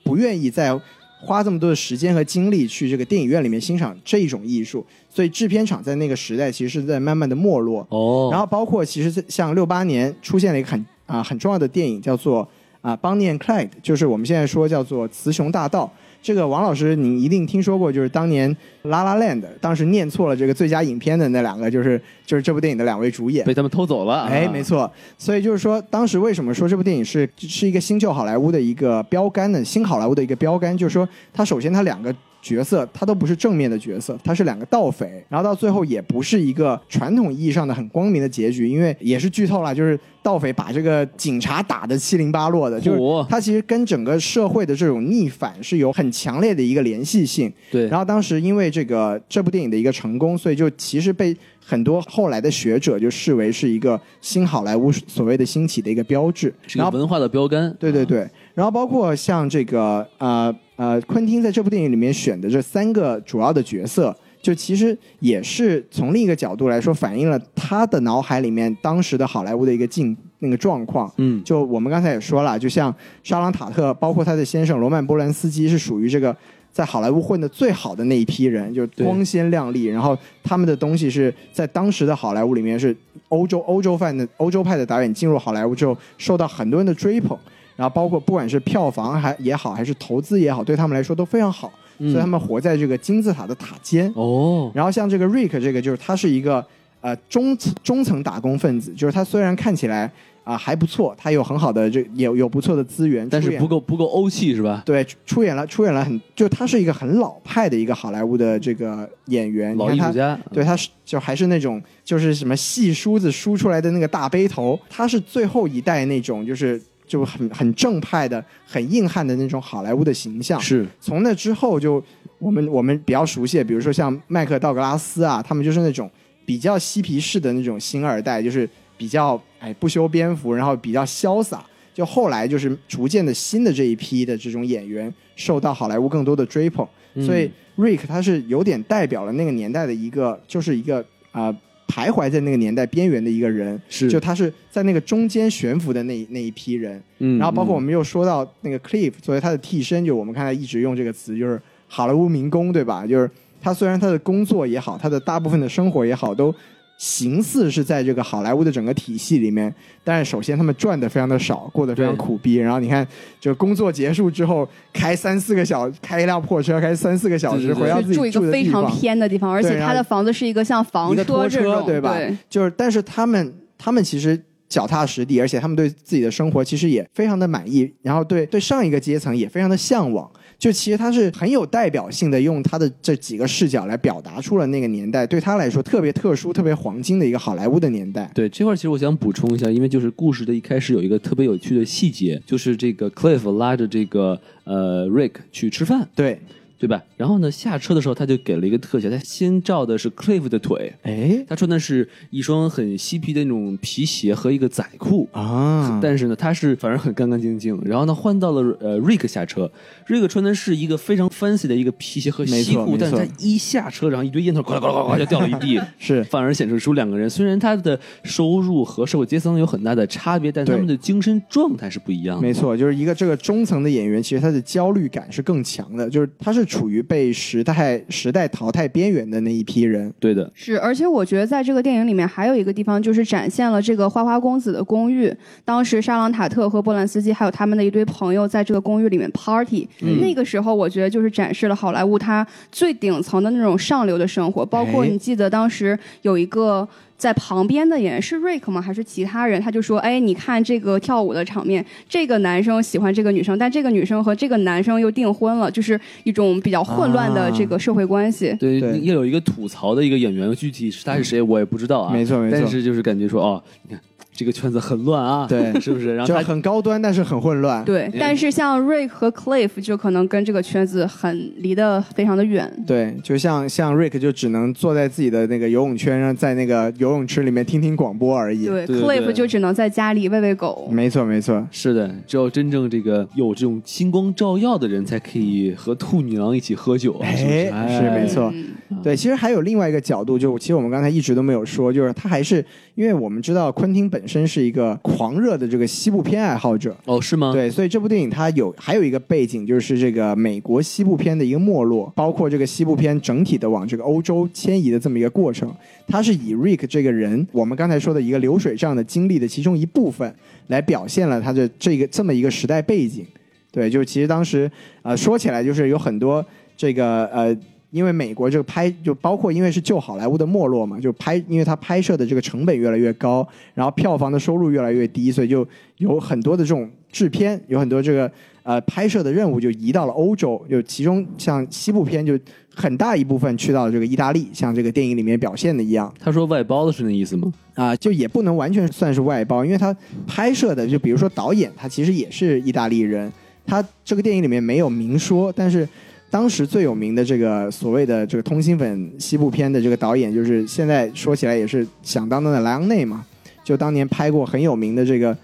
不愿意再花这么多的时间和精力去这个电影院里面欣赏这一种艺术，所以制片厂在那个时代其实是在慢慢的没落。
哦，
然后包括其实像六八年出现了一个很啊、很重要的电影叫做啊、邦尼 and Clyde》，就是我们现在说叫做《雌雄大盗》。这个王老师你一定听说过，就是当年《La La Land》当时念错了这个最佳影片的那两个，就是就是这部电影的两位主演。
被他们偷走了，啊
哎，没，错。所以就是说，当时为什么说这部电影是是一个新旧好莱坞的一个标杆呢？新好莱坞的一个标杆，就是说它首先它两个角色，他都不是正面的角色，他是两个盗匪，然后到最后也不是一个传统意义上的很光明的结局，因为也是剧透了，就是盗匪把这个警察打的七零八落的，就是
火
他其实跟整个社会的这种逆反是有很强烈的一个联系性。
对，
然后当时因为这个这部电影的一个成功，所以就其实被很多后来的学者就视为是一个新好莱坞所谓的兴起的一个标志。
是一
然
个
后
文化的标杆。啊
对对对，然后包括像这个呃呃，昆汀在这部电影里面选的这三个主要的角色，就其实也是从另一个角度来说，反映了他的脑海里面当时的好莱坞的一个进那个状况。
嗯，
就我们刚才也说了，就像沙朗塔特，包括他的先生罗曼波兰斯基，是属于这个在好莱坞混的最好的那一批人，就是
对
光鲜亮丽。然后他们的东西是在当时的好莱坞里面是欧洲欧洲范的欧洲派的导演进入好莱坞之后，受到很多人的追捧。然后包括不管是票房还也好，还是投资也好，对他们来说都非常好，
嗯
所以他们活在这个金字塔的塔尖。
哦，
然后像这个 Rick 这个，就是他是一个呃中中层打工分子，就是他虽然看起来啊、还不错，他有很好的这有有不错的资源，
但
出
是
演
不够不够欧气是吧？
对出演了出演了很，就他是一个很老派的一个好莱坞的这个演员，
老
你
艺
看
术
他。
家，
对，他是就还是那种就是什么细梳子梳出来的那个大背头，他是最后一代那种就是就很很正派的、很硬汉的那种好莱坞的形象。
是
从那之后就，我们我们比较熟悉，比如说像麦克道格拉斯啊，他们就是那种比较嬉皮士的那种新二代，就是比较哎不修边幅，然后比较潇洒。就后来就是逐渐的新的这一批的这种演员受到好莱坞更多的追捧，
嗯
所以 Rick 他是有点代表了那个年代的一个，就是一个啊、呃徘徊在那个年代边缘的一个人，
是
就他是在那个中间悬浮的那一那一批人，
嗯，
然后包括我
们
们又说到那个 Cliff 作为他的替身，就我们刚才一直用这个词，就是好莱坞民工，对吧？就是他虽然他的工作也好，他的大部分的生活也好，都形似是在这个好莱坞的整个体系里面，但是首先他们赚的非常的少，过得非常
对
苦逼。然后你看，就工作结束之后，开三四个小，开一辆破车，开三四个小时
对对对
回到自
去
己
住一个
的
非
地
常
方，
偏的地方，而
对
且
然后
他的房子是一个像房
一个拖
这
车
种，
对吧就是，但是他们他们其实脚踏实地，而且他们对自己的生活其实也非常的满意，然后对对上一个阶层也非常的向往。就其实他是很有代表性的，用他的这几个视角来表达出了那个年代对他来说特别特殊、特别黄金的一个好莱坞的年代。
对这块儿其实我想补充一下，因为就是故事的一开始有一个特别有趣的细节，就是这个 Cliff 拉着这个呃 Rick 去吃饭，
对，
对吧？然后呢，下车的时候他就给了一个特写，他先照的是 Cliff 的腿，
哎
他穿的是一双很嬉皮的那种皮鞋和一个仔裤。
啊，
但是呢，他是反而很干干净净。然后呢，换到了呃瑞克下车，瑞克穿的是一个非常 fancy 的一个皮鞋和
没
西
错
裤，
没
但是他
错
一下车，然后一堆烟头呱啦呱啦呱啦呱啦就掉了一
[LAUGHS]
地，
是
反而显示出两个人虽然他的收入和社会阶层有很大的差别，但他们的精神状态是不一样的。
没错，就是一个这个中层的演员，其实他的焦虑感是更强的，就是他是处于被时代时代淘汰边缘的那一批人。
对的，
是，而且我觉得在这个电影里面还有一个地方，就是展现了这个花花公子的公寓。当时沙朗塔特和波兰斯基还有他们的一堆朋友在这个公寓里面 party，、那个时候我觉得就是展示了好莱坞它最顶层的那种上流的生活。包括
哎
你记得当时有一个。在旁边的演员是瑞克吗？还是其他人？他就说：“哎，你看这个跳舞的场面，这个男生喜欢这个女生，但这个女生和这个男生又订婚了，就是一种比较混乱的这个社会关系。
对，
对
要有一个吐槽的一个演员，具体是他是谁我也不知道啊。
没错没错
但是就是感觉说哦，你看这个圈子很乱啊，
对
是不是？然后
就
他
很高端，但是很混乱。
对，但是像 Rick 和 Cliff 就可能跟这个圈子很离得非常的远。
对，就像像 Rick 就只能坐在自己的那个游泳圈上，在那个游泳池里面听听广播而已。，
对
对
c l i
对
f f 就只能在家里喂喂狗。
没错没错，
是的，只有真正这个有这种星光照耀的人，才可以和兔女郎一起喝酒啊，
哎
是不是？
是没错
嗯
对，其实还有另外一个角度，就其实我们刚才一直都没有说，就是他还是因为我们知道昆汀本身是一个狂热的这个西部片爱好者，
哦，是吗？，
对，所以这部电影它有还有一个背景，就是这个美国西部片的一个没落，包括这个西部片整体的往这个欧洲迁移的这么一个过程。它是以 Rick 这个人，我们刚才说的一个流水账的经历的其中一部分，来表现了他的这个这么一个时代背景。对，就是其实当时呃说起来就是有很多这个呃。因为美国这个拍就包括因为是旧好莱坞的没落嘛，就拍因为它拍摄的这个成本越来越高，然后票房的收入越来越低，所以就有很多的这种制片，有很多这个呃拍摄的任务就移到了欧洲，就其中像西部片就很大一部分去到了这个意大利，像这个电影里面表现的一样。
他说外包的是那意思吗？
啊，就也不能完全算是外包，因为他拍摄的，就比如说导演，他其实也是意大利人。他这个电影里面没有明说，但是当时最有名的这个所谓的这个通心粉西部片的这个导演，就是现在说起来也是响当当的莱昂内嘛，就当年拍过很有名的这个《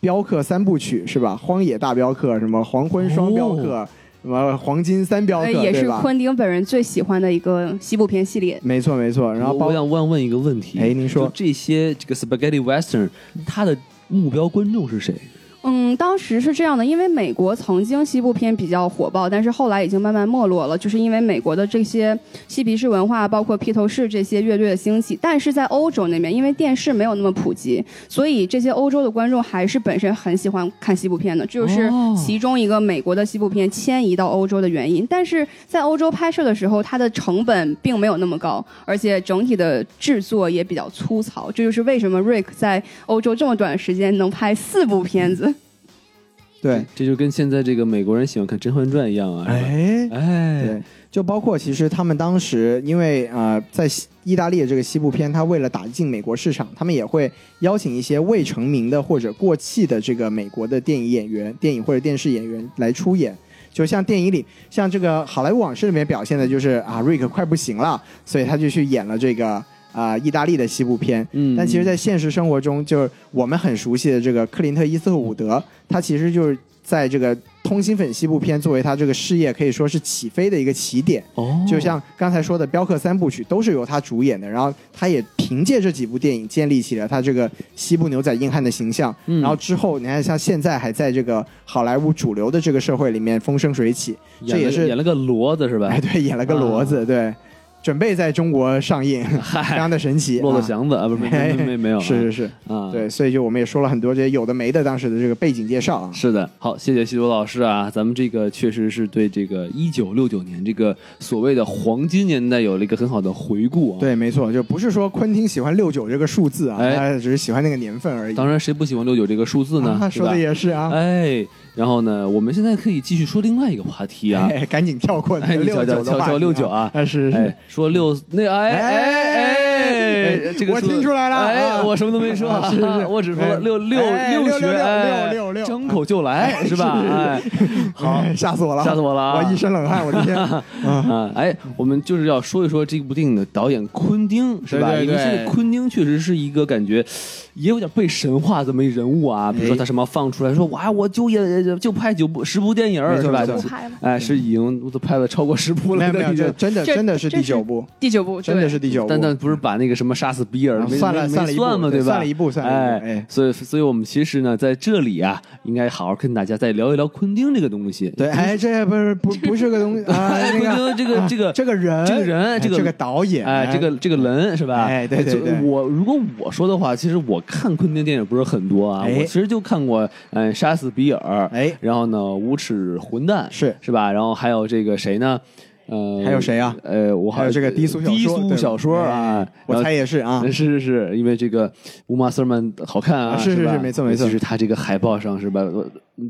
镖客三部曲》是吧？《荒野大镖客》什么《黄昏双镖客》什么《黄金三镖客
呃，》也
对
是
吧？
昆汀本人最喜欢的一个西部片系列。
没错没错，然后
我
包
我
括
想问问一个问题，
哎您说
就这些这个 spaghetti western，它的目标观众是谁？
嗯，当时是这样的，因为美国曾经西部片比较火爆，但是后来已经慢慢没落了，就是因为美国的这些嬉皮士文化，包括披头士这些乐队的兴起。但是在欧洲那边，因为电视没有那么普及，所以这些欧洲的观众还是本身很喜欢看西部片的，这就是
哦
其中一个美国的西部片迁移到欧洲的原因。但是在欧洲拍摄的时候，它的成本并没有那么高，而且整体的制作也比较粗糙，这就是为什么 Rick 在欧洲这么短的时间能拍四部片子。
对，
这就跟现在这个美国人喜欢看《甄嬛传》一样啊！是吧
哎
哎
对，就包括其实他们当时因为呃，在西意大利的这个西部片，它为了打进美国市场，他们也会邀请一些未成名的或者过气的这个美国的电影演员、电影或者电视演员来出演。就像电影里，像这个《好莱坞往事》里面表现的就是啊，瑞克快不行了，所以他就去演了这个啊、呃意大利的西部片。
嗯
但其实，在现实生活中，就是我们很熟悉的这个克林特·伊斯特伍德，他其实就是在这个通心粉西部片作为他这个事业可以说是起飞的一个起点。
哦，
就像刚才说的《镖客三部曲》都是由他主演的，然后他也凭借这几部电影建立起了他这个西部牛仔硬汉的形象。
嗯
然后之后，你看像现在还在这个好莱坞主流的这个社会里面风生水起，
演
这
了
也是
演了个啊骡子是吧？
哎，对，演了个骡子，对，准备在中国
[LAUGHS]
上映，非常的神奇。
骆驼
啊
祥子啊，不是没没没没没有啊，
是是是，
啊，
对，所以就我们也说了很多这些有的没的当时的这个背景介绍啊。
是的，好，谢谢西多老师啊，咱们这个确实是对这个一九六九年这个所谓的黄金年代有了一个很好的回顾啊。，
对，没错，就不是说昆汀喜欢六九这个数字啊，
哎
他只是喜欢那个年份而已。
当然谁不喜欢六九这个数字呢？
啊、
是
说
吧
的？也是啊，
哎，然后呢，我们现在可以继续说另外一个话题啊。
哎，赶紧跳过那
哎，
个
你瞧
六
瞧
九的
瞧
话
瞧
题
六九啊！
哎是是
哎，说六那哎哎哎
哎，
这个
我
说
听出来了
哎，
啊
我什么都没说，
[LAUGHS] 是是
我只说了
哎
六六
哎六
学，
六六
哎
六六六
张口就来是吧？哎，好
哎 [LAUGHS] 吓死我了，
吓死我了啊
我一身冷汗，我的
[LAUGHS]
天，啊，
啊，哎，我们就是要说一说这部电影的导演昆汀，是吧？
对对
因为现在
对
昆汀确实是一个感觉也有点被神化这么一人物啊，比如说
哎
他什么放出来说哇，我就演就拍九部十部电影儿
没
是
错
吧
没？错
拍吗？
哎，是已经都拍了超过十部
没
了，
有没有，
已经。
这真的
这
真的是
这
第
是
九部，
第九部，
真的是第九部，
但但不是把那个什么杀死比尔
啊
没
算了
没没
算了一部
算嘛，
对
吧？
算了一部算了一部
哎
哎，
所以所以我们其实呢，在这里啊，应该好好跟大家再聊一聊昆汀这个东西。
对，哎，这不是不不是个
[LAUGHS]
东西啊，
哎，
那
昆
个啊
汀这个这个
这个人，
这个人
哎
这个
这个导演，
哎，这个这个人是吧？
哎对对
就
对
我如果我说的话，其实我看昆汀电影不是很多啊，
哎
我其实就看过嗯《杀死比尔》，
哎
然后呢《无耻混蛋》
是
是吧？然后还有这个谁呢？呃，
还有谁啊
呃，我好
还有这个低俗小说，
低
对
俗
吧
小说啊
哎，我猜也是啊
然后。，是是是，因为这个乌玛·瑟曼好看啊，
啊是是
吧
是没错没错
就是他这个海报上是吧，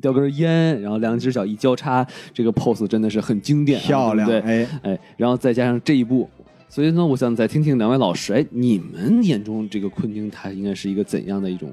叼根烟，然后两只脚一交叉，这个 pose 真的是很经典啊、
漂亮
对不对
哎
哎，然后再加上这一部，所以呢，我想再听听两位老师，哎，你们眼中这个昆汀他应该是一个怎样的一种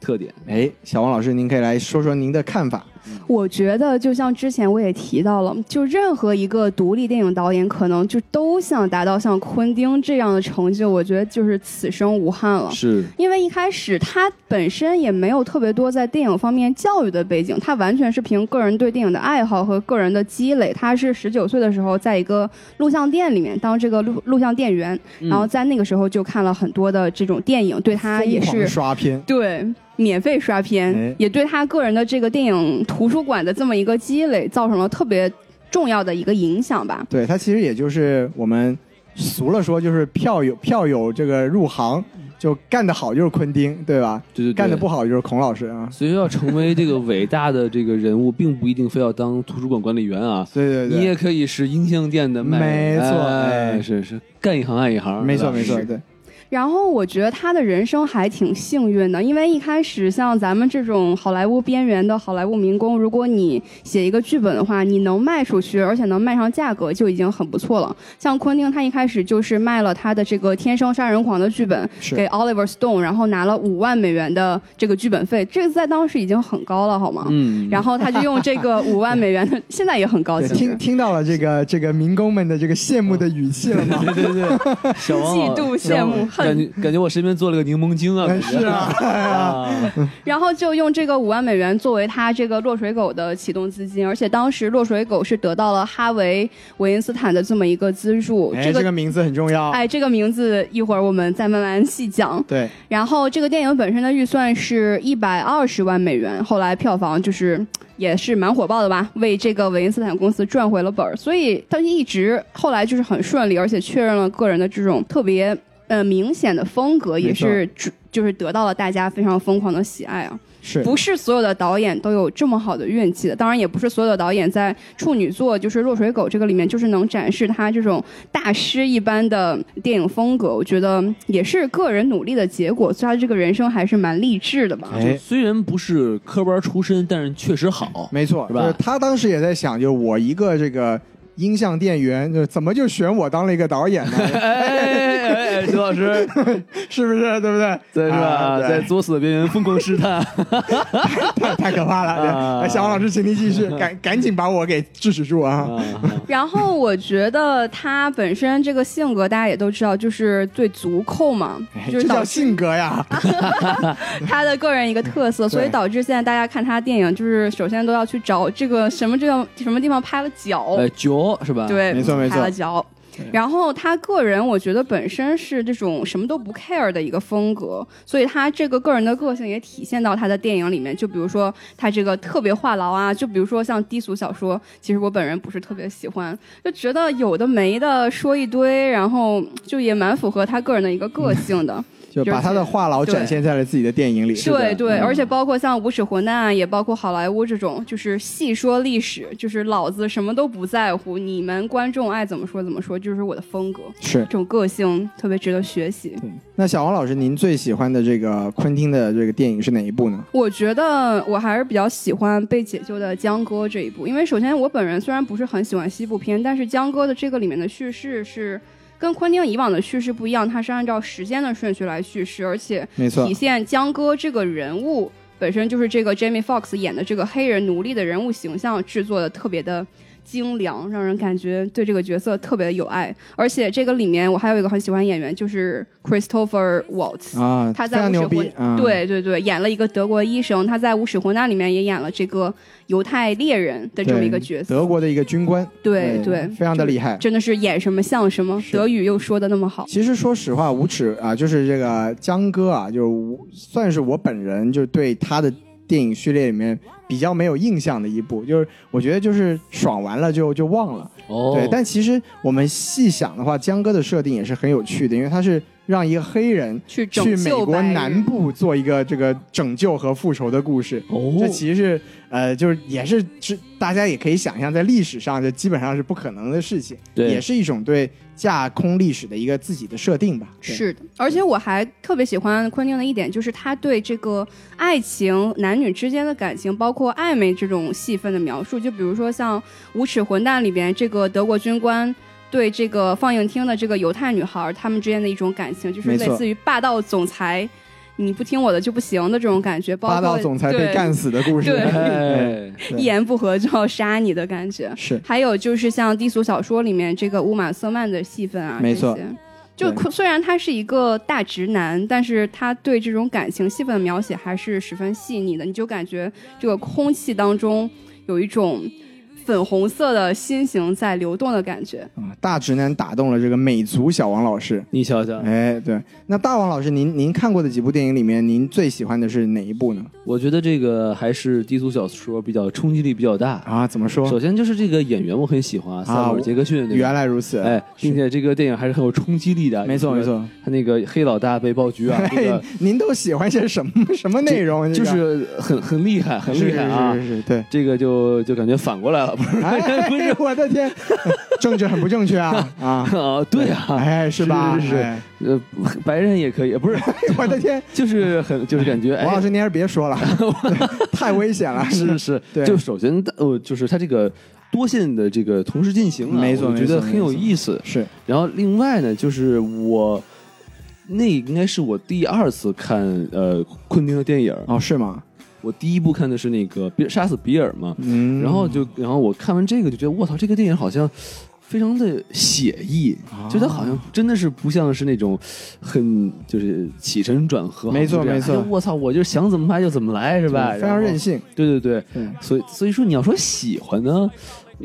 特
嗯
点？
哎，小王老师，您可以来说说您的看法。
我觉得就像之前我也提到了，就任何一个独立电影导演，可能就都想达到像昆汀这样的成就，我觉得就是此生无憾了。
是
因为一开始他本身也没有特别多在电影方面教育的背景，他完全是凭个人对电影的爱好和个人的积累。他是十九岁的时候，在一个录像店里面当这个录录像店员，然后在那个时候就看了很多的这种电影，对他也
疯狂
是
刷片，
对，免费刷片，
哎
也对他个人的这个电影图书馆的这么一个积累造成了特别重要的一个影响吧。
对他其实也就是我们俗了说，就是票友票友这个入行，就干得好就是昆汀，对吧？
对对对
干得不好就是孔老师啊。
所以要成为这个伟大的这个人物，并不一定非要当图书馆管理员啊。
对对对，
你也可以是音像店的卖，
没错
哎，
哎
是是，干一行爱一行，
啊没错
是吧
没错，
是
对。
然后我觉得他的人生还挺幸运的，因为一开始像咱们这种好莱坞边缘的好莱坞民工，如果你写一个剧本的话，你能卖出去，而且能卖上价格就已经很不错了。像昆汀，他一开始就是卖了他的这个《天生杀人狂》的剧本
是
给 Oliver Stone，然后拿了五万美元的这个剧本费，这个在当时已经很高了，好吗？
嗯，
然后他就用这个五万美元的，现在也很高，
对
其实
听听到了这个这个民工们的这个羡慕的语气了
[LAUGHS]
吗？
对
[LAUGHS]
对对，小王
嫉妒、羡慕、恨
感。觉感觉我身边坐了个柠檬精啊，感觉
是啊，
啊，
然后就用这个五万美元作为他这个落水狗的启动资金，而且当时落水狗是得到了哈维·韦因斯坦的这么一个资助。
哎，
这
这
个
个名字很重要。
哎，这个名字一会儿我们再慢慢细讲。
对，
然后这个电影本身的预算是一百二十万美元，后来票房就是也是蛮火爆的吧，为这个韦因斯坦公司赚回了本儿，所以他一直后来就是很顺利，而且确认了个人的这种特别呃明显的风格，也是主就是得到了大家非常疯狂的喜爱
[LAUGHS]
啊。
是
不是所有的导演都有这么好的运气的，当然也不是所有的导演在处女座就是《落水狗》这个里面就是能展示他这种大师一般的电影风格，我觉得也是个人努力的结果，所以他这个人生还是蛮励志的吧。
哎，
虽然不是科班出身，但是确实好。
没错，
是吧
就是他当时也在想，就是我一个这个音像店员，就是怎么就选我当了一个导演呢？
哎哎哎哎，徐老师，
是不是？对不对？
在是吧？
啊对
在作死的边缘疯狂试探，
太太可怕了！
啊
对哎，小王老师，请您继 [LAUGHS] 续，赶赶紧把我给制止住啊！
啊
然后我觉得他本身这个性格大家也都知道，就是最足控嘛，就
哎这
是导
叫
致
性格呀，
他的个人一个特
[LAUGHS]
色，所以导致现在大家看他电影，就是首先都要去找这个什么这个什么地方拍了脚。
哎，脚是吧？
对，
没错没错
擦了脚。然后他个人，我觉得本身是这种什么都不 care 的一个风格，所以他这个个人的个性也体现到他的电影里面。就比如说他这个特别话痨啊，就比如说像低俗小说，其实我本人不是特别喜欢，就觉得有的没的说一堆，然后就也蛮符合他个人的一个个性的。
就把他的话痨展现在了自己的电影里。
对对，
嗯
而且包括像《无耻混蛋》啊，也包括好莱坞这种，就是细说历史，就是老子什么都不在乎，你们观众爱怎么说怎么说，就是我的风格，
是
这。种个性特别值得学习。
对，那小王老师，您最喜欢的这个昆汀的这个电影是哪一部呢？
我觉得我还是比较喜欢《被解救的江哥》这一部，因为首先我本人虽然不是很喜欢西部片，但是江哥的这个里面的叙事是跟昆汀以往的叙事不一样，它是按照时间的顺序来叙事，而且
没错
体，现江哥这个人物本身就是这个 Jamie Foxx 演的这个黑人奴隶的人物形象制作的特别的精良，让人感觉对这个角色特别的有爱。而且这个里面我还有一个很喜欢的演员，就是 Christopher Waltz。
啊，
他
非
在《
常
无耻
牛
混
逼，》嗯，
对对对，演了一个德国医生。他在《无耻混蛋》里面也演了这个犹太猎人的
对，
这么一个角色。
德国的一个军官，
对对，
非常的厉害。
真的是演什么像什么，
是
德语又说的那么好。
其实说实话，无耻啊，就是这个江哥啊，就是我算是我本人就是对他的电影序列里面比较没有印象的一部，就是我觉得就是爽完了就就忘了。
哦，
对，但其实我们细想的话，江哥的设定也是很有趣的，因为他是让一个黑人
去拯
去美
救
国
白人
南部做一个这个拯救和复仇的故事。
哦，
这其实是呃，就是也是是大家也可以想象，在历史上这基本上是不可能的事情，
对
也是一种对架空历史的一个自己的设定吧。对，
是的，而且我还特别喜欢昆汀的一点，就是他对这个爱情、男女之间的感情，包括暧昧这种戏份的描述。就比如说像《无耻混蛋》里边，这个德国军官对这个放映厅的这个犹太女孩，他们之间的一种感情，就是
没错
类似于霸道总裁，你不听我的就不行的这种感觉。包括
霸道总裁被
对
干死的故事，
对
哎，
对
一言不合就要杀你的感觉。
是
还有就是像低俗小说里面这个乌玛瑟曼的戏份啊，
没错
这些。就
对
虽然他是一个大直男，但是他对这种感情戏份的描写还是十分细腻的，你就感觉这个空气当中有一种粉红色的心形在流动的感觉。
啊大直男打动了这个美族小王老师。
你瞧瞧，
哎，对，那大王老师，您您看过的几部电影里面，您最喜欢的是哪一部呢？
我觉得这个还是低俗小说比较冲击力比较大。
啊，怎么说？
首先就是这个演员我很喜欢啊，塞姆尔
我
杰克逊，对吧
原来如此，
哎，并且这个电影还是很有冲击力的。
没错没，错。
他那个黑老大被爆菊啊，这
[LAUGHS] 哎
个，
您都喜欢些什么什么内容？啊
就
这个
是很很厉害，很
是
厉害啊
是。是是，对。
这个就就感觉反过来了不是 [LAUGHS]
哎，
不是
我的天， [LAUGHS] 政治很不正
[LAUGHS]
确啊啊！
啊，对啊，
哎，是吧？
是是是
哎
呃，白人也可以，不是，
我的天，
就是很就是感觉
王老
哎。
师，您还是别
[LAUGHS]
说了，太危险了。
是是，
对
就首先，呃，就是它这个多线的这个同时进行啊，
没错
我觉
没
得
错
很有
没错
意思。
是，
然后另外呢，就是我那应该是我第二次看呃昆汀的电影儿，
哦，是吗？
我第一部看的是那个比杀死比尔嘛，
嗯，
然后就然后我看完这个就觉得我操，这个电影好像。非常的写意，
啊
就它好像真的是不像是那种很就是起承转合，
没错
好像就这样
没错
哎我操，我就想怎么拍就怎么来，是吧？
嗯非常任
性。
性。
对对对，
对
所以所以说你要说喜欢呢，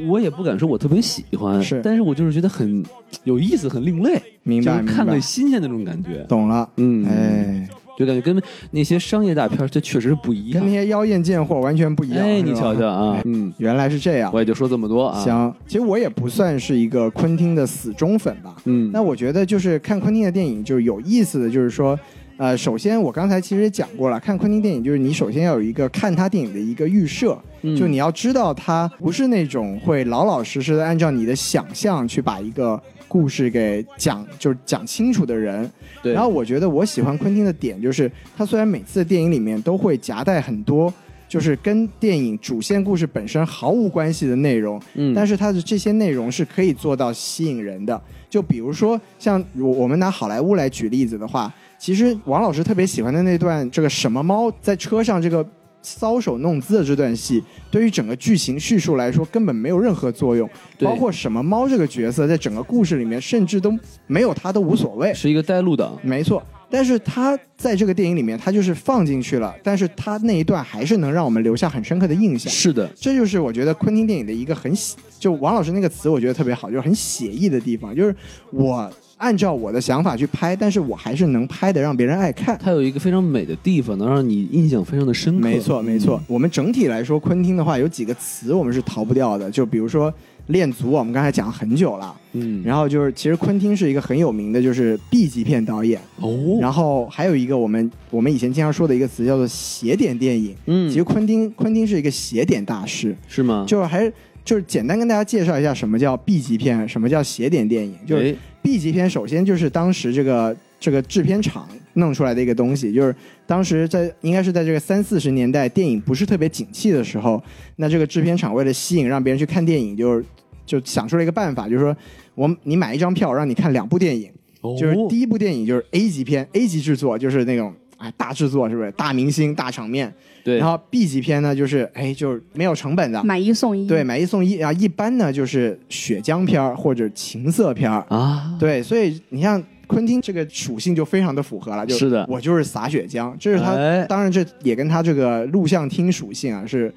我也不敢说我特别喜欢，
是
但是我就是觉得很有意思，很另类，
明白
就是看
明
个
白
新鲜的那种感觉，
懂了，
嗯，，
哎，
就感觉跟那些商业大片儿这确实不一
跟
样
那。些妖艳贱货完全不一样。
哎，
是吧
你瞧瞧啊
哎，
嗯，
原来是这样
我。也就说这么多啊，，
行，其实我也不算是一个昆汀的死忠粉吧。
嗯，
那我觉得就是看昆汀的电影，就是有意思的，就是说，呃，首先我刚才其实也讲过了，看昆汀电影就是你首先要有一个看他电影的一个预设，
嗯
就你要知道他不是那种会老老实实的按照你的想象去把一个故事给讲，就是讲清楚的人。
对，
然后我觉得我喜欢昆汀的点就是，他虽然每次的电影里面都会夹带很多。就是跟电影主线故事本身毫无关系的内容，
嗯，
但
是
是它的这些内容是可以做到吸引人的。就比如说，像我我们拿好莱坞来举例子的话，其实王老师特别喜欢的那段这个什么猫在车上这个搔首弄姿的这段戏，对于整个剧情叙述来说根本没有任何作用。
对
包括什么猫这个角色在整个故事里面，甚至都没有他都无所谓。
是一个带路啊党，
没错。但是他在这个电影里面，他就是放进去了，但是他那一段还是能让我们留下很深刻的印象。
是的，
这就是我觉得昆汀电影的一个很写，就王老师那个词，我觉得特别好，就是很写意的地方，就是我按照我的想法去拍，但是我还是能拍的让别人爱看。
它有一个非常美的地方，能让你印象非常的深刻，
没错，没错。我们整体来说，昆汀的话有几个词我们是逃不掉的，就比如说恋足，我们刚才讲很久了。
嗯，
然后就是，其实昆汀是一个很有名的，就是 B 级片导演。
哦，
然后还有一个我们我们以前经常说的一个词叫做邪典电影。
嗯
其实昆汀昆汀是一个邪典大师。
是吗？
就是还是就是简单跟大家介绍一下什么叫 B 级片，什么叫邪典电影。就是
哎
B 级片，首先就是当时这个这个制片厂弄出来的一个东西，就是当时在应该是在这个三四十年代电影不是特别景气的时候，那这个制片厂为了吸引让别人去看电影，就是就想出了一个办法，就是说我你买一张票，让你看两部电影。
哦
就是第一部电影就是 A 级片，A 级制作就是那种哎大制作，是不是大明星大场面？
对，
然后 B 级片呢，就是哎就是没有成本的，
买一
嗯
送一，
啊对，买一送一啊，一般呢就是血浆片儿或者情色片儿，
啊，
对，所以你像昆汀这个属性就非常的符合了，就是
的
我就是撒血浆，这是他，
哎
当然这也跟他这个录像厅属性啊是。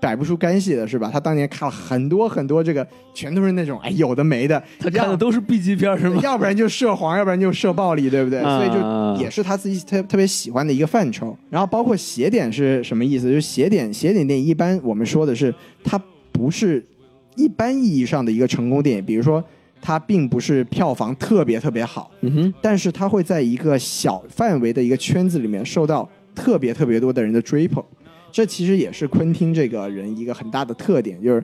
摆不出干系的是吧？他当年看了很多很多，这个全都是那种哎有的没的，
他看的都是 B 级片儿是吗？
要不然就涉黄，要不然就涉暴力，对不对？
啊
所以就也是他自己特特别喜欢的一个范畴。然后包括邪典是什么意思？就是邪典，邪典电影一般我们说的是它不是一般意义上的一个成功电影，比如说它并不是票房特别特别好，
嗯哼，
但是它会在一个小范围的一个圈子里面受到特别特别多的人的追捧。这其实也是昆汀这个人一个很大的特点，就是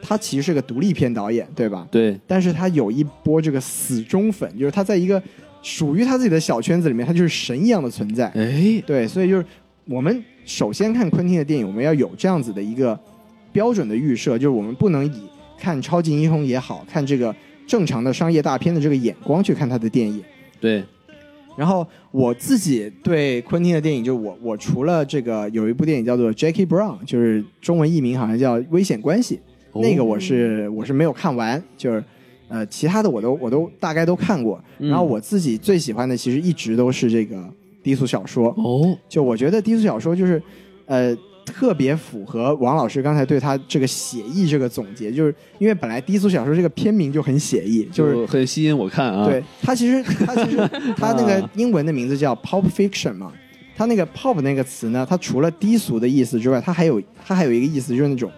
他其实是个独立片导演，对吧？
对，
但是他有一波这个死忠粉，就是他在一个属于他自己的小圈子里面，他就是神一样的存在。
哎，
对，所以就是我们首先看昆汀的电影，我们要有这样子的一个标准的预设，就是我们不能以看超级英雄也好看这个正常的商业大片的这个眼光去看他的电影。
对，
然后我自己对昆汀的电影，就我我除了这个有一部电影叫做《Jackie Brown》，就是中文译名好像叫《危险关系》，
哦
那个我是我是没有看完，就是呃其他的我都我都大概都看过。
嗯
然后我自己最喜欢的其实一直都是这个低俗小说，
哦，
就我觉得低俗小说就是呃特别符合王老师刚才对他这个写意这个总结，就是因为本来低俗小说这个片名就很写意，就是
就哦很吸引我看啊。
对，它其实它其实它那个
啊
英文的名字叫 pop fiction 嘛，它那个 pop 那个词呢，它除了低俗的意思之外，它还有它还有一个意思就是那种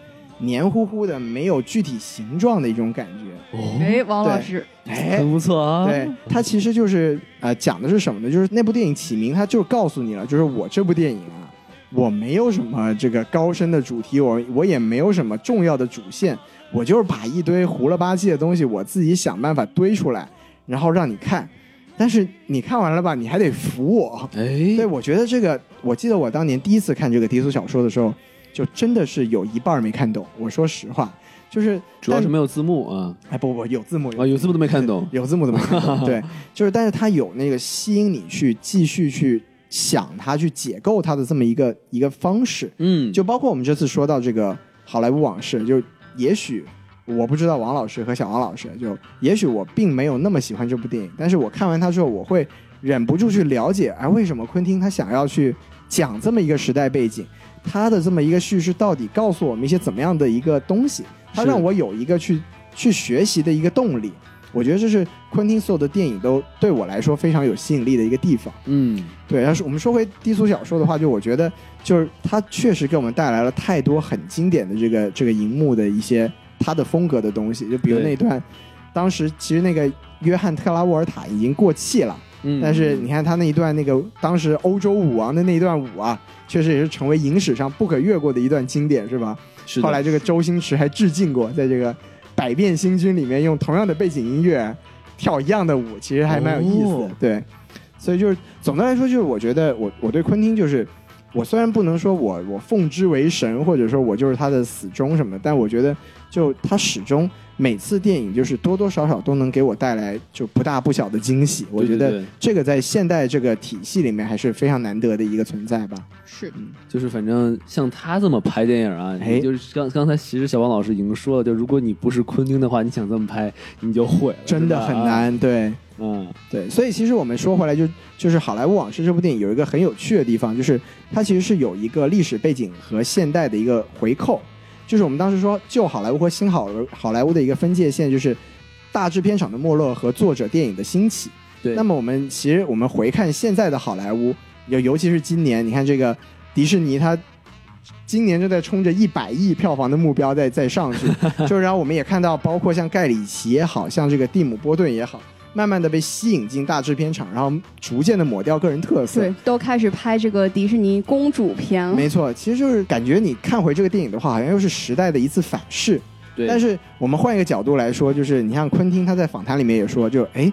黏糊糊的、没有具体形状的一种感觉。
哦，
哎，王老师，
哎
很，不错啊。
对，它其实就是呃讲的是什么呢？就是那部电影起名，它就是告诉你了，就是我这部电影啊。我没有什么这个高深的主题，我我也没有什么重要的主线，我就是把一堆胡了吧唧的东西，我自己想办法堆出来，然后让你看。但是你看完了吧，你还得服我。
哎
对，，我觉得这个，我记得我当年第一次看这个低俗小说的时候，就真的是有一半儿没看懂。我说实话，就是
主要
但
是没有字幕啊
哎不不有字幕
啊，有字幕都没看懂。
[LAUGHS] 有字幕的没看
[LAUGHS]
懂对，就是但是它有那个吸引你去继续去想它、去解构它的这么一个一个方式。
嗯，
就包括我们这次说到这个好莱坞往事，就也许我不知道王老师和小王老师，就也许我并没有那么喜欢这部电影，但是我看完它之后，我会忍不住去了解，哎，为什么昆汀他想要去讲这么一个时代背景，他的这么一个叙事到底告诉我们一些怎么样的一个东西，他
是
让我有一个去去学习的一个动力。我觉得这是昆汀所有的电影都对我来说非常有吸引力的一个地方。
嗯，
对，要是我们说回低俗小说的话，就我觉得就是它确实给我们带来了太多很经典的这个这个荧幕的一些它的风格的东西，就比如
对
那段，当时其实那个约翰特拉沃尔塔已经过气了，
嗯
但是你看他那一段那个当时欧洲舞王的那一段舞啊，确实也是成为影史上不可越过的一段经典，是吧？
是的
后来这个周星驰还致敬过，在这个《百变星君》里面用同样的背景音乐跳一样的舞，其实还蛮有意思的。
哦
对，所以就是总的来说，就是我觉得我我对昆汀就是。我虽然不能说我我奉之为神，或者说我就是他的死忠什么的，但我觉得就他始终每次电影就是多多少少都能给我带来就不大不小的惊喜。我
对
觉
对
得
对
这个在现代这个体系里面还是非常难得的一个存在吧。
是
就是反正像他这么拍电影啊，
哎
你就是刚刚才其实小王老师已经说了，就如果你不是昆汀的话，你想这么拍你就毁了，
真的
是吧啊
很。难，对。
嗯，
对，所以其实我们说回来就，就是《好莱坞往事》这部电影有一个很有趣的地方，就是它其实是有一个历史背景和现代的一个回扣。就是我们当时说旧好莱坞和新好莱好莱坞的一个分界线，就是大制片厂的没落和作者电影的兴起。
对。
那么我们其实我们回看现在的好莱坞，尤尤其是今年，你看这个迪士尼它。今年正在冲着一百亿票房的目标在在上去，就是然后我们也看到，包括像盖里奇也好像这个蒂姆·波顿也好，慢慢的被吸引进大制片厂，然后逐渐的抹掉个人特色。
对，都开始拍这个迪士尼公主片了。
没错，其实就是感觉你看回这个电影的话，好像又是时代的一次反噬。
对，
但是我们换一个角度来说，就是你像昆汀他在访谈里面也说，就哎，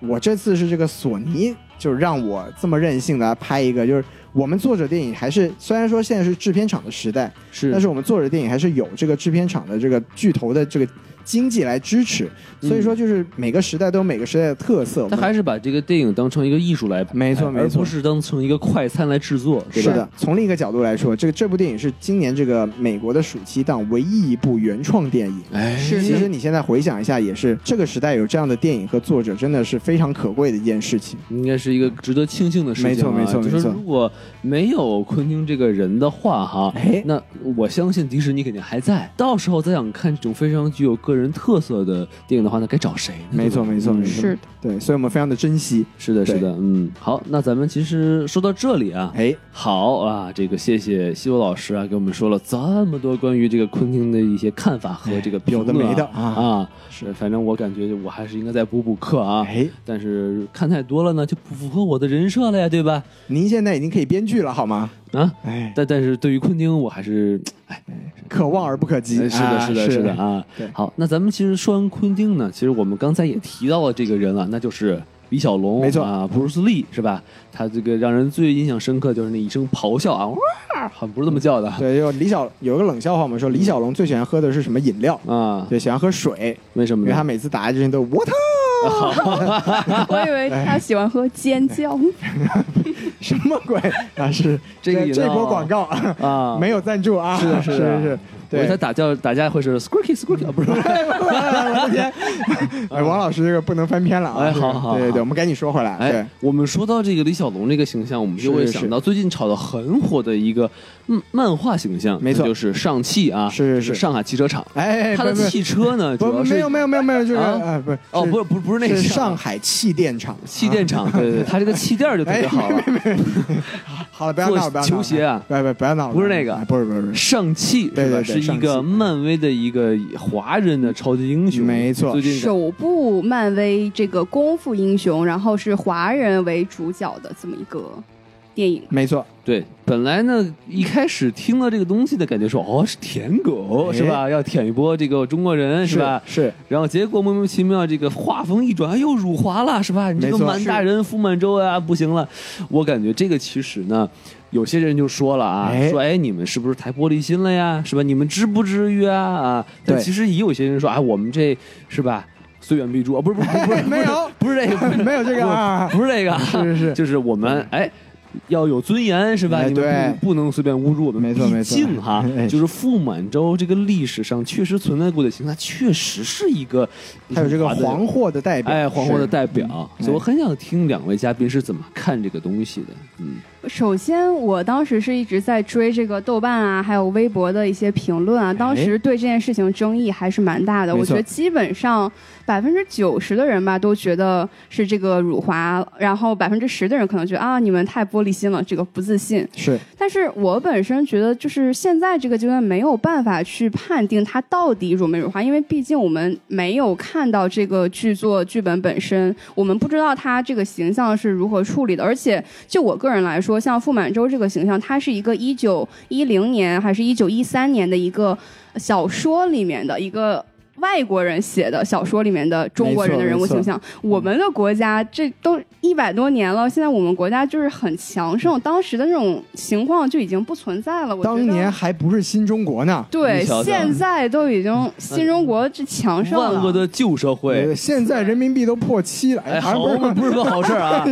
我这次是这个索尼，就让我这么任性的拍一个，就是我们作者电影还是虽然说现在是制片厂的时代，
是
但是我们作者电影还是有这个制片厂的这个巨头的这个经济来支持，所以说就是每个时代都有每个时代的特色。
他嗯还是把这个电影当成一个艺术来拍，
没错没
而
错
不是当成一个快餐来制作，对
是
吧？
的，从另一个角度来说，这个这部电影是今年这个美国的暑期档唯一一部原创电影。
哎，
是
其实你现在回想一下，也是这个时代有这样的电影和作者，真的是非常可贵的一件事情。
应该是一个值得庆幸的事情、啊。
没错没错
就
没
是
错
如果没有昆汀这个人的话，哈，
哎，
那我相信迪士尼肯定还在。到时候再想看这种非常具有个人特色的电影的话，那该找谁呢？
没错
对吧
没错
嗯
没错，
是的
对，所以我们非常的珍惜。
是的，
对
是的，嗯，好，那咱们其实说到这里啊，
哎，
好啊，这个谢谢西游老师啊，给我们说了这么多关于这个昆汀的一些看法和这个评
哎有
论、
的
啊、
没的啊，
啊，是，反正我感觉我还是应该再补补课啊，
哎，
但是看太多了呢，就不符合我的人设了呀，对吧？
您现在已经可以编剧了，好吗？
啊，
哎，
但但是对于昆汀，我还是
可望而不可及。
哎是的，
啊
是的，是的。啊
对。
好，那咱们其实说完昆汀呢，其实我们刚才也提到了这个人了，啊那就是李小龙，
没错
啊，布鲁斯利是吧？他这个让人最印象深刻就是那一声咆哮啊，哇，好像不是这么叫的
对，就李小有一个冷笑话，我们说李小龙最喜欢喝的是什么饮料？
嗯啊，嗯
对，喜欢喝水，
为什么
因为他
呢？
每次打一句都 what
[LAUGHS]
啊
我以为他喜欢喝尖叫，
[LAUGHS]
[LAUGHS]
什么鬼啊？是
这个饮料
这波广告
啊，
没有赞助啊？
是的是
[LAUGHS] 是
的
是，
我以为
对
他。打叫打架会是 squirky squirky，啊不是
[LAUGHS] 我的天！哎，王老师这个不能翻篇了啊！
哎
这个
好好
对对
好
对，我们赶紧说回来。对
哎，，我们说到这个李小龙这个形象，我们就会
是是
想到最近炒得很火的一个嗯漫画形象，
没错
那就是上汽啊，
是是是
上海汽车厂。
哎，
它的
不是
汽车呢，
不
主要
不
是
没有没有没有没有，就是
啊
哎不是
哦，不
是
是不是不是那个
是
厂
上海啊哎气垫厂
气垫厂，对
[LAUGHS]
对，对，它这个气垫儿就特别好了，
啊。好了，不要闹了，不要闹了
球鞋啊
不要不要不要闹了，
不是那个
哎不是不是不是。
上汽
对
是吧？
对对
是一
上
个
汽
漫威的一个华人的超级英雄，
没错
最近在
首部漫威这个功夫英雄，然后是华人为主角的这么一个电影。
没错，
对，本来呢一开始听到这个东西的感觉说，哦，是舔
哎
狗是吧？要舔一波这个中国人是吧？
是
然后结果莫名其妙，这个画风一转，哎呦，辱华了是吧？你这个
没错
满大人傅满洲啊，不行了。我感觉这个其实呢，有些人就说了啊，
哎
说哎，你们是不是太玻璃心了呀？是吧？你们至不至于啊啊！但
对
其实也有些人说啊，我们这是吧？虽远必诛啊，不是不是 [LAUGHS] 不是
[LAUGHS] 没有，
不是这个，不是
没有这个啊，
不是这个，
是是是
就是我们哎。要有尊严是吧？
嗯哎
你们
对
不不能随便侮辱我们。
没错没错
毕竟哈，
哎
就是傅满洲这个历史上确实存在过的情况，它确实是一个
还有这个
辱华的
黄祸的代表，
哎黄祸的
是嗯哎
代表，所以我很想听两位嘉宾是怎么看这个东西的。嗯，
首先，我当时是一直在追这个豆瓣啊，还有微博的一些评论啊，当时对这件事情争议还是蛮大的。
没错
我觉得基本上百分之九十的人吧，都觉得是这个辱华，然后百分之十的人可能觉得啊，你们太玻璃心了，这个不自信。
是
但是我本身觉得，就是现在这个阶段没有办法去判定它到底辱没辱华，因为毕竟我们没有看到这个剧作剧本本身，我们不知道它这个形象是如何处理的。而且就我个人来说，像傅满洲这个形象，它是一个一九一零年还是一九一三年的一个小说里面的一个。外国人写的小说里面的中国人的人物
没错
形象，我们
嗯
的国家这都一百多年了，现在我们国家就是很强盛，当时的那种情况就已经不存在了。我觉得
嗯当年还不是新中国呢，
对
你瞧瞧，
现在都已
嗯
经新中国这强盛
啊
万恶
了。
的旧社会，
呃现在人民币都破七了，
哎，
好
好，
像不
不
是
是什么好事儿
[LAUGHS]
啊，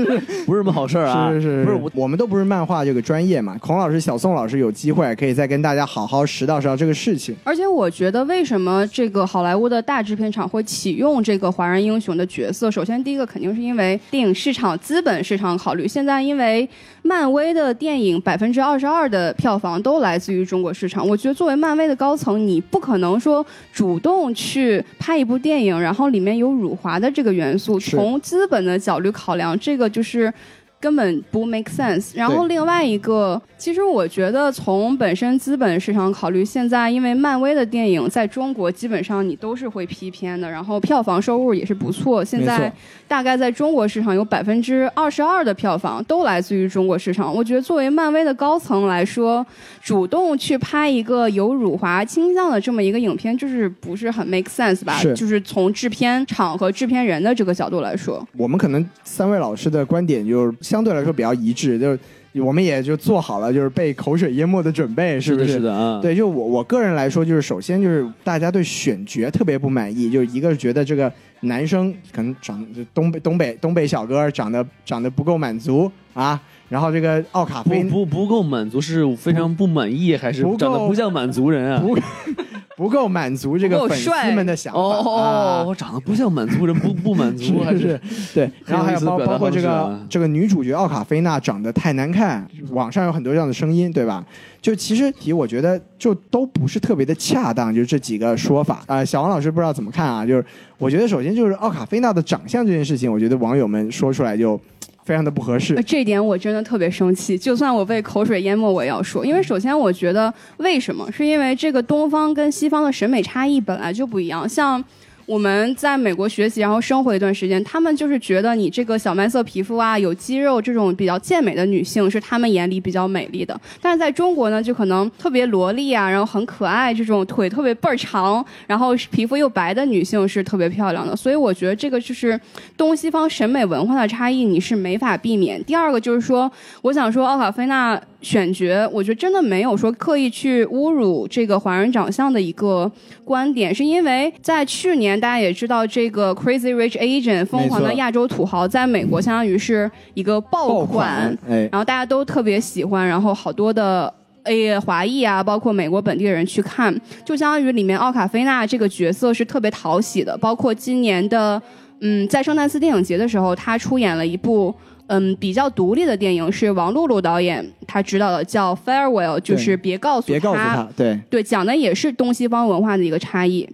不是什么好事儿啊，
是
不
是不
是
是
我
我，
我们都不是漫画这个专业嘛，孔老师、小宋老师有机会可以再跟大家好好拾到拾到这个事情。
而且我觉得，为什么这个好莱坞的大制片厂会启用这个华人英雄的角色？首先，第一个肯定是因为电影市场、资本市场考虑。现在因为漫威的电影百分之二十二的票房都来自于中国市场，我觉得作为漫威的高层，你不可能说主动去拍一部电影，然后里面有辱华的这个元素，
是
从资本的角度考量，这个就是。根本不 make sense。然后另外一个，其实我觉得从本身资本市场考虑，现在因为漫威的电影在中国基本上你都是会批片的，然后票房收入也是不错。现
没
在
错
大概在中国市场有百分之二十二的票房都来自于中国市场。我觉得作为漫威的高层来说，主动去拍一个有辱华倾向的这么一个影片，就是不是很 make sense 吧？
是
就是从制片厂和制片人的这个角度来说，
我们可能三位老师的观点就是相对来说比较一致，就是我们也就做好了就是被口水淹没的准备，是不
的，是的啊，
对，就我我个人来说，就是首先就是大家对选角特别不满意，就是一个是觉得这个男生可能长就东北东北东北小哥长得长得不够满足啊，然后这个奥卡
不
菲
不不够满足，是非常不满意，还是
不够
长得不像满族人啊？
不 [LAUGHS] 不够满足这
不
个
够
粉丝
帅
们的想
哦
法
哦哦，
啊
我长得不像满族人，不不
[LAUGHS]
满足，还
是是对，然后还有包
很有意思的表达
包括这
方式
个
啊
这个女主角奥卡菲娜长得太难看，网上有很多这样的声音，对吧？就其实题我觉得就都不是特别的恰当，就是这几个说法啊、呃小王老师不知道怎么看啊？就是我觉得首先就是奥卡菲娜的长相这件事情，我觉得网友们说出来就非常的不合适
呃。这一点我真的特别生气，就算我被口水淹没，我也要说。因为首先我觉得，为什么？是因为这个东方跟西方的审美差异本来就不一样。像我们在美国学习，然后生活一段时间，他们就是觉得你这个小麦色皮肤啊、有肌肉这种比较健美的女性是他们眼里比较美丽的。但是在中国呢，就可能特别萝莉啊，然后很可爱，这种腿特别倍儿长，然后皮肤又白的女性是特别漂亮的。所以我觉得这个就是东西方审美文化的差异，你是没法避免。第二个就是说，我想说奥卡菲娜选角，我觉得真的没有说刻意去侮辱这个华人长相的一个观点，是因为在去年大家也知道，这个 Crazy Rich Asian 疯狂的亚洲土豪在美国相当于是一个
爆款，哎，
然后大家都特别喜欢，然后好多的。哎，华裔啊，包括美国本地人去看，就相当于里面奥卡菲娜这个角色是特别讨喜的。包括今年的，嗯，在圣丹斯电影节的时候，她出演了一部嗯比较独立的电影，是王璐璐导演她执导的，叫《Farewell》，就是别告诉
别告诉他，对，
对，讲的也是东西方文化的一个差异。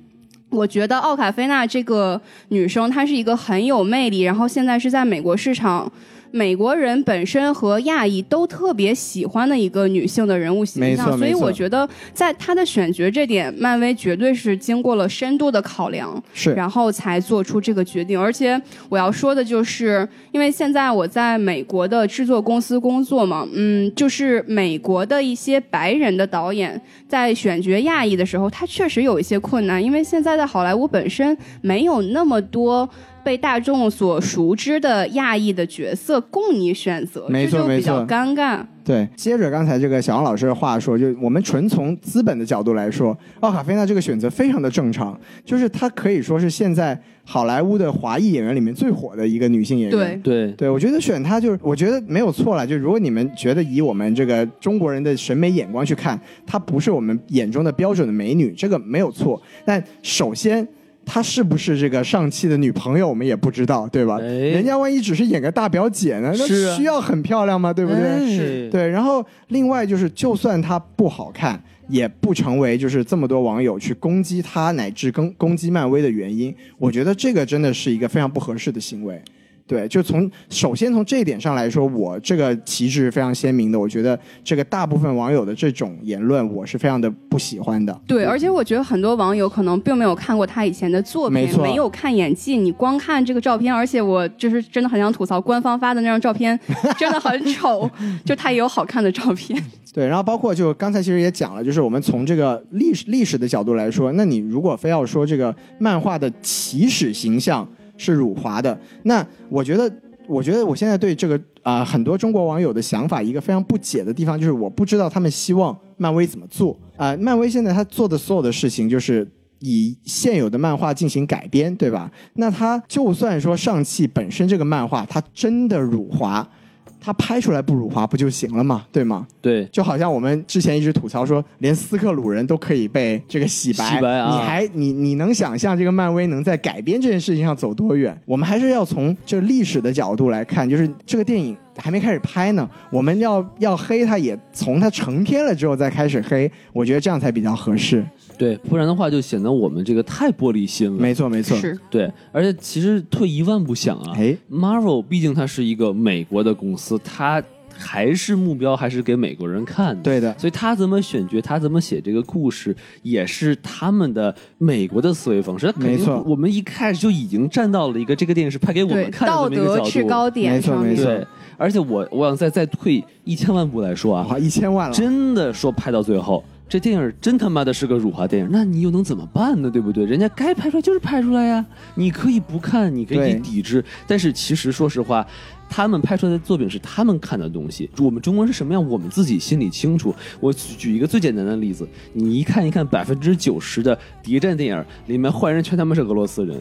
我觉得奥卡菲娜这个女生，她是一个很有魅力，然后现在是在美国市场。美国人本身和亚裔都特别喜欢的一个女性的人物形
没
象，
错
所以
没错
我觉得在她的选角这点，漫威绝对是经过了深度的考量。
是
然后才做出这个决定。而且我要说的就是，因为现在我在美国的制作公司工作嘛，嗯，就是美国的一些白人的导演在选角亚裔的时候，他确实有一些困难，因为现在的好莱坞本身没有那么多。被大众所熟知的亚裔的角色供你选择，
没错
这就比较
没错
尴尬。
对，
接着刚才这个小杨老师的话说，就我们纯从资本的角度来说，奥卡菲娜这个选择非常的正常，就是她可以说是现在好莱坞的华裔演员里面最火的一个女性演员。
对，
对，
对，我觉得选她就是，我觉得没有错了。就如果你们觉得以我们这个中国人的审美眼光去看，她不是我们眼中的标准的美女，这个没有错。但首先，她是不是这个上汽的女朋友，我们也不知道，对吧？
哎
人家万一只是演个大表姐呢，那
是啊
需要很漂亮吗？对不对？
是，
对，然后另外就是，就算她不好看，也不成为就是这么多网友去攻击她，乃至攻攻击漫威的原因。我觉得这个真的是一个非常不合适的行为。对，就从首先从这一点上来说，我这个旗帜是非常鲜明的。我觉得这个大部分网友的这种言论，我是非常的不喜欢的。
对，
嗯
而且我觉得很多网友可能并没有看过他以前的作品
没，错
没有看演技，你光看这个照片，而且我就是真的很想吐槽官方发的那张照片， [LAUGHS] 真的很
[LAUGHS]
丑，就他也有好看的照片。
对，然后包括就刚才其实也讲了，就是我们从这个历史历史的角度来说，那你如果非要说这个漫画的起始形象是辱华的，那我觉得，我觉得我现在对这个啊、很多中国网友的想法一个非常不解的地方，就是我不知道他们希望漫威怎么做啊、漫威现在他做的所有的事情就是。以现有的漫画进行改编，对吧？那他就算说上汽本身这个漫画，它真的辱华，它拍出来不辱华不就行了嘛，对吗？
对，
就好像我们之前一直吐槽说，连斯克鲁人都可以被这个洗白，
洗白啊
你还你你能想象这个漫威能在改编这件事情上走多远？我们还是要从这历史的角度来看，就是这个电影还没开始拍呢，我们要要黑它也从它成片了之后再开始黑，我觉得这样才比较合适。
对，不然的话就显得我们这个太玻璃心了。
没错，没错，
是，
对，而且其实退一万步想啊
哎，
，Marvel 毕竟它是一个美国的公司，它还是目标还是给美国人看的。
对的，
所以他怎么选角，他怎么写这个故事，也是他们的美国的思维方式。他肯定
没错
我们一开始就已经站到了一个这个电影是拍给我
对
们，看的
道
这么一个
德
角
制
度。
高点
没错
上面
没错
对，而且我我想再再退一千万步来说啊，
哇，一千万了，
真的说拍到最后，这电影真他妈的是个辱华电影，那你又能怎么办呢？对不对？人家该拍出来就是拍出来呀，你可以不看，你可以
对
抵制，但是其实说实话。他们拍出来的作品是他们看的东西，我们中国人是什么样，我们自己心里清楚。我举举一个最简单的例子，你一看一看百分之九十的谍战电影里面坏人全他妈是俄罗
[LAUGHS]
斯人，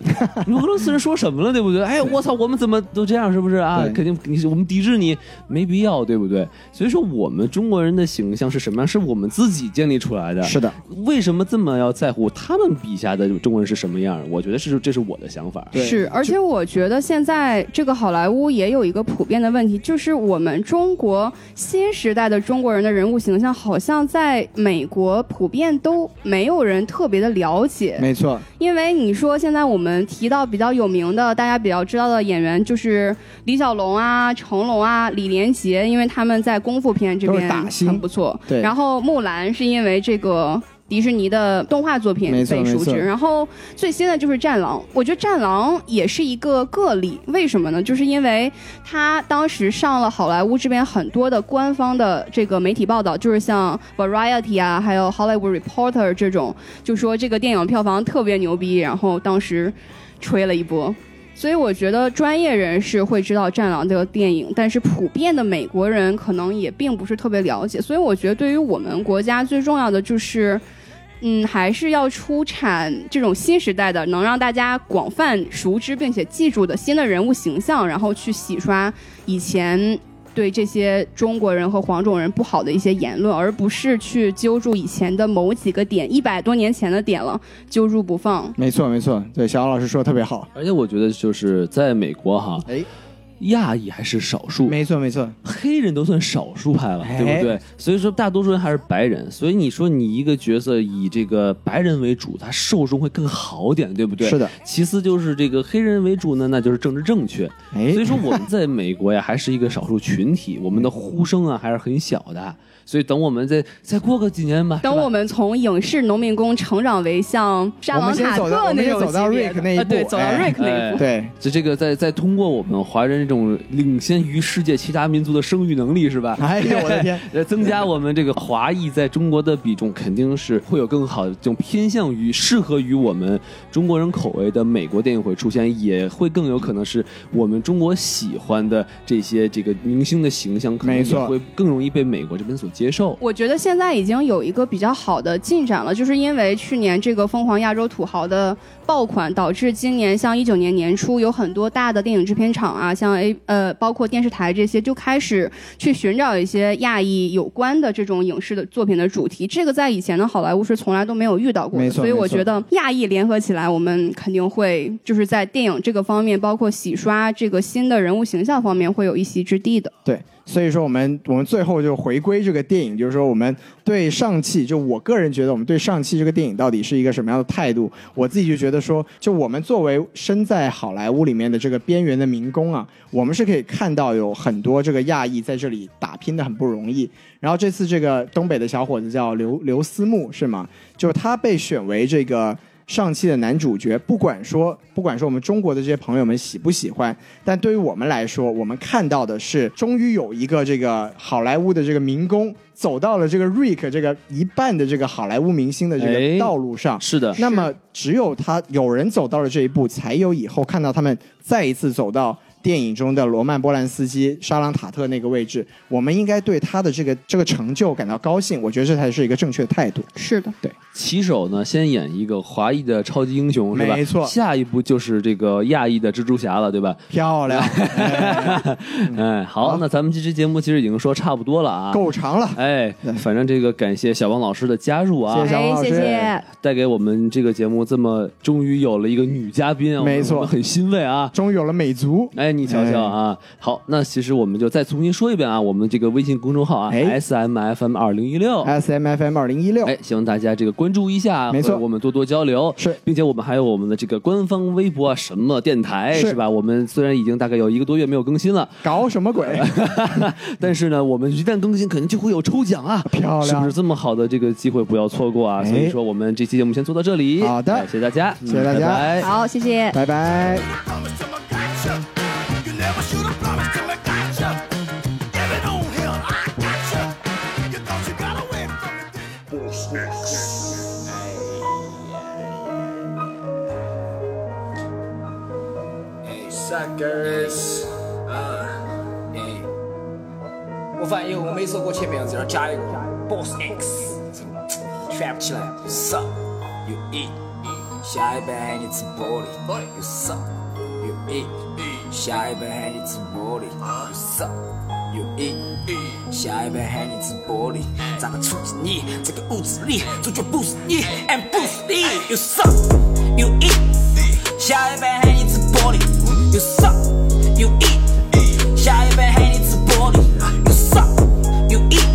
你俄罗斯人说什么了，对不对？哎，我操，我们怎么都这样，是不是啊？
对
肯定你是我们抵制你没必要，对不对？所以说我们中国人的形象是什么样，是我们自己建立出来的。
是的。
为什么这么要在乎他们笔下的中国人是什么样？我觉得是这是我的想法。
对
是，而且我觉得现在这个好莱坞也有一个普遍的问题，就是我们中国新时代的中国人的人物形象，好像在美国普遍都没有人特别的了解。
没错，
因为你说现在我们提到比较有名的、大家比较知道的演员，就是李小龙啊、成龙啊、李连杰，因为他们在功夫片这
都是
边
打星
很不错。
对
然后木兰是因为这个。迪士尼的动画作品
没错
被熟
没错
知，然后最新的就是《战狼》，我觉得《战狼》也是一个个例，为什么呢？就是因为他当时上了好莱坞这边很多的官方的这个媒体报道，就是像 Variety 啊，还有 Hollywood Reporter 这种，就说这个电影票房特别牛逼，然后当时吹了一波。所以我觉得专业人士会知道《战狼》这个电影，但是普遍的美国人可能也并不是特别了解。所以我觉得，对于我们国家最重要的就是，嗯，还是要出产这种新时代的、能让大家广泛熟知并且记住的新的人物形象，然后去洗刷以前对这些中国人和黄种人不好的一些言论，而不是去揪住以前的某几个点，一百多年前的点了，揪住不放。
没错，没错。对，小杨老师说的特别好。
而且我觉得就是在美国哈，
哎，
亚裔还是少数，
没错没错，
黑人都算少数派了，
哎
对不对？所以说大多数人还是白人，所以你说你一个角色以这个白人为主，他受众会更好点，对不对？
是的。
其次就是这个黑人为主呢，那就是政治正确。
哎
所以说我们在美国呀，还是一个少数群体，我们的呼声啊还是很小的。所以等我们再再过个几年吧，
等
是吧
我们从影视农民工成长为像沙
我们
朗
先
塔
走到
克
我们
那
先
种
走到
级别
Rick
的
那一
呃对，
步
走到
哎
Rick 那一步。
对，
这这个再再通过我们华人这种领先于世界其他民族的生育能力是吧？
哎呦我的天，
呃，增加我们这个华裔在中国的比重，肯定是会有更好的这种偏向于适合于我们中国人口味的美国电影会出现，也会更有可能是我们中国喜欢的这些这个明星的形象，可能
没
也
错
会更容易被美国这边所接受。
我觉得现在已经有一个比较好的进展了，就是因为去年这个《疯狂亚洲土豪》的爆款，导致今年像一九年年初有很多大的电影制片厂啊，像 A 呃，包括电视台这些，就开始去寻找一些亚裔有关的这种影视的作品的主题。这个在以前的好莱坞是从来都没有遇到过
没
的，
错
所以我
没错
觉得亚裔联合起来，我们肯定会就是在电影这个方面，包括洗刷这个新的人物形象方面，会有一席之地的。
对，所以说我们我们最后就回归这个电影，就是说我们对上汽，就我个人觉得我们对上汽这个电影到底是一个什么样的态度？我自己就觉得说，就我们作为身在好莱坞里面的这个边缘的民工啊，我们是可以看到有很多这个亚裔在这里打拼的很不容易。然后这次这个东北的小伙子叫刘刘思慕是吗？就是他被选为这个。上汽的男主角，不管说不管说我们中国的这些朋友们喜不喜欢，但对于我们来说，我们看到的是，终于有一个这个好莱坞的这个民工走到了这个 Rick 这个一半的这个好莱坞明星的这
哎
个道路上。
是的，
那么，只有他有人走到了这一步，才有以后看到他们再一次走到电影中的罗曼·波兰斯基、沙朗·塔特那个位置。我们应该对他的这个这个成就感到高兴，我觉得这才是一个正确的态度。
是的，
骑手呢，先演一个华裔的超级英雄，是吧？
没错
下一步就是这个亚裔的蜘蛛侠了，对吧？
漂亮，
哎，好，那咱们这期节目其实已经说差不多了啊。
嗯够长了。
哎，反正这个感谢小王老师的加入啊，
谢小王
哎
老，师
谢谢。
带给我们这个节目这么终于有了一个女嘉宾啊，
没错
我们很欣慰啊。
终于有了美足，
哎，你瞧瞧啊，好，那其实我们就再重新说一遍啊，我们这个微信公众号啊
哎
，S M F M 二零一六，
S M F M 二零一六，
哎，希望大家这个关注一下，
没错
和我们多多交流，
是
并且我们还有我们的这个官方微博啊，什么电台
是
吧？我们虽然已经大概有一个多月没有更新
[LAUGHS]
了，
搞什么鬼？
但是呢，我们一旦更新，肯定就会有抽奖啊，
漂亮
是不是这么好的这个机会不要错过啊？
哎
所以说，我们这期节目先做到这里，
好的
哎谢谢大家，
谢谢大
嗯
家
拜拜
好，谢谢。
拜拜。
promise till I got you. You never should have promised till I got you. Give it on here, I got you. You thought you got away from me. didn't you?
Hey, suckers！啊，哎，我发现以后我每首歌前面要这样加一个 Boss X，全不起来，You suck，You eat，下一杯喊你吃玻璃，You suck，You eat，下一杯喊你吃玻璃，You suck，You eat，下一杯喊你吃玻璃，咋个处置你？这个屋子里主角不是你，and 不是你，You suck，You eat。下一杯喊你吃玻璃，You suck, you eat。下一杯喊你吃玻璃，You suck, you eat。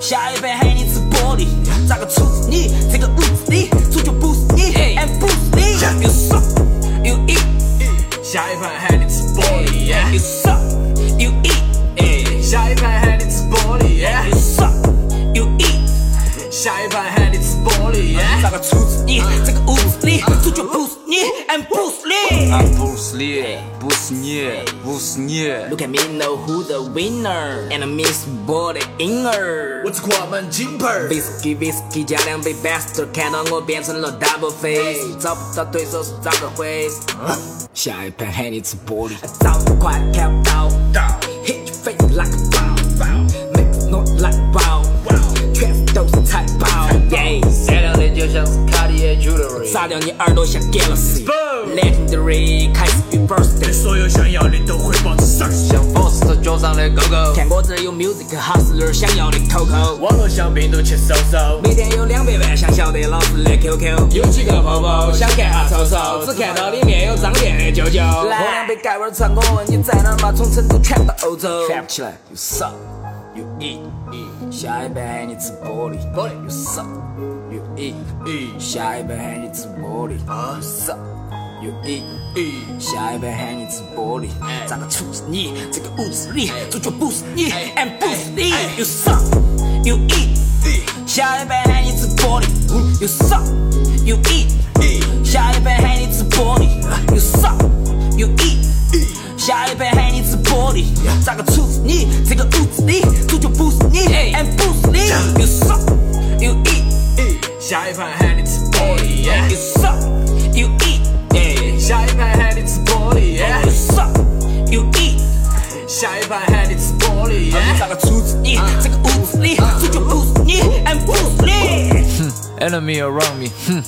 下一杯喊你吃玻璃，咋个处置你？这个屋子里主角不是你，and 不是你，You suck, you eat。下一盘喊你吃玻璃，You suck, you eat。下一盘喊你吃玻璃，You suck, you eat。下一盘喊你吃玻璃，Uh 咋个处置你？这个屋子里主角不是你，I'm Bruce Lee。
I'm Bruce Lee, Bruce Lee, Bruce Lee.
Look at me, know who the winner, and I miss boy the inner。
What's called my jumper?
Whisky Whisky 加两杯 Bester，看到我变成了 Double Face，找不到对手是咋个回事？下一盘喊你吃玻璃，找不快看不到，Hit your face like a bomb，make it not like bomb，全部都是菜包。Yeah
闪亮的就像是卡地亚 jewelry。
砸掉你耳朵像 Galaxy。Legendary 开始 Reverse，
所有想要的都会保持上。
像 Boss 的角
手上的勾勾。
看我这有 music house 人想要的口口。
网络小病毒去搜搜，
每天有两百万想晓得老子的 QQ，
有几个泡泡想看下瞅瞅，
只
只
看
看
到
到
里
里面有张脸的舅舅。
来喝两杯盖碗茶，我问你在哪儿嘛？从成都全到欧洲，
全部起来
又少又一一，下一盘喊你吃玻璃，玻璃又少又一一，下一盘喊你吃玻璃，啊少又一一，下一盘喊你吃玻璃，咋个处置你？这个屋子里主角不是你，and 不是你，又少又一一，下一盘喊你吃玻璃，又少又一一，下一盘喊你吃玻璃，又少又一。下一盘喊你吃玻璃，咋个处置你？这个屋子里主角不是你，and 不是你，又少又一，
下一盘喊你吃玻璃，
又少又一，
下一盘喊你吃玻璃，
又少又一，
下一盘喊你吃玻璃，
咋个处置你？这个屋子里主角不是你，and 不是你。
[LAUGHS] Enemy around me, hmm.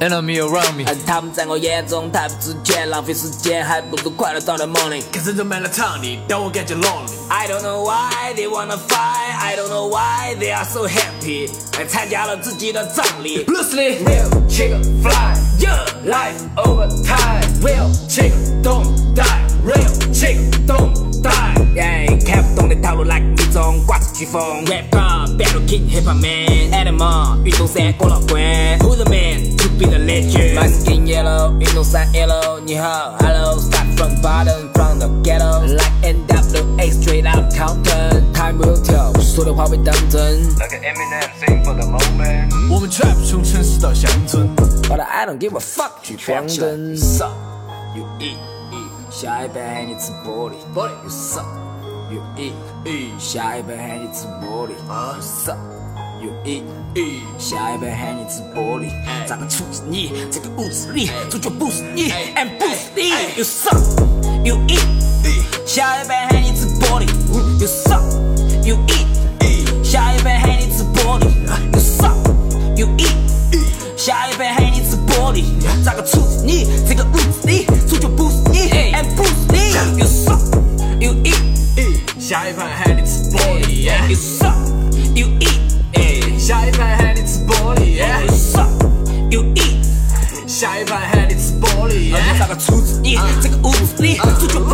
enemy around me.
而他们在我眼中太不值钱，浪费时间，还不如快乐到了梦里。
看始人满了场地，但我感觉 lonely。
I don't know why they wanna fight, I don't know why they are so happy，还参加了自己的葬礼。
Loosely, real chick fly, yeah, life over time. Real chick don't die, real chick don't die.
哎，看不懂的套路 like 迷踪，刮着飓风。Rap God, battle king, hip hop man, uh, animal，运动衫过了关。Who the man to be the legend? My skin yellow，运动衫 yellow。你好，Hello, start from bottom, from the ghetto. Like N W A, straight out Compton. Time will tell，说的话会当真。
我们 trap 从城市到乡村，
But I don't give a fuck，去
全
方
起来
针。
上
有一一，下一杯喊你吃玻璃，玻璃有少有一一，下一杯喊你吃玻璃，啊少有一一，下一杯喊你吃玻璃，咋个处置你？这个屋子里主角不是你，and 不是你，有少有一一，下一杯喊你吃玻璃，有少有一一，下一杯喊你吃玻璃，有少有一一。下一盘喊你吃玻璃，咋个处置你？这个屋子里主角不是你，and 不是你，又少又一，
下一盘喊你吃玻璃，
又少又一，
下一盘喊你吃玻璃，
又少又一，
下一盘喊你吃玻璃，Uh
咋个处置你？这个屋子里主角不